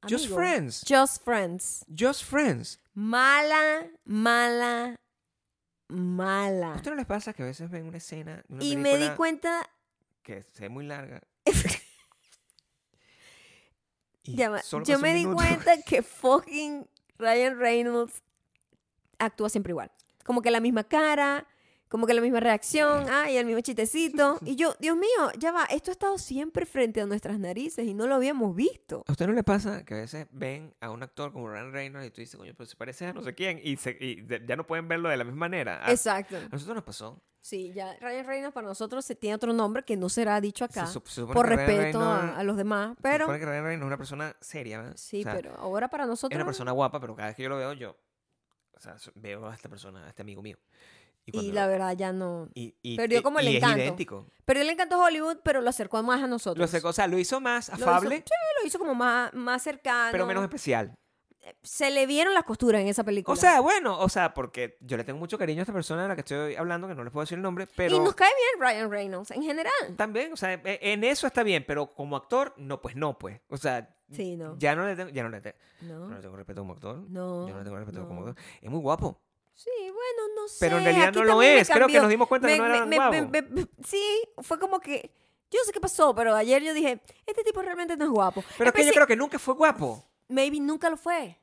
S2: Just
S1: Amigo.
S2: Friends.
S1: Just Friends.
S2: Just Friends.
S1: Mala, mala, mala.
S2: ¿A usted no les pasa que a veces ven una escena de una
S1: y me
S2: película
S1: di cuenta,
S2: que se ve muy larga? y
S1: ya va,
S2: solo
S1: yo
S2: pasa un
S1: me di
S2: minuto?
S1: cuenta que fucking Ryan Reynolds actúa siempre igual. Como que la misma cara, como que la misma reacción, ay, el mismo chistecito. Y yo, Dios mío, ya va, esto ha estado siempre frente a nuestras narices y no lo habíamos visto.
S2: ¿A usted no le pasa que a veces ven a un actor como Ryan Reynolds y tú dices, coño, pero se parece a no sé quién y, se- y de- ya no pueden verlo de la misma manera? A,
S1: Exacto.
S2: a nosotros nos pasó.
S1: Sí, ya Ryan Reynolds para nosotros se tiene otro nombre que no será dicho acá
S2: Se sup- se supone
S1: por
S2: que Ryan
S1: respeto
S2: Reynolds-
S1: a, a los demás,
S2: Se
S1: pero
S2: supone que Ryan Reynolds es una persona seria, ¿verdad?
S1: sí,
S2: O sea,
S1: pero ahora para
S2: Es una
S1: nosotros
S2: persona guapa, pero cada vez que yo lo veo, yo. O sea, so- veo a esta persona, a este amigo mío. Y,
S1: y
S2: cuando
S1: la
S2: lo-
S1: verdad ya no.
S2: y- y-
S1: perdió
S2: y-
S1: como el
S2: y
S1: encanto.
S2: Es idéntico.
S1: Pero le encantó Hollywood, pero lo acercó más a nosotros.
S2: Lo sé, o sea, lo hizo más
S1: Lo hizo-
S2: afable,
S1: sí, lo hizo como más más cercano.
S2: pero menos especial.
S1: se le vieron las costuras en esa película.
S2: O sea, bueno, o sea, porque yo le tengo mucho cariño a esta persona de la que estoy hablando, que no les puedo decir el nombre, pero...
S1: Y nos cae bien Ryan Reynolds en general.
S2: También, o sea, e- en eso está bien, pero como actor, no, pues no, pues. O sea,
S1: Sí, no.
S2: ya no le tengo, ya no le, te- no
S1: No.
S2: le tengo respeto como actor.
S1: No.
S2: Yo no le tengo respeto como
S1: no.
S2: actor. Es muy guapo.
S1: Sí, bueno, no sé.
S2: Pero en realidad
S1: aquí
S2: no lo
S1: también me
S2: es. Creo que
S1: cambió.
S2: nos dimos cuenta que no
S1: Me-
S2: era
S1: me-
S2: guapo.
S1: me- me- me- Sí, fue como que. Yo no sé qué pasó, pero ayer yo dije, este tipo realmente no es guapo.
S2: Pero es que yo
S1: Especi-
S2: creo que nunca fue guapo.
S1: Maybe nunca lo fue.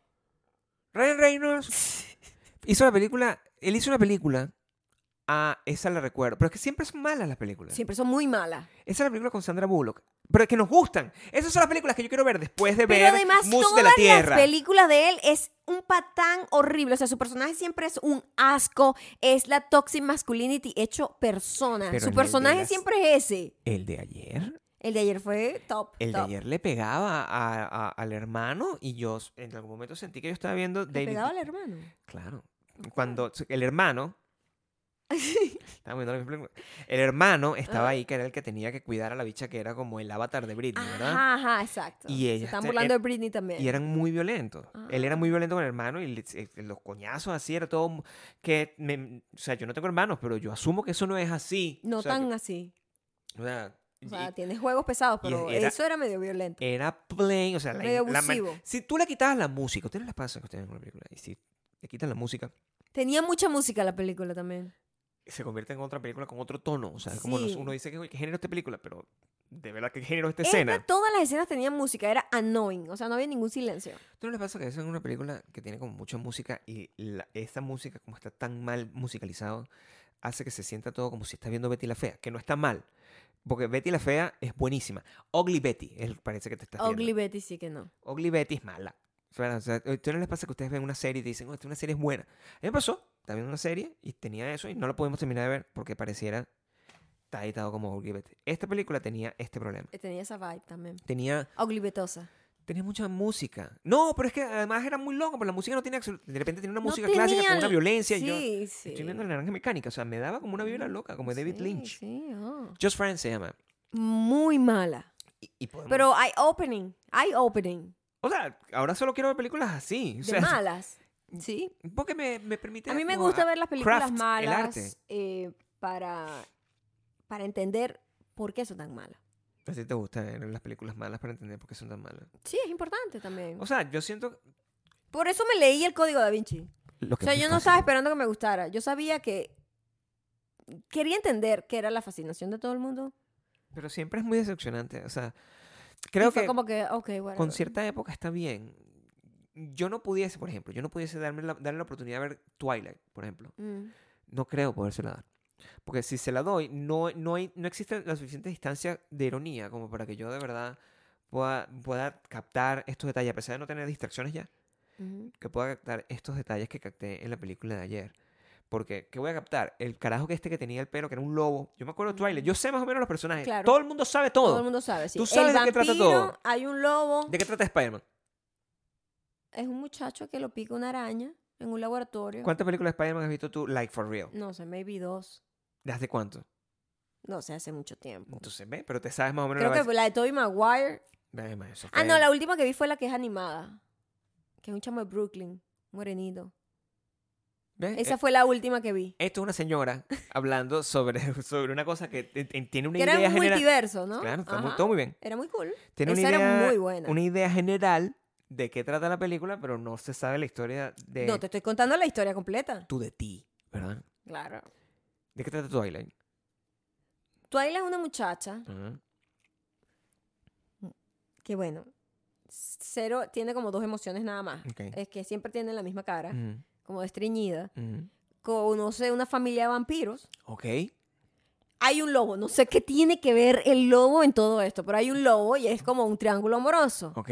S2: Ryan Reynolds hizo la película, él hizo una película, ah, esa la recuerdo, pero es que siempre son malas las películas.
S1: Siempre son muy malas.
S2: Esa es la película con Sandra Bullock, pero es que nos gustan. Esas son las películas que yo quiero ver después de
S1: Pero
S2: ver
S1: además,
S2: Mus
S1: todas
S2: de la Tierra.
S1: las películas de él es un patán horrible. O sea, su personaje siempre es un asco. Es la toxic masculinity hecho persona.
S2: Pero en el
S1: su
S2: de
S1: personaje
S2: las-
S1: siempre es ese.
S2: El de ayer,
S1: El de ayer fue top.
S2: el de
S1: top.
S2: ayer le pegaba a- a- al hermano y yo en algún momento sentí que yo estaba viendo
S1: Le
S2: Daily-
S1: pegaba al hermano.
S2: Claro. Cuando el hermano. Estaba viendo la misma película. El hermano
S1: Ah.
S2: estaba ahí, que era el que tenía que cuidar a la bicha, que era como el avatar de Britney, ¿verdad?
S1: Ajá, ajá, exacto.
S2: Y ella
S1: Se están
S2: está-
S1: burlando
S2: era-
S1: de Britney también.
S2: Y eran muy violentos. Él era
S1: Ah.
S2: muy violento con el hermano y le- eh, los coñazos así, era todo. mu- que me- O sea, yo no tengo hermanos, pero yo asumo que eso no es así.
S1: No
S2: O sea,
S1: tan
S2: que-
S1: así.
S2: o sea,
S1: O
S2: y-
S1: sea, tienes juegos pesados,
S2: y
S1: pero
S2: era- e
S1: eso era medio violento.
S2: era plain, o sea, la,
S1: Medio
S2: la man-
S1: abusivo.
S2: si tú le quitabas la música, ustedes les pasa que ustedes ven una película y si le quitan la música,
S1: Tenía mucha música la película también.
S2: se convierte en otra película con otro tono. O sea, es como
S1: Sí.
S2: nos- uno dice que "Oye, qué género es esta película, pero de verdad qué género es esta
S1: Esta,
S2: escena.
S1: todas las escenas tenían música, era annoying, o sea, no había ningún silencio.
S2: ¿Tú no les pasa que es una película que tiene como mucha música y la- esa música, como está tan mal musicalizado, hace que se sienta todo como si estás viendo Betty la Fea, que no está mal. Porque Betty la Fea es buenísima. Ugly Betty es- parece que te estás
S1: Ugly
S2: viendo.
S1: Betty sí que no.
S2: Ugly Betty es mala. Claro, o sea, ¿a ustedes no les pasa que ustedes ven una serie y te dicen, "Oh, esta una serie es buena? A mí me pasó, estaba viendo una serie y tenía eso y no la pudimos terminar de ver porque pareciera está editado como Ugly Betty. Esta película tenía este problema.
S1: Eh, Tenía esa vibe también.
S2: Tenía,
S1: Ugly Betosa.
S2: tenía mucha música. No, pero es que además era muy loco, porque la música no tiene absolut- De repente tenía una
S1: No
S2: música clásica
S1: tenía
S2: con una
S1: l-
S2: violencia. y yo
S1: Sí, sí.
S2: estoy viendo la naranja mecánica, o sea, me daba como una vibra loca, como de David
S1: Sí,
S2: Lynch.
S1: sí, ah.
S2: Just Friends se llama.
S1: Muy mala.
S2: Y- y podemos-
S1: Pero eye opening, eye opening.
S2: o sea, ahora solo quiero ver películas así. O
S1: De
S2: sea,
S1: malas. Sí.
S2: Porque me, me permite.
S1: A mí me
S2: como ah,
S1: gusta
S2: a-
S1: ver las películas
S2: craft, el arte.
S1: malas eh, para, para entender por qué son tan malas.
S2: ¿A ti pues te gustan las películas malas para entender por qué son tan malas?
S1: Sí, es importante también.
S2: O sea, yo siento...
S1: Por eso me leí el código da Vinci.
S2: Lo
S1: O sea, yo no estaba esperando que me gustara. Yo sabía que quería entender qué era la fascinación de todo el mundo.
S2: Pero siempre es muy decepcionante. O sea,
S1: Y
S2: creo
S1: fue
S2: que
S1: como que, ok, bueno.
S2: con cierta época está bien. Yo no pudiese, por ejemplo, yo no pudiese darme la, darle la oportunidad de ver Twilight, por ejemplo.
S1: Mm.
S2: No creo podérsela dar. Porque si se la doy, no, no, hay, no existe la suficiente distancia de ironía como para que yo de verdad pueda, pueda captar estos detalles, a pesar de no tener distracciones ya.
S1: Ujú.
S2: que pueda captar estos detalles que capté en la película de ayer. Porque, ¿qué voy a captar? El carajo que este que tenía el pelo, que era un lobo. Yo me acuerdo de Twilight. Yo sé más o menos los personajes.
S1: Claro.
S2: Todo el mundo sabe todo.
S1: el mundo sabe, sí.
S2: Tú sabes
S1: el
S2: de qué trata
S1: vampiro,
S2: todo.
S1: hay un lobo.
S2: ¿De qué trata Spider-Man?
S1: Es un muchacho que lo pica una araña en un laboratorio.
S2: ¿Cuántas películas de Spider-Man has visto tú, like for real?
S1: No sé, maybe dos.
S2: ¿De hace cuánto?
S1: No sé, hace mucho tiempo.
S2: Entonces, ve, pero te sabes más o menos
S1: Creo
S2: la
S1: que la de Tobey Maguire.
S2: base. Ay, ma, eso
S1: Ah,
S2: fue-
S1: no, la última que vi fue la que es animada. Que es un chamo de Brooklyn, morenito.
S2: ¿Ves?
S1: Esa
S2: Eh,
S1: fue la última que vi.
S2: Esto es una señora hablando sobre, sobre una cosa que te- te- tiene una
S1: Que era
S2: idea
S1: un
S2: general.
S1: multiverso, ¿no?
S2: Claro, está muy-
S1: Ajá.
S2: todo muy bien.
S1: Era muy cool.
S2: Tiene una
S1: Esa era
S2: idea,
S1: muy buena.
S2: una idea general de qué trata la película, pero no se sabe la historia de
S1: No, te estoy contando la historia completa.
S2: tú de ti, ¿verdad?
S1: Claro.
S2: ¿De qué trata Twilight? Ah,
S1: Twilight es una muchacha
S2: Ajá.
S1: que, bueno, cero, tiene como dos emociones nada más.
S2: Ok. Mm.
S1: Es que siempre tiene la misma cara,
S2: Ujú,
S1: como destreñida.
S2: ujú.
S1: Conoce una familia de vampiros.
S2: mm. Ok.
S1: Hay un lobo, no sé qué tiene que ver el lobo en todo esto, pero hay un lobo y es como un triángulo amoroso.
S2: Ok.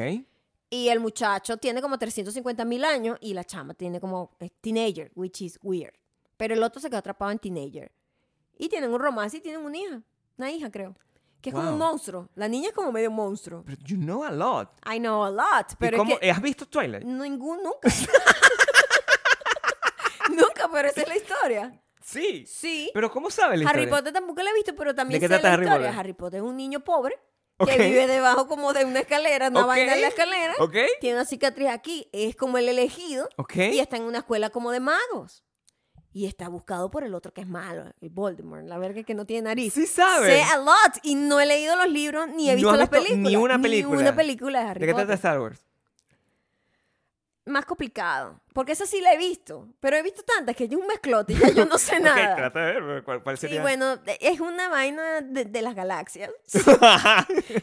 S1: Y el muchacho tiene como 350 mil años y la chama tiene como es teenager, which is weird. Pero el otro se quedó atrapado en teenager. Y tienen un romance y tienen una hija. Una hija, creo. Que es como un
S2: Wow.
S1: monstruo. La niña es como medio monstruo.
S2: Pero you know a lot.
S1: I know a lot,
S2: ¿Y
S1: pero
S2: cómo- eh,
S1: es que
S2: ¿Has visto Twilight?
S1: ningún nunca. nunca, pero esa es la historia.
S2: Sí.
S1: Sí.
S2: Pero ¿cómo sabes la
S1: Harry
S2: historia?
S1: Potter tampoco la he visto, pero también
S2: ¿De qué
S1: sé la
S2: trata Harry
S1: historia.
S2: Potter?
S1: Harry Potter es un niño pobre
S2: Ok.
S1: que vive debajo como de una escalera, una
S2: Ok.
S1: vaina en la escalera,
S2: Ok.
S1: tiene una cicatriz aquí, es como el elegido
S2: Ok.
S1: y está en una escuela como de magos. Y está buscado por el otro que es malo, el Voldemort, la verga que no tiene nariz.
S2: Sí sabes.
S1: Sé a lot y no he leído los libros ni he
S2: No
S1: visto
S2: has
S1: las
S2: visto
S1: películas.
S2: ni una película.
S1: Ni una película de Harry
S2: ¿De qué trata
S1: Potter.
S2: Star Wars?
S1: Más complicado, porque esa sí la he visto, pero he visto tantas que yo un mezclote y ya yo no sé nada.
S2: Ok, trata de ver cuál, cuál
S1: Sí,
S2: sería.
S1: bueno, de- es una vaina de, de las galaxias.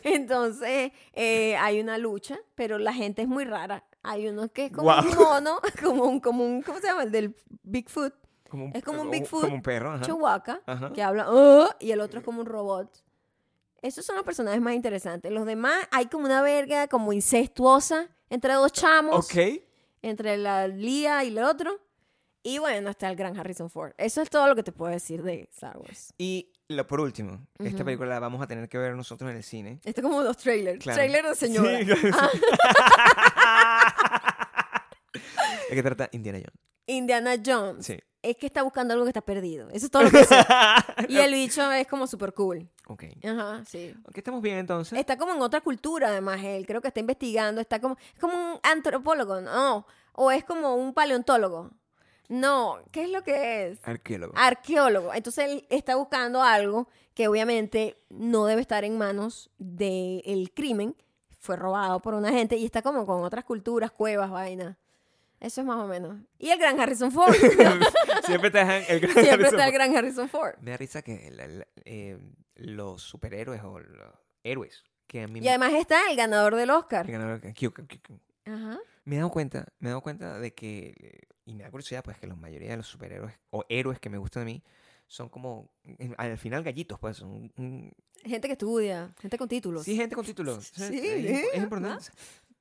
S1: Entonces, eh, hay una lucha, pero la gente es muy rara. Hay uno que es como
S2: Guau.
S1: un mono, como un, como un, ¿cómo se llama? El del Bigfoot,
S2: como un,
S1: es como un
S2: o-
S1: Bigfoot.
S2: Como un perro. ajá.
S1: Chewbacca,
S2: Ajá. Eh.
S1: que habla, "Oh", y el otro es como un robot. Esos son los personajes más interesantes. Los demás hay como una verga, como incestuosa, entre dos chamos,
S2: Ok.
S1: entre la Lía y el otro. Y bueno, está el gran Harrison Ford. Eso es todo lo que te puedo decir de Star Wars.
S2: Y lo, por último, esta
S1: Ujú.
S2: película la vamos a tener que ver nosotros en el cine.
S1: Esto es como los trailers.
S2: Claro.
S1: Trailer de señora.
S2: Sí, claro, sí. ¿De qué trata Indiana Jones?
S1: Indiana Jones.
S2: Sí.
S1: Es que está buscando algo que está perdido. Eso es todo lo que sé. y el bicho es como súper cool.
S2: ok.
S1: Ajá, sí.
S2: Ok, estamos bien entonces.
S1: Está como en otra cultura, además, él. Creo que está investigando. Está como... Es como un antropólogo, ¿no? O es como un paleontólogo. No. ¿Qué es lo que es?
S2: Arqueólogo.
S1: ah, Arqueólogo. Entonces, él está buscando algo que obviamente no debe estar en manos del crimen. Fue robado por una gente y está como con otras culturas, cuevas, vainas. Eso es más o menos. Y el gran Harrison Ford.
S2: Siempre te dejan el gran
S1: Siempre
S2: Harrison
S1: está el
S2: Ford.
S1: gran Harrison Ford.
S2: Me da risa que la- la- eh, los superhéroes o los héroes que a mí
S1: Y además está el ganador del
S2: me
S1: Oscar.
S2: ganaron- que- que- que- que-
S1: Ajá.
S2: Me he dado cuenta, me he dado cuenta de que, eh, y me da curiosidad, pues que la mayoría de los superhéroes o héroes que me gustan a mí son como, en- al final, gallitos, pues. Son, un-
S1: Gente que estudia, gente con títulos.
S2: sí, gente con títulos.
S1: Sí,
S2: es-
S1: ¿eh?
S2: Es importante.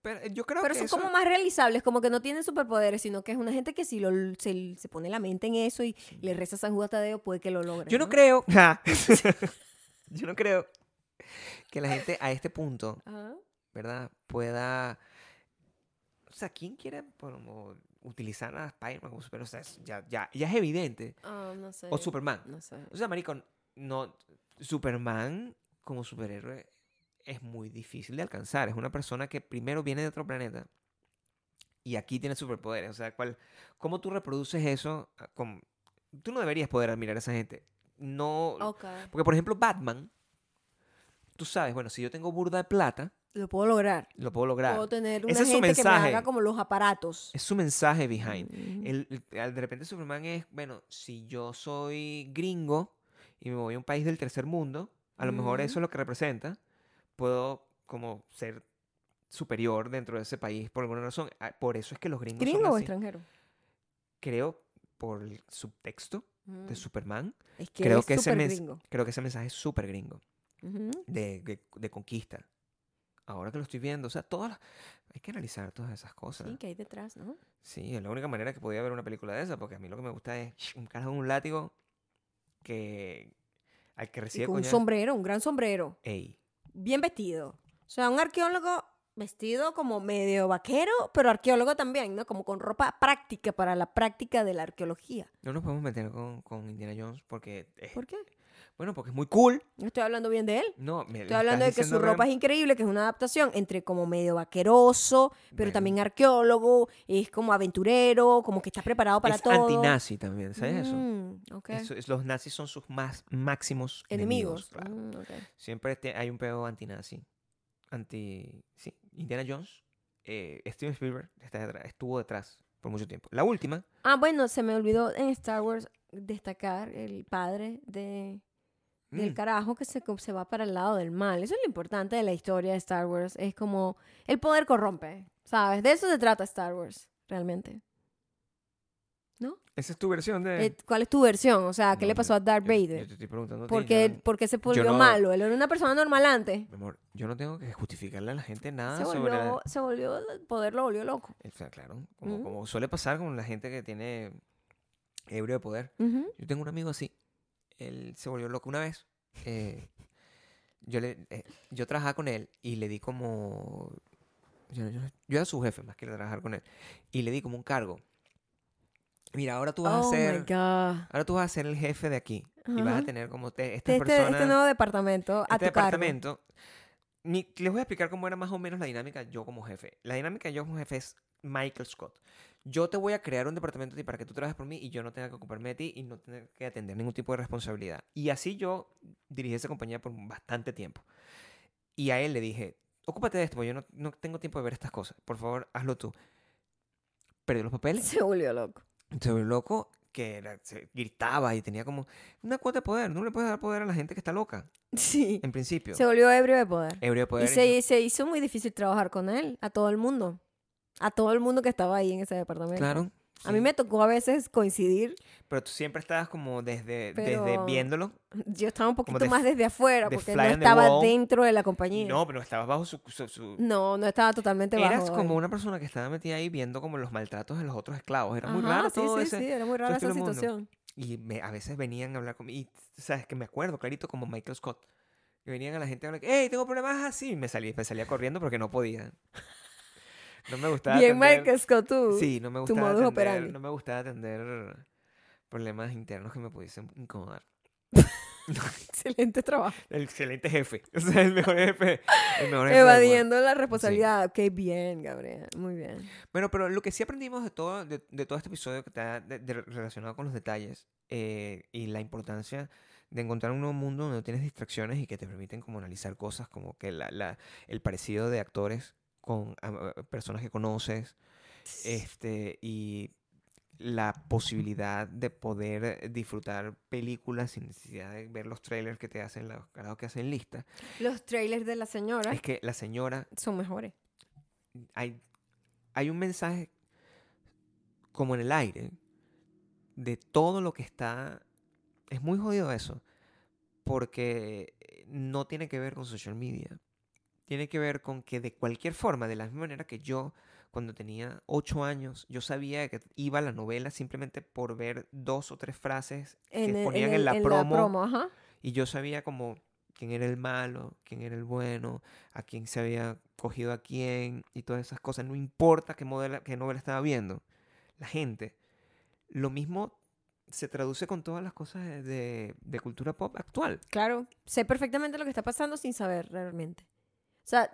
S2: Pero eh, yo creo
S1: Pero
S2: que
S1: son
S2: eso-
S1: como más realizables, como que no tienen superpoderes, sino que es una gente que si lo, se, se pone la mente en eso y le reza a San Juan Tadeo, puede que lo logre.
S2: Yo no creo. yo no creo que la gente a este punto
S1: Ajá.
S2: ¿verdad? Pueda. O sea, ¿quién quiere como, utilizar a Spider-Man como superhéroe? O sea, es- ya, ya, ya es evidente.
S1: Ah, no sé.
S2: O Superman.
S1: No sé.
S2: O sea, Marico, no. Superman como superhéroe es muy difícil de alcanzar. Es una persona que primero viene de otro planeta y aquí tiene superpoderes. O sea, ¿cuál, ¿cómo tú reproduces eso? ah, con- tú no deberías poder admirar a esa gente. No.
S1: Ok.
S2: Porque, por ejemplo, Batman. Tú sabes, bueno, si yo tengo burda de plata,
S1: Lo puedo lograr.
S2: lo puedo lograr.
S1: Puedo tener una
S2: Ese es su
S1: gente que me
S2: mensaje.
S1: haga como los aparatos.
S2: Es su mensaje behind.
S1: Mm.
S2: El, el- al- de repente Superman es, bueno, si yo soy gringo y me voy a un país del tercer mundo, a lo mejor
S1: Ujú.
S2: eso es lo que representa, puedo como ser superior dentro de ese país por alguna razón. Ah, Por eso es que los gringos son
S1: ¿Gringo o
S2: así.
S1: extranjero?
S2: Creo por el subtexto
S1: Mm.
S2: de Superman,
S1: Es que
S2: creo
S1: creo
S2: que
S1: que
S2: ese
S1: es
S2: mens-
S1: gringo.
S2: creo que ese mensaje es súper gringo, de, de- de conquista. Ahora que lo estoy viendo, o sea, todas las- hay que analizar todas esas cosas.
S1: Sí, que hay detrás, ¿no?
S2: Sí, es la única manera que podía ver una película de esa, porque a mí lo que me gusta es un carajo con un látigo que al que
S1: Y
S2: recibe
S1: con un
S2: coñazo-
S1: sombrero, un gran sombrero.
S2: Ey,
S1: bien vestido. O sea, un arqueólogo vestido como medio vaquero, pero arqueólogo también, ¿no? Como con ropa práctica para la práctica de la arqueología.
S2: no nos podemos meter con, con Indiana Jones porque es,
S1: ¿Por qué?
S2: bueno, porque es muy cool.
S1: No estoy hablando bien de él.
S2: No, me
S1: Estoy hablando de que su ropa es
S2: es
S1: increíble, que es una adaptación entre como medio vaqueroso, pero
S2: Bueno.
S1: también arqueólogo, es como aventurero, como que está preparado para
S2: es
S1: todo.
S2: antinazi también, ¿sabes eso?
S1: Mm, ok.
S2: Eso es- los nazis son sus más máximos
S1: Enemigos.
S2: enemigos. claro.
S1: Mm, ok.
S2: Siempre te- hay un pedo antinazi. Anti. Sí, Indiana Jones. eh, Steven Spielberg está detrás- estuvo detrás por mucho tiempo. La última.
S1: Ah, bueno, se me olvidó en Star Wars destacar el padre de del
S2: mm,
S1: carajo que se, co- se va para el lado del mal. Eso es lo importante de la historia de Star Wars. Es como el poder corrompe, ¿sabes? De eso se trata Star Wars, realmente.
S2: Esa es tu versión de.
S1: Eh, ¿Cuál es tu versión? O sea, ¿qué
S2: No,
S1: le
S2: yo-
S1: pasó a Darth
S2: Yo- Yo,
S1: Vader?
S2: te estoy preguntando. a ti,
S1: ¿Por
S2: yo
S1: qué,
S2: no-
S1: por qué se volvió
S2: no-
S1: malo? Él era una persona normal antes.
S2: mi amor, yo no tengo que justificarle a la gente nada
S1: se,
S2: sobre. la-
S1: volvió, se volvió, el poder lo volvió loco.
S2: O sea, claro, como,
S1: Ujú.
S2: como suele pasar con la gente que tiene ebrio de poder.
S1: Ujú.
S2: Yo tengo un amigo así. Él se volvió loco una vez. eh, yo, le, eh, yo trabajaba con él y le di como. Yo, yo- yo era su jefe más que trabajar con él. Y le di como un cargo. Mira, ahora tú vas
S1: Oh
S2: a
S1: my
S2: ser.
S1: God.
S2: Ahora tú vas a ser el jefe de aquí. Y vas a
S1: Ajá.
S2: tener como te, estas
S1: Este, este
S2: personas.
S1: nuevo departamento a
S2: este
S1: tu cargo.
S2: departamento mi- les voy a explicar cómo era más o menos la dinámica yo como jefe. La dinámica yo como jefe es Michael Scott. Yo te voy a crear un departamento a ti para que tú trabajes por mí y yo no tenga que ocuparme de ti y no tenga que atender ningún tipo de responsabilidad. Y así yo dirigí esa compañía por bastante tiempo. Y a él le dije, ocúpate de esto, porque yo no, no tengo tiempo de ver estas cosas. Por favor, hazlo tú. Perdió los papeles
S1: Se volvió loco.
S2: se volvió loco que era- se gritaba y tenía como una cuota de poder. No le puedes dar poder a la gente que está loca,
S1: Sí.
S2: en principio.
S1: Se volvió ebrio de poder.
S2: Ebrio de poder.
S1: Y se, se hizo muy difícil trabajar con él, a todo el mundo. A todo el mundo que estaba ahí en ese departamento.
S2: Claro.
S1: ¿eh? A mí
S2: sí.
S1: me tocó a veces coincidir.
S2: Pero tú siempre estabas como desde, desde
S1: Pero-
S2: viéndolo.
S1: Yo estaba un poquito
S2: de
S1: más
S2: f-
S1: desde afuera
S2: de
S1: porque
S2: fly
S1: no
S2: on the
S1: estaba
S2: wall.
S1: dentro de la compañía.
S2: No, pero estabas bajo su... su- su-
S1: no, eh. no estaba totalmente
S2: Eras
S1: bajo.
S2: como
S1: él.
S2: una persona que estaba metida ahí viendo como los maltratos de los otros esclavos. Era muy
S1: Ajá,
S2: raro
S1: sí,
S2: todo
S1: sí,
S2: ese...
S1: sí, era muy rara
S2: estilo
S1: esa
S2: de mundo.
S1: situación.
S2: Y me- a veces venían a hablar conmigo. Y sabes que me acuerdo clarito como Michael Scott. Que venían a la gente a hablar, ¡Ey, tengo problemas así! Y me salía, me salía corriendo porque no podía. No me gustaba
S1: Bien,
S2: atender-
S1: Michael Scott, tú.
S2: Sí, no me
S1: tu
S2: gustaba
S1: modus
S2: atender,
S1: operandi.
S2: no me gustaba atender problemas internos que me pudiesen incomodar.
S1: Excelente trabajo.
S2: El excelente jefe, o sea, el mejor jefe, el mejor jefe del mundo.
S1: Evadiendo la responsabilidad. Qué bien, Gabriel. Muy bien.
S2: Bueno, pero lo que sí aprendimos de todo, de, de todo este episodio que está de- de- relacionado con los detalles eh, y la importancia de encontrar un nuevo mundo donde no tienes distracciones y que te permiten como analizar cosas como que la- la- el parecido de actores con ah, ah, personas que conoces este, y la posibilidad de poder disfrutar películas sin necesidad de ver los trailers que te hacen los carajos que hacen lista.
S1: Los trailers de la señora
S2: Es que la señora
S1: son mejores.
S2: hay, hay un mensaje como en el aire de todo lo que está... Es muy jodido eso, porque eh, no tiene que ver con social media. Tiene que ver con que de cualquier forma, de la misma manera que yo, cuando tenía ocho años, yo sabía que iba a la novela simplemente por ver dos o tres frases
S1: En,
S2: que
S1: el-
S2: ponían en,
S1: el-
S2: la,
S1: en
S2: promo,
S1: ajá.
S2: y yo sabía como quién era el malo, quién era el bueno, a quién se había cogido a quién y todas esas cosas. No importa qué, modela- qué novela estaba viendo. La gente. Lo mismo se traduce con todas las cosas de, de- de cultura pop actual.
S1: Claro, sé perfectamente lo que está pasando sin saber realmente. O sea,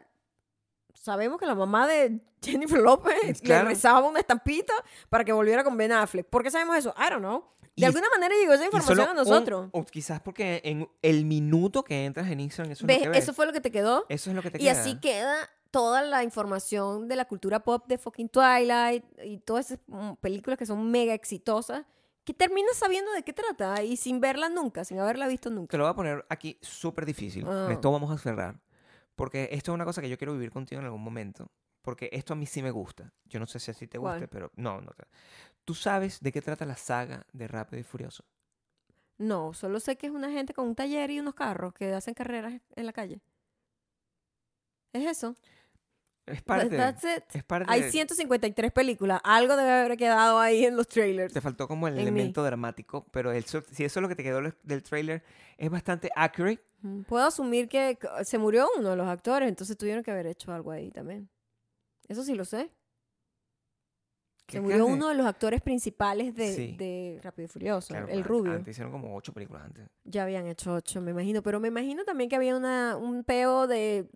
S1: sabemos que la mamá de Jennifer López
S2: Claro.
S1: le rezaba una estampita para que volviera con Ben Affleck. ¿Por qué sabemos eso? I don't know. De
S2: Y-
S1: alguna manera llegó esa
S2: y
S1: información
S2: solo
S1: a
S2: un-
S1: nosotros.
S2: o quizás porque en el minuto que entras en Instagram, eso,
S1: ¿Ves?
S2: es, lo que ves.
S1: Eso fue lo que te quedó.
S2: Eso es lo que te
S1: y
S2: queda.
S1: así queda toda la información de la cultura pop de fucking Twilight y todas esas mm, películas que son mega exitosas que terminas sabiendo de qué trata y sin verla nunca, sin haberla visto nunca.
S2: Te lo voy a poner aquí súper difícil.
S1: Ah.
S2: Con Esto vamos a cerrar. Porque esto es una cosa que yo quiero vivir contigo en algún momento. Porque esto a mí sí me gusta. Yo no sé si a ti te guste,
S1: ¿Cuál?
S2: pero no, no. te- ¿Tú sabes de qué trata la saga de Rápido y Furioso?
S1: No, solo sé que es una gente con un taller y unos carros que hacen carreras en la calle. Es eso.
S2: Es
S1: That-
S2: parte.
S1: That's it.
S2: Es parte.
S1: Hay
S2: de-
S1: 153 películas. Algo debe haber quedado ahí en los trailers.
S2: Te faltó como el
S1: en mí.
S2: elemento dramático, pero el so- si eso es lo que te quedó lo- del trailer, es bastante accurate.
S1: Mm, Puedo asumir que c- se murió uno de los actores, entonces tuvieron que haber hecho algo ahí también. Eso sí lo sé.
S2: ¿Qué
S1: Se murió
S2: clase?
S1: uno de los actores principales de,
S2: Sí.
S1: de Rápido y Furioso,
S2: Claro,
S1: el
S2: an-
S1: rubio.
S2: Antes hicieron como ocho películas antes.
S1: Ya habían hecho ocho, me imagino. Pero me imagino también que había una, un peo de,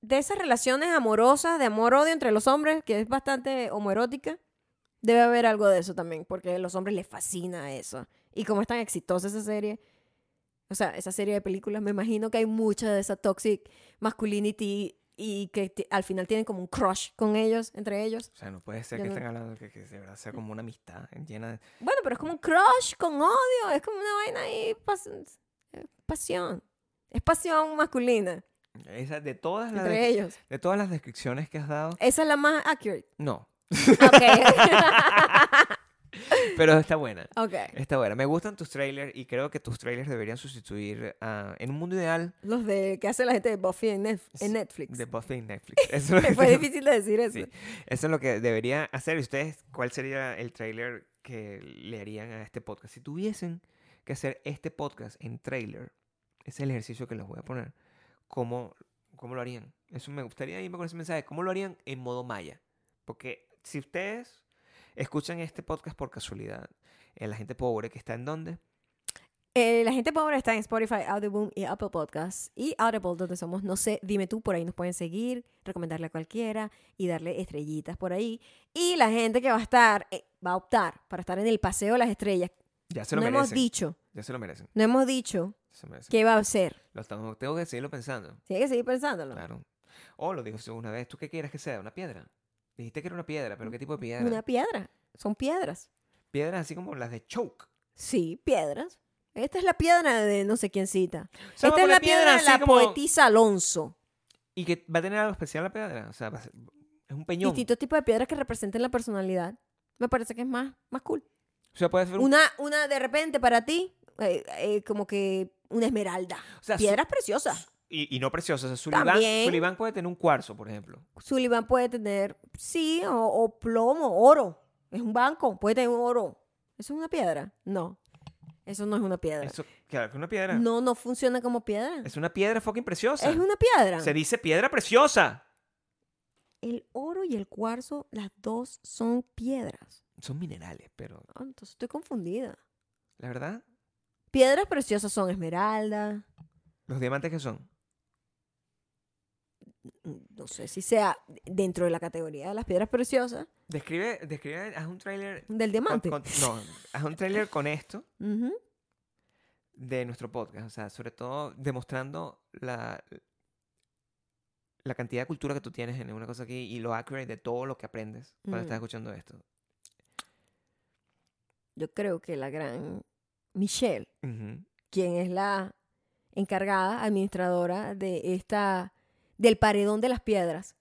S1: de esas relaciones amorosas, de amor-odio entre los hombres, que es bastante homoerótica. Debe haber algo de eso también, porque a los hombres les fascina eso. Y como es tan exitosa esa serie, o sea, esa serie de películas, me imagino que hay mucha de esa toxic masculinity y que ti- al final tienen como un crush con ellos, entre ellos.
S2: O sea, no puede ser
S1: Yo
S2: que
S1: no-
S2: estén hablando que, que de verdad sea como una amistad llena de.
S1: Bueno, pero es como un crush con odio, es como una vaina ahí, pas- eh, pasión. Es pasión masculina.
S2: Esa, de todas las.
S1: entre
S2: de-
S1: ellos.
S2: De todas las descripciones que has dado,
S1: Esa es la más accurate.
S2: no.
S1: Ok.
S2: Pero está buena.
S1: ok.
S2: Está buena. Me gustan tus trailers y creo que tus trailers deberían sustituir a En un mundo ideal
S1: Los de que hace la gente de Buffy en, Nef- en
S2: Sí,
S1: Netflix.
S2: de Buffy en Netflix. Eso es,
S1: Me
S2: lo
S1: fue
S2: que,
S1: difícil de decir eso.
S2: Sí. eso es lo que debería hacer. ¿Y ustedes cuál sería el trailer que le harían a este podcast? Si tuviesen que hacer este podcast en trailer, ese es el ejercicio que les voy a poner. ¿Cómo, cómo lo harían? Eso me gustaría irme con ese mensaje. ¿Cómo lo harían en modo maya? Porque si ustedes escuchan este podcast por casualidad, eh, la gente pobre que está en dónde?
S1: Eh, la gente pobre está en Spotify, Audioboom y Apple Podcasts. Y Audible, donde somos, no sé, dime tú, por ahí nos pueden seguir, recomendarle a cualquiera y darle estrellitas por ahí. Y la gente que va a estar, eh, va a optar para estar en el Paseo de las Estrellas.
S2: Ya se
S1: No
S2: lo
S1: hemos
S2: merecen.
S1: dicho,
S2: Ya se lo merecen.
S1: no hemos dicho
S2: Se lo merecen.
S1: qué va a ser.
S2: Lo estamos- tengo que seguirlo pensando.
S1: Tiene que seguir pensándolo.
S2: Claro. O lo dijo una vez, ¿tú qué quieres que sea? ¿Una piedra? Dijiste que era una piedra, pero ¿qué tipo de piedra?
S1: Mm, Una piedra. Son piedras.
S2: Piedras así como las de choke.
S1: Sí, piedras. Esta es la piedra de no sé quién cita.
S2: O
S1: Esta
S2: sea,
S1: es
S2: vamos
S1: la
S2: a poner
S1: piedra de
S2: así
S1: la
S2: como-
S1: poetisa Alonso.
S2: Y que va a tener algo especial la piedra. O sea, va a ser- es un peñón.
S1: Distintos tipos de piedras que representen la personalidad. Me parece que es más, más cool.
S2: O sea, puede ser un-
S1: Una, una de repente para ti, eh, eh, como que una esmeralda.
S2: o sea, su-
S1: Piedras preciosas.
S2: y, y no precioso. O sea, Sullivan,
S1: También.
S2: Sullivan puede tener un cuarzo, por ejemplo.
S1: Sullivan puede tener, sí, o, o plomo, oro. Es un banco, puede tener un oro. ¿Eso es una piedra? No. Eso no es una piedra.
S2: Eso, claro, que es una piedra.
S1: Eh, No, no funciona como piedra.
S2: Es una piedra fucking preciosa.
S1: es una piedra.
S2: Se dice piedra preciosa.
S1: El oro y el cuarzo, las dos son piedras.
S2: Son minerales, pero
S1: Ah, entonces estoy confundida.
S2: la verdad,
S1: Piedras preciosas son esmeralda.
S2: los diamantes que son.
S1: mm, No sé si sea dentro de la categoría de las piedras preciosas
S2: Describe, describe, haz un tráiler. con-
S1: del diamante.
S2: con- no, haz un tráiler con esto
S1: Ujú.
S2: de nuestro podcast. O sea, sobre todo demostrando la, la cantidad de cultura que tú tienes en una cosa aquí y lo accurate de todo lo que aprendes cuando
S1: Mm.
S2: estás escuchando esto.
S1: Yo creo que la gran Michelle,
S2: Ujú.
S1: quien es la encargada administradora de esta del paredón de las piedras.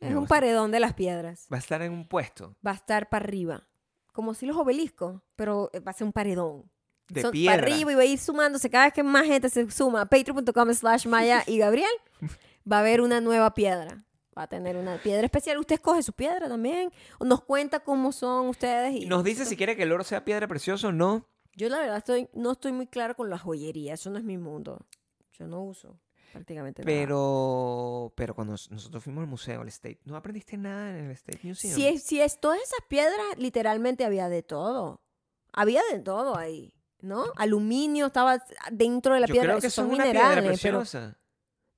S1: Es
S2: Me
S1: un
S2: gusta.
S1: paredón de las piedras.
S2: Va a estar en un puesto
S1: Va a estar para arriba, como si los obeliscos, pero eh, va a ser un paredón.
S2: de
S1: Son
S2: piedra.
S1: Para arriba y va a ir sumándose. Cada vez que más gente se suma a patreon.com slash maya y Gabriel, va a haber una nueva piedra. Va a tener una piedra especial. Usted escoge su piedra también. o Nos cuenta cómo son ustedes. Y
S2: Y Nos dice si quiere que el oro sea piedra preciosa o no.
S1: Yo la verdad estoy, no estoy muy claro con la joyería. Eso no es mi mundo. Yo no uso prácticamente nada.
S2: Pero, pero cuando nos- nosotros fuimos al museo, al State, no aprendiste nada en el State Museum.
S1: Si, es- si es todas esas piedras, literalmente había de todo. Había de todo ahí. ¿No? Aluminio estaba dentro de la
S2: Yo
S1: piedra.
S2: creo que
S1: Esos
S2: eso es
S1: son
S2: una
S1: minerales.
S2: piedra
S1: pero
S2: preciosa.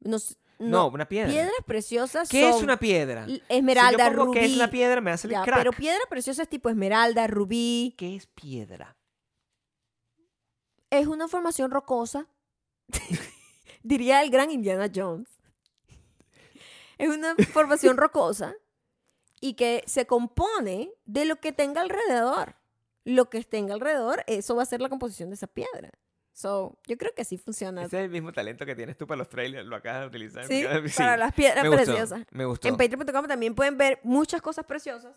S1: no s-
S2: No,
S1: no,
S2: una piedra.
S1: Piedras preciosas
S2: ¿Qué es
S1: son
S2: una piedra?
S1: l- esmeralda,
S2: si yo pongo
S1: rubí.
S2: ¿Qué es la piedra? Me va a salir
S1: Ya,
S2: crack.
S1: pero piedra preciosa es tipo esmeralda, rubí.
S2: ¿Qué es piedra?
S1: Es una formación rocosa. Diría el gran Indiana Jones. Es una formación rocosa y que se compone de lo que tenga alrededor. Lo que tenga alrededor, eso va a ser la composición de esa piedra. So, yo creo que así funciona.
S2: Ese es el mismo talento que tienes tú para los trailers. Lo acabas de utilizar.
S1: Sí,
S2: porque- sí.
S1: para las piedras
S2: me gustó,
S1: preciosas.
S2: Me gustó.
S1: En patreon.com también pueden ver muchas cosas preciosas.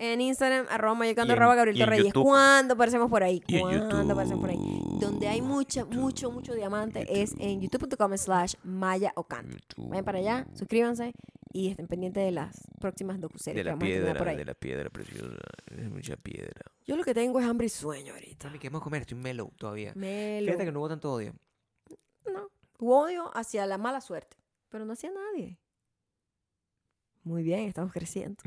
S1: En Instagram, arroba mayocando,
S2: Y en-
S1: arroba Gabriel
S2: y en
S1: Torreyes.
S2: YouTube.
S1: ¿Cuándo aparecemos por ahí?
S2: Y en
S1: ¿Cuándo aparecemos por ahí?
S2: YouTube.
S1: Donde hay mucha, mucho, mucho diamante es en youtube.com slash maya Ocando. Vayan para allá, suscríbanse y estén pendientes de las próximas docuseries
S3: De
S1: que
S3: la
S1: vamos a tener por
S3: piedra,
S1: ahí.
S3: de la piedra preciosa. Es mucha piedra.
S1: Yo lo que tengo es hambre y sueño ahorita.
S2: Mami, ¿Qué vamos a comer? Estoy mellow todavía.
S1: Melo.
S2: Fíjate que no hubo tanto odio.
S1: No. Hubo odio hacia la mala suerte, pero no hacia nadie. Muy bien, estamos creciendo.